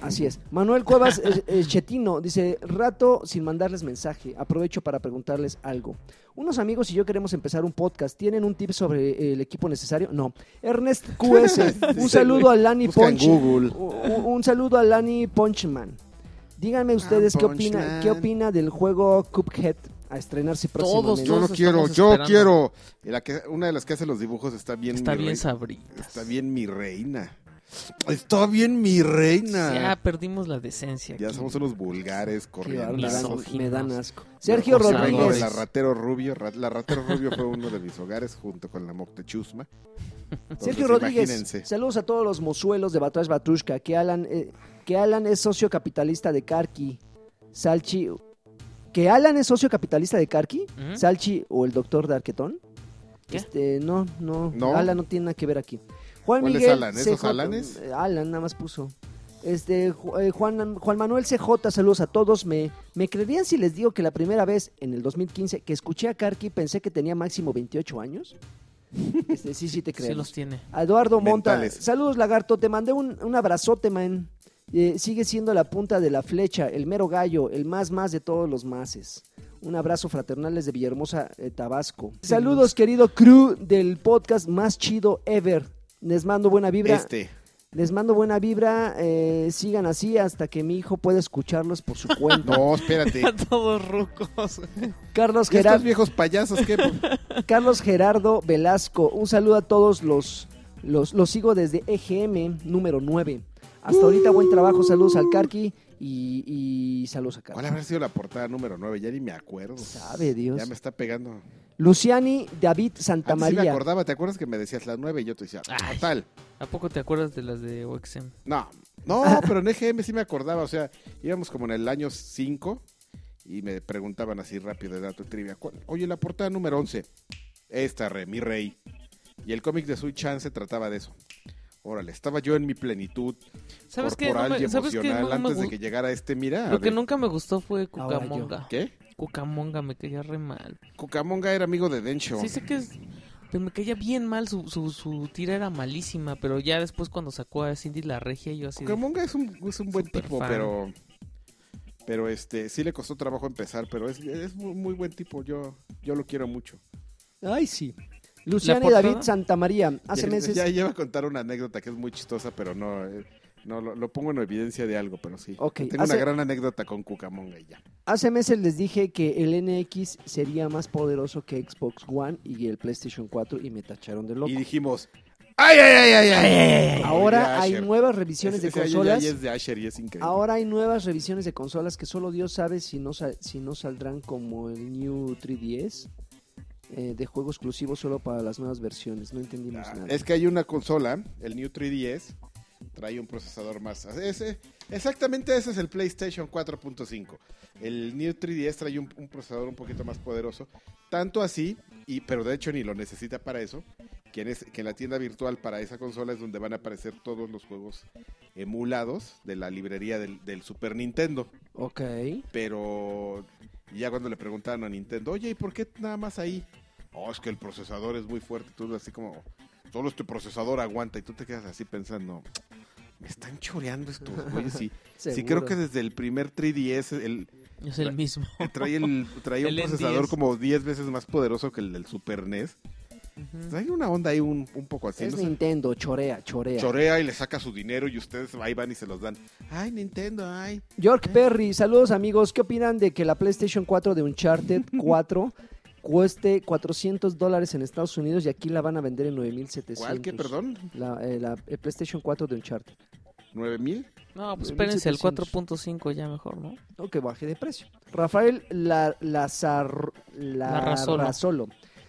Así es. Manuel Cuevas eh, eh, Chetino dice, rato sin mandarles mensaje, aprovecho para preguntarles algo. Unos amigos y yo queremos empezar un podcast. ¿Tienen un tip sobre eh, el equipo necesario? No. Ernest QS, un saludo a Lani Busca en Ponch. Google. Un, un saludo a Lani Punchman. Ah, Díganme ustedes qué opina, Punchman. qué opina del juego Cuphead a estrenarse Todos, próximamente. Yo no Todos quiero, estamos yo esperando. quiero. Y la que- una de las que hace los dibujos está bien Está mi bien rei- sabrita. está bien mi reina. Está bien, mi reina. Ya perdimos la decencia. Ya aquí. somos unos vulgares, Qué bárbaro, corrientes. me dan- Misóginos. me dan asco. Sergio Acosadores. Vengo de Rodríguez. la Ratero Rubio. Ra- La Ratero Rubio fue uno de mis hogares junto con la Moctechusma. Entonces, Sergio Rodríguez, Imagínense. saludos a todos los mozuelos de Batrash Batrushka, que Alan, eh, que Alan es socio capitalista de Karki, Salchi, que Alan es socio capitalista de Karki, ¿Mm? Salchi o el doctor de Arquetón. ¿Qué? Este, no, no, No. Alan no tiene nada que ver aquí. Juan ¿Cuál es Miguel Alan? ¿Esos CJ, Alanes? eh, Alan nada más puso. Este, Ju- eh, Juan, Juan Manuel CJ, saludos a todos. Me, me creerían si les digo que la primera vez, en el 2015, que escuché a Karki pensé que tenía máximo 28 años. Este, sí, sí te creo. Sí los tiene. Eduardo Monta. Mentales. Saludos, lagarto. Te mandé un, un abrazote, man. Eh, sigue siendo la punta de la flecha, el mero gallo, el más más de todos los mases. Un abrazo fraternal desde Villahermosa, eh, Tabasco. Saludos, querido crew del podcast más chido ever. Les mando buena vibra. Este. Les mando buena vibra. eh, sigan así hasta que mi hijo pueda escucharlos por su cuenta. No, espérate. A todos rucos. Carlos ¿Y estos Gerardo. viejos payasos qué? Carlos Gerardo Velasco, un saludo a todos los, los, los sigo desde EGM número 9. Hasta ahorita buen trabajo, saludos al Carqui y, y saludos a ¿Cuál Carlos. habrá sido la portada número 9? Ya ni me acuerdo. Sabe Dios. Ya me está pegando. Luciani David Antes sí me Santamaría. acordaba, ¿te acuerdas que me decías la 9 y yo te decía, Ay. total? ¿A poco te acuerdas de las de OXM? No, no, pero en EGM sí me acordaba, o sea, íbamos como en el año 5 y me preguntaban así rápido de dato trivia, ¿cuál- oye, la portada número 11, esta, re, mi rey. Y el cómic de Sui Chan se trataba de eso. Órale, estaba yo en mi plenitud ¿Sabes qué? No corporal me- y ¿sabes qué? emocional No me antes de gu- que llegara este, mira. Lo que de- nunca me gustó fue Ahora yo. Cucamonga. ¿Qué? Cucamonga me caía re mal. Cucamonga era amigo de Dencho. Sí sé que es... Pero me caía bien mal, su, su, su tira era malísima, pero ya después cuando sacó a Cindy la regia yo así... de, Cucamonga es un, es un buen Súper tipo, fan. pero... Pero este, sí le costó trabajo empezar, pero es, es muy, muy buen tipo, yo, yo lo quiero mucho. Ay, sí. Luciani ¿La portada? David Santamaría, Ah, hace ya, meses. Ya, ya iba a contar una anécdota que es muy chistosa, pero no. eh, no lo, lo pongo en evidencia de algo, pero sí. Ok, Tengo hace- una gran anécdota con Cucamonga y ya. Hace meses les dije que el NX sería más poderoso que Xbox One y el PlayStation 4 y me tacharon de loco. Y dijimos. ¡Ay, ay, ay, ay! ay! Ahora Como hay diría Asher. nuevas revisiones Ese- de ese ay, ay, consolas. ay es de Asher y es increíble. Ahora hay nuevas revisiones de consolas que solo Dios sabe si no, sa- si no saldrán como el New 3DS eh, de juego exclusivo solo para las nuevas versiones. No entendimos Ah, nada. es que hay una consola, el New 3DS, trae un procesador más. Ese, exactamente ese es el PlayStation 4.5. El New 3DS trae un, un procesador un poquito más poderoso. Tanto así, y, pero de hecho ni lo necesita para eso, que en, es- que en la tienda virtual para esa consola es donde van a aparecer todos los juegos emulados de la librería del, del Super Nintendo. Ok. Pero ya cuando le preguntaron a Nintendo, oye, ¿y por qué nada más ahí? Oh, es que el procesador es muy fuerte. Tú así como, solo este procesador aguanta. Y tú te quedas así pensando, me están choreando estos güeyes. Sí, sí creo seguro. que desde el primer 3DS el, Es el mismo. trae, el, traía un El procesador N10. como 10 veces más poderoso que el del Super NES. Ujú. Trae una onda ahí un, un poco así. Es no sé. Nintendo, chorea, chorea. Chorea y le saca su dinero y ustedes ahí van y se los dan. Ay, Nintendo, ay. York Perry, saludos amigos. ¿Qué opinan de que la PlayStation 4 de Uncharted 4 cueste 400 dólares en Estados Unidos y aquí la van a vender en 9.700? ¿Cuál? ¿Qué, perdón? La, eh, la- el PlayStation 4 de Uncharted. ¿Nueve mil? No, pues espérense, el 1700. 4.5 ya mejor, ¿no? No, que baje de precio. Rafael la, Lazar, Larrazolo. Larrazolo.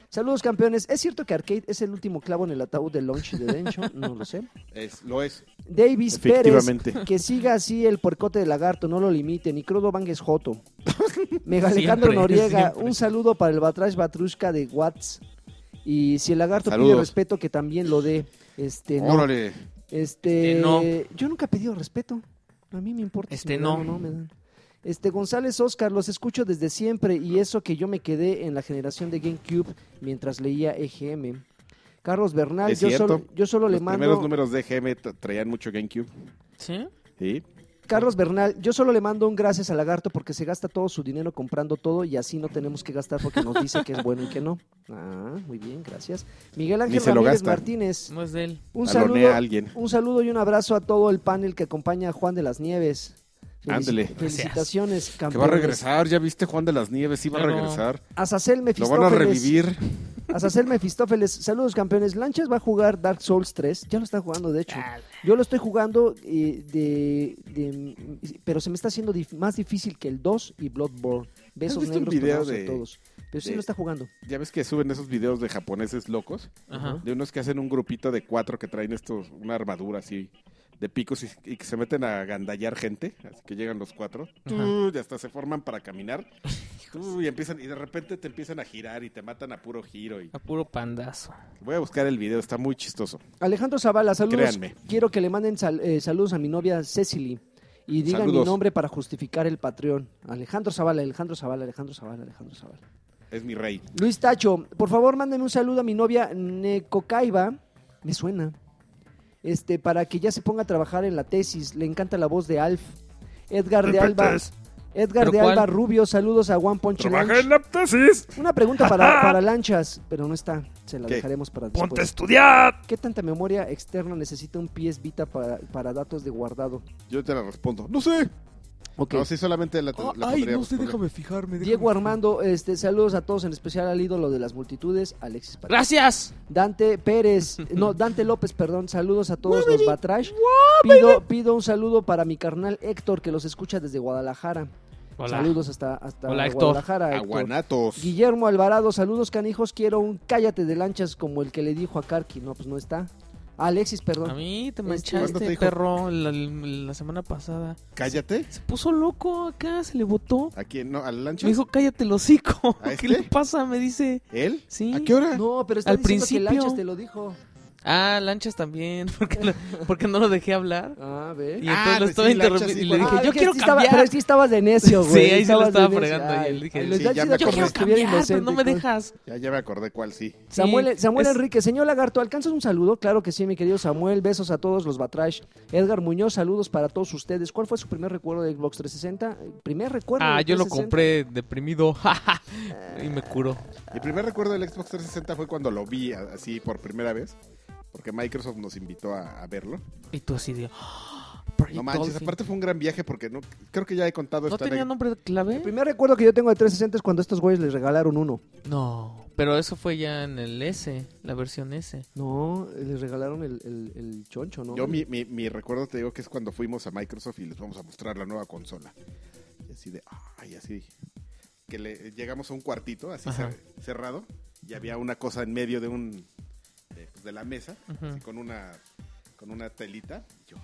Saludos campeones. ¿Es cierto que Arcade es el último clavo en el ataúd del launch de Dencho? No lo sé. Es, lo es. Davis Pérez. Efectivamente. Que siga así el porcote de lagarto, no lo limiten. Y Crudo Bang es Joto. Mega Alejandro Siempre, Noriega, siempre. un saludo para el Batrash Batrushka de Watts. Y si el lagarto pide Saludos. respeto, que también lo dé. Este, no. Órale. Este, Este, no. Yo nunca he pedido respeto. A mí me importa. Este, me dan no. o me dan. Este, González Oscar, los escucho desde siempre y eso que yo me quedé en la generación de GameCube mientras leía EGM. Carlos Bernal, Es yo cierto. solo, yo solo le Los primeros mando... números de GM tra- traían mucho GameCube. ¿Sí? Sí. Carlos Bernal, yo solo le mando un gracias al lagarto porque se gasta todo su dinero comprando todo y así no tenemos que gastar porque nos dice que es bueno y que no. Ah, muy bien, gracias. Miguel Ángel Ni se lo Ramírez gasta. Martínez, No es de él. un Talonea a saludo, alguien. un saludo y un abrazo a todo el panel que acompaña a Juan de las Nieves. Felici- Ándele. Felicitaciones, campeón. Que va a regresar. Ya viste Juan de las Nieves. Sí va a Claro. regresar. Lo Azazel van a Mefistófeles. revivir. Azazel Mefistófeles, saludos campeones. Lanchas va a jugar Dark Souls 3. Ya lo está jugando, de hecho. Yo lo estoy jugando, eh, de, de- pero se me está haciendo dif- más difícil que el 2 y Bloodborne. Besos visto un negros video tomados de- a todos. Pero sí de- lo está jugando. Ya ves que suben esos videos de japoneses locos, Ajá. de unos que hacen un grupito de cuatro que traen estos, una armadura así de picos y, y que se meten a gandallar gente, así que llegan los cuatro, tú, y hasta se forman para caminar, tú, y empiezan, y de repente te empiezan a girar y te matan a puro giro y A puro pandazo. voy a buscar el video, está muy chistoso. Alejandro Zavala, saludos. Créanme. Quiero que le manden sal- eh, saludos a mi novia Cecily y digan mi Saludos. nombre para justificar el Patreon. Alejandro Zavala, Alejandro Zavala, Alejandro Zavala, Alejandro Zavala. Es mi rey. Luis Tacho, por favor, mándenme un saludo a mi novia Necocaiba. Me suena. Este, para que ya se ponga a trabajar en la tesis. Le encanta la voz de Alf. Edgar de Alba. Edgar ¿Pero de Alba cuál? Rubio, saludos a One Punch Trabaja Lunch. en la tesis. Una pregunta para, para lanchas, pero no está. Se la ¿Qué? dejaremos para después. Ponte a estudiar. ¿Qué tanta memoria externa necesita un PS Vita para, para datos de guardado? Yo te la respondo. No sé. Ah, Ok. No, sí, solamente la, la podría pues, responder. fijarme. Diego Armando, este, saludos a todos, en especial al ídolo de las multitudes, Alexis Patricio. ¡Gracias! Dante Pérez, no, Dante López, perdón, saludos a todos los Batrash. Pido, pido un saludo para mi carnal Héctor, que los escucha desde Guadalajara. Saludos hasta, hasta Hola, Héctor. Guadalajara, Héctor. Aguanatos. Guillermo Alvarado, saludos canijos, quiero un cállate de lanchas como el que le dijo a Karki. No, pues no está. A Alexis, A perdón. mí te Este- ¿Cuándo te manchaste, dijo? perro, la, la semana pasada. Cállate. Se puso loco acá, se le botó. ¿A quién? No, ¿al lancha? Me dijo, cállate el hocico. ¿A ¿Qué este? le pasa? Me dice. ¿Él? Sí. ¿A qué hora? No, pero está Al diciendo principio. que lanchas te lo dijo. Ah, lanchas también. Porque, lo- porque no lo dejé hablar. Ah, Y ve. entonces Ah, lo sí, estaba lanchas, interrumpiendo. sí, y le cuando- dije, Ah, yo que quiero sí estaba- cambiar. pero es que estabas de necio, Sí, güey. ahí sí lo estabas de estaba necio. fregando, Ay, y le dije, ay, los sí, lanchas ya sí me lo Yo quiero acordé. estuviera cambiar, pero no indecente, me güey. dejas. Ya, ya me acordé cuál, sí. Sí, Samuel, Samuel es- Enrique, señor Lagarto, ¿alcanzas un saludo? Claro que sí, mi querido Samuel. Besos a todos los Batrash. Edgar Muñoz, saludos para todos ustedes. ¿Cuál fue su primer recuerdo de Xbox 360? ¿Primer recuerdo? Ah, de yo lo 360? compré deprimido. jaja, y me curó. Mi primer recuerdo del Xbox 360 fue cuando lo vi a- así por primera vez. Porque Microsoft nos invitó a, a verlo. Y tú así de. "Ah, Project No manches, Dolphin". aparte fue un gran viaje porque no creo que ya he contado ¿No esta tenía anécdota. nombre de El clave? primer recuerdo que yo tengo de 360 es cuando estos güeyes les regalaron uno. No. Pero eso fue ya en el S, la versión S. No, les regalaron el, el- el choncho, ¿no? Yo mi, mi, mi recuerdo te digo que es cuando fuimos a Microsoft y les vamos a mostrar la nueva consola. Y así de, ay, así. Que le, llegamos a un cuartito, así Ajá. cer- cerrado, y había una cosa en medio de un de, pues, de la mesa, Ujú. así con una con una telita. Y Yo,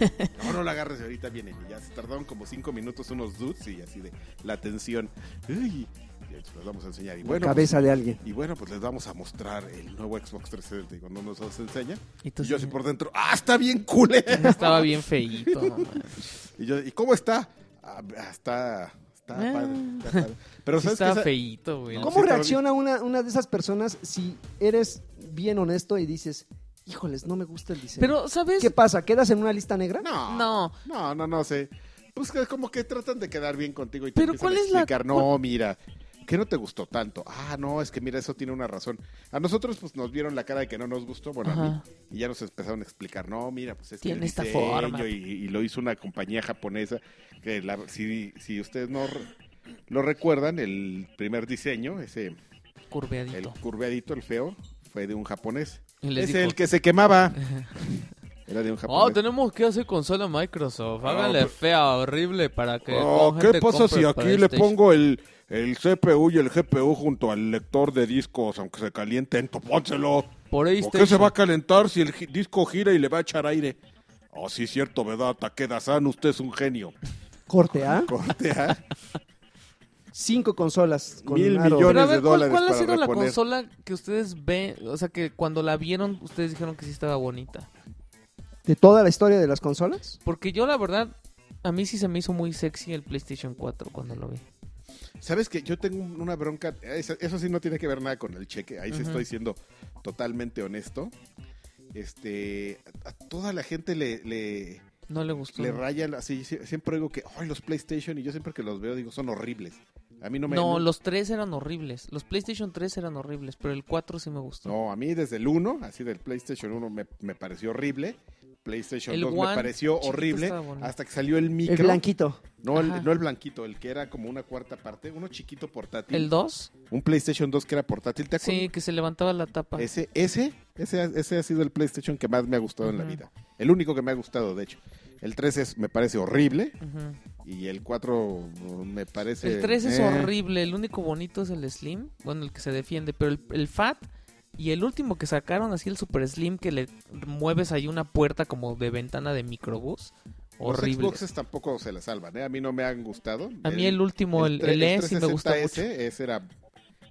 ay, no, no la agarres ahorita viene. Y ya se tardaron como cinco minutos unos dudes y así de la tensión. Uy, y los vamos a enseñar. Y bueno, pues, Cabeza de alguien. y bueno, pues les vamos a mostrar el nuevo Xbox 360 y cuando nos los enseña. Y tú Y yo así así de, por dentro, ¡ah, está bien culero! Estaba bien feíto. no manches. Y yo, ¿y cómo está? Ah, está, está Ah. padre. está padre. Pero Sí ¿sabes qué? estaba Esa- feíto, güey. No, ¿Cómo sí, reacciona una, una de esas personas si eres bien honesto y dices, híjoles, no me gusta el diseño? Pero, ¿sabes? ¿Qué pasa? ¿Quedas en una lista negra? No, no, No. no, no, sé. Pues que como que tratan de quedar bien contigo y te Pero empiezan ¿cuál a es la- explicar, no, mira, ¿qué no te gustó tanto? Ah, no, es que mira, eso tiene una razón. A nosotros pues nos vieron la cara de que no nos gustó, bueno, a mí, Ajá. y ya nos empezaron a explicar, no, mira, pues es que Tiene el esta diseño forma. Y, y lo hizo una compañía japonesa, que la- si, si ustedes no re- lo recuerdan, el primer diseño, ese... El Curveadito. curveadito, el feo, fue de un japonés. Y les es dijo- el que se quemaba. Era de un Oh, japonés. tenemos que hacer consola Microsoft. No, Háganle pero- fea, horrible para que. Oh, toda ¿Qué gente este pasa compre si aquí le PlayStation? pongo el, el CPU y el GPU junto al lector de discos, aunque se calienten? to- Pónselo. Por ahí ¿Por qué se va a calentar si el gi- disco gira y le va a echar aire? Oh, sí, cierto, ¿verdad? Takeda-san, usted es un genio. Corte A. Corte ¿ah? A. Cinco consolas. Con Mil un aro. millones. Pero a ver, de ¿cuál, dólares cuál ha para sido la reponer. consola que ustedes ven? O sea, que cuando la vieron, ustedes dijeron que sí estaba bonita. ¿De toda la historia de las consolas? Porque yo, la verdad, a mí sí se me hizo muy sexy el PlayStation 4 cuando lo vi. ¿Sabes que Yo tengo un- una bronca. Eso, eso sí no tiene que ver nada con el cheque. Ahí sí Ujú. estoy siendo totalmente honesto. Este, a a toda la gente le, le, No le gustó. le rayan así. sie- Siempre digo que, ay, los PlayStation. Y yo siempre que los veo digo, son horribles. A mí no me. No, los tres eran horribles. Los PlayStation 3 eran horribles, pero el 4 sí me gustó. No, a mí desde el 1, así del PlayStation 1 me, me pareció horrible. PlayStation El 2 One me pareció chiquito horrible estaba bonito. hasta que salió el micro. El blanquito. No, Ajá. el, no el blanquito, el que era como una cuarta parte, uno chiquito portátil. ¿El 2? Un PlayStation 2 que era portátil, ¿te acuerdas? Sí, que se levantaba la tapa. Ese, ese, ese, ha- ese ha sido el PlayStation que más me ha gustado en la Ujú. vida. El único que me ha gustado, de hecho. El 3 es, me parece horrible Ujú. y el 4 me parece... El 3 es eh. horrible, el único bonito es el Slim, bueno, el que se defiende, pero el, el Fat y el último que sacaron, así el Super Slim, que le mueves ahí una puerta como de ventana de microbús, horrible. Los Xboxes tampoco se la salvan, ¿eh? A mí no me han gustado. A mí el último, el, el, tre- S, me gusta 360S, mucho. Ese era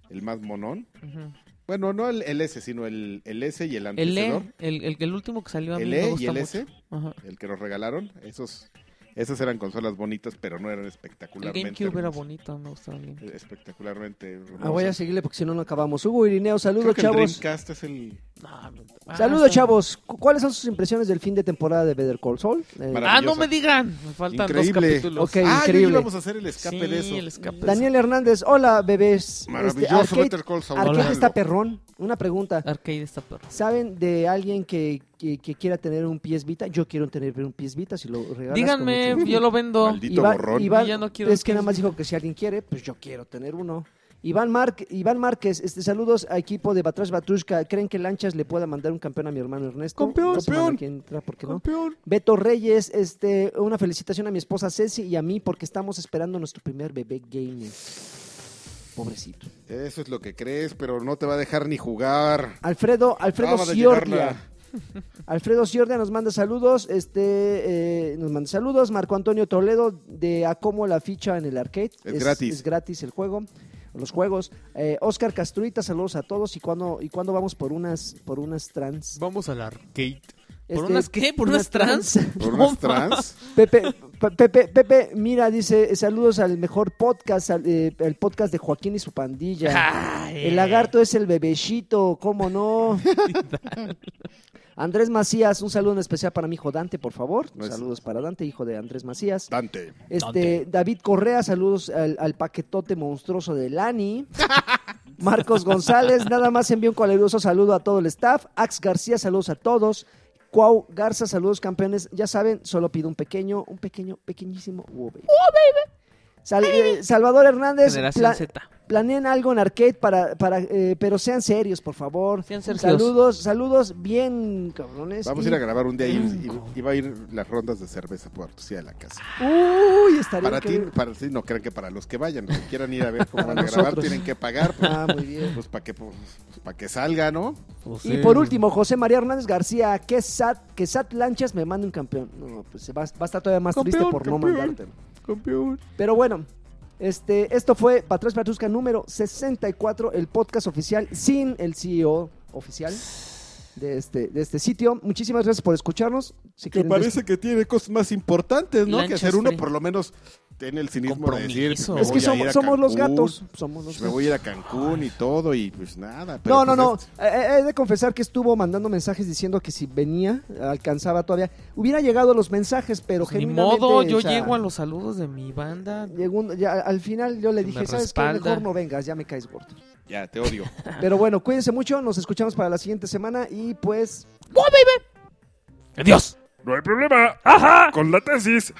el más monón. Ujú. Bueno, no el, el S, sino el, el S y el El antecesor. E, el, el, el último que salió a mí El me E gusta y el mucho. S, Ajá. el que nos regalaron, esos, esas eran consolas bonitas, pero no eran El espectacularmente. GameCube era hermosas. bonito, me gustaba el GameCube. Espectacularmente. Ah, voy a hermosas. seguirle porque si no, no acabamos. Hugo Irineo, Creo saludos, que el Pues chavos. Dreamcast es el Ah, no- ah, Saludos, está- chavos. Cu- ¿Cuáles son sus impresiones del fin de temporada de Better Call Saul? Eh, Maravilloso. Ah, no me digan, me faltan Increíble. dos capítulos. Ok, Ah, Ah, increíble. vamos a hacer el escape sí, de eso. el escape. Daniel Hernández, hola, bebés. Este, Maravilloso arcade- Better Call Saul. arcade Hola. está perrón. Una pregunta. Arcade está perro. ¿Saben de alguien que, que- que quiera tener un pies Vita? Yo quiero tener un pies Vita, si lo regalas. con Díganme, mucho gusto. yo lo vendo. Maldito. borrón. Iván- Yo ya no quiero es que PS nada más dijo que si alguien quiere, pues yo quiero tener uno. Iván, Marque- Iván Márquez, este, saludos a equipo de Batrash Batrushka. ¿Creen que Lanchas le pueda mandar un campeón a mi hermano Ernesto? Campeón, No sé, mano, campeón. quién entra, ¿por qué no? Beto Reyes, este, una felicitación a mi esposa Ceci y a mí porque estamos esperando nuestro primer bebé gamer. Pobrecito. Eso es lo que crees, pero no te va a dejar ni jugar. Alfredo, Alfredo Acaba de llegar Ciordia. la- Alfredo Ciordia nos manda saludos. Este eh, nos manda saludos. Marco Antonio Toledo de A Cómo la ficha en el arcade. Es gratis. Es gratis el juego. Los juegos. Eh, Oscar Castruita, saludos a todos. ¿Y cuándo, y cuándo vamos por unas, por unas trans? Vamos al arcade. ¿Por Este, unas qué? ¿Por unas trans? Por No unas trans. Pepe, Pe- Pepe, Pepe, mira, dice, saludos al mejor podcast, al, eh, el podcast de Joaquín y su pandilla. Ay, El lagarto es el bebecito, ¿cómo no? Andrés Macías, un saludo en especial para mi hijo Dante, por favor. No es- Saludos para Dante, hijo de Andrés Macías. Dante. Este, David Correa, saludos al, al paquetote monstruoso de Lani. Marcos González, nada más envío un caluroso saludo a todo el staff. Ax García, saludos a todos. Cuau Garza, saludos campeones. Ya saben, solo pido un pequeño, un pequeño, pequeñísimo. Oh, baby. Sal- eh, Salvador Hernández, Generación pla- Z. planeen algo en arcade para, para eh, pero sean serios, por favor. Sean serios. Saludos, saludos bien, cabrones. Vamos a Y- ir a grabar un día y, y- y va a ir las rondas de cerveza por tu a la casa. Uy, estaría Para ti, increíble. para ti no crean que para los que vayan, los que quieran ir a ver cómo Para van a grabar, nosotros. tienen que pagar. Pues, Ah, muy bien. para que, pues, para que salga, ¿no? Pues Y sí. por último, José María Hernández García, que SAT, que SAT Lanchas me mande un campeón. No, pues se va, va a estar todavía más Campeón, triste por no campeón. mandarte. Campeón. Pero bueno, este, esto fue Patrás Patrusca número 64, el podcast oficial sin el CEO oficial de este, de este sitio. Muchísimas gracias por escucharnos. Si Que quieren des- parece que tiene cosas más importantes, ¿no? que Lanchas hacer uno free. por lo menos tiene el cinismo de decir. Compromiso. me es que voy a ir somos, a somos los Cancún, gatos. Somos los Pues Me gatos. voy a ir a Cancún y todo y pues nada. pero No, no, pues no. es- Eh, eh, He de confesar que estuvo mandando mensajes diciendo que si venía, alcanzaba todavía. Hubiera llegado los mensajes, pero Pues ni genuinamente, modo, o yo sea, llego a los saludos de mi banda. Llegó un- ya, al final yo le Que dije, me ¿sabes qué? respalda". Mejor no vengas, ya me caes gordo. Ya, te odio. Pero bueno, cuídense mucho, nos escuchamos para la siguiente semana y pues... ¡Adiós! No hay problema. Con la tesis.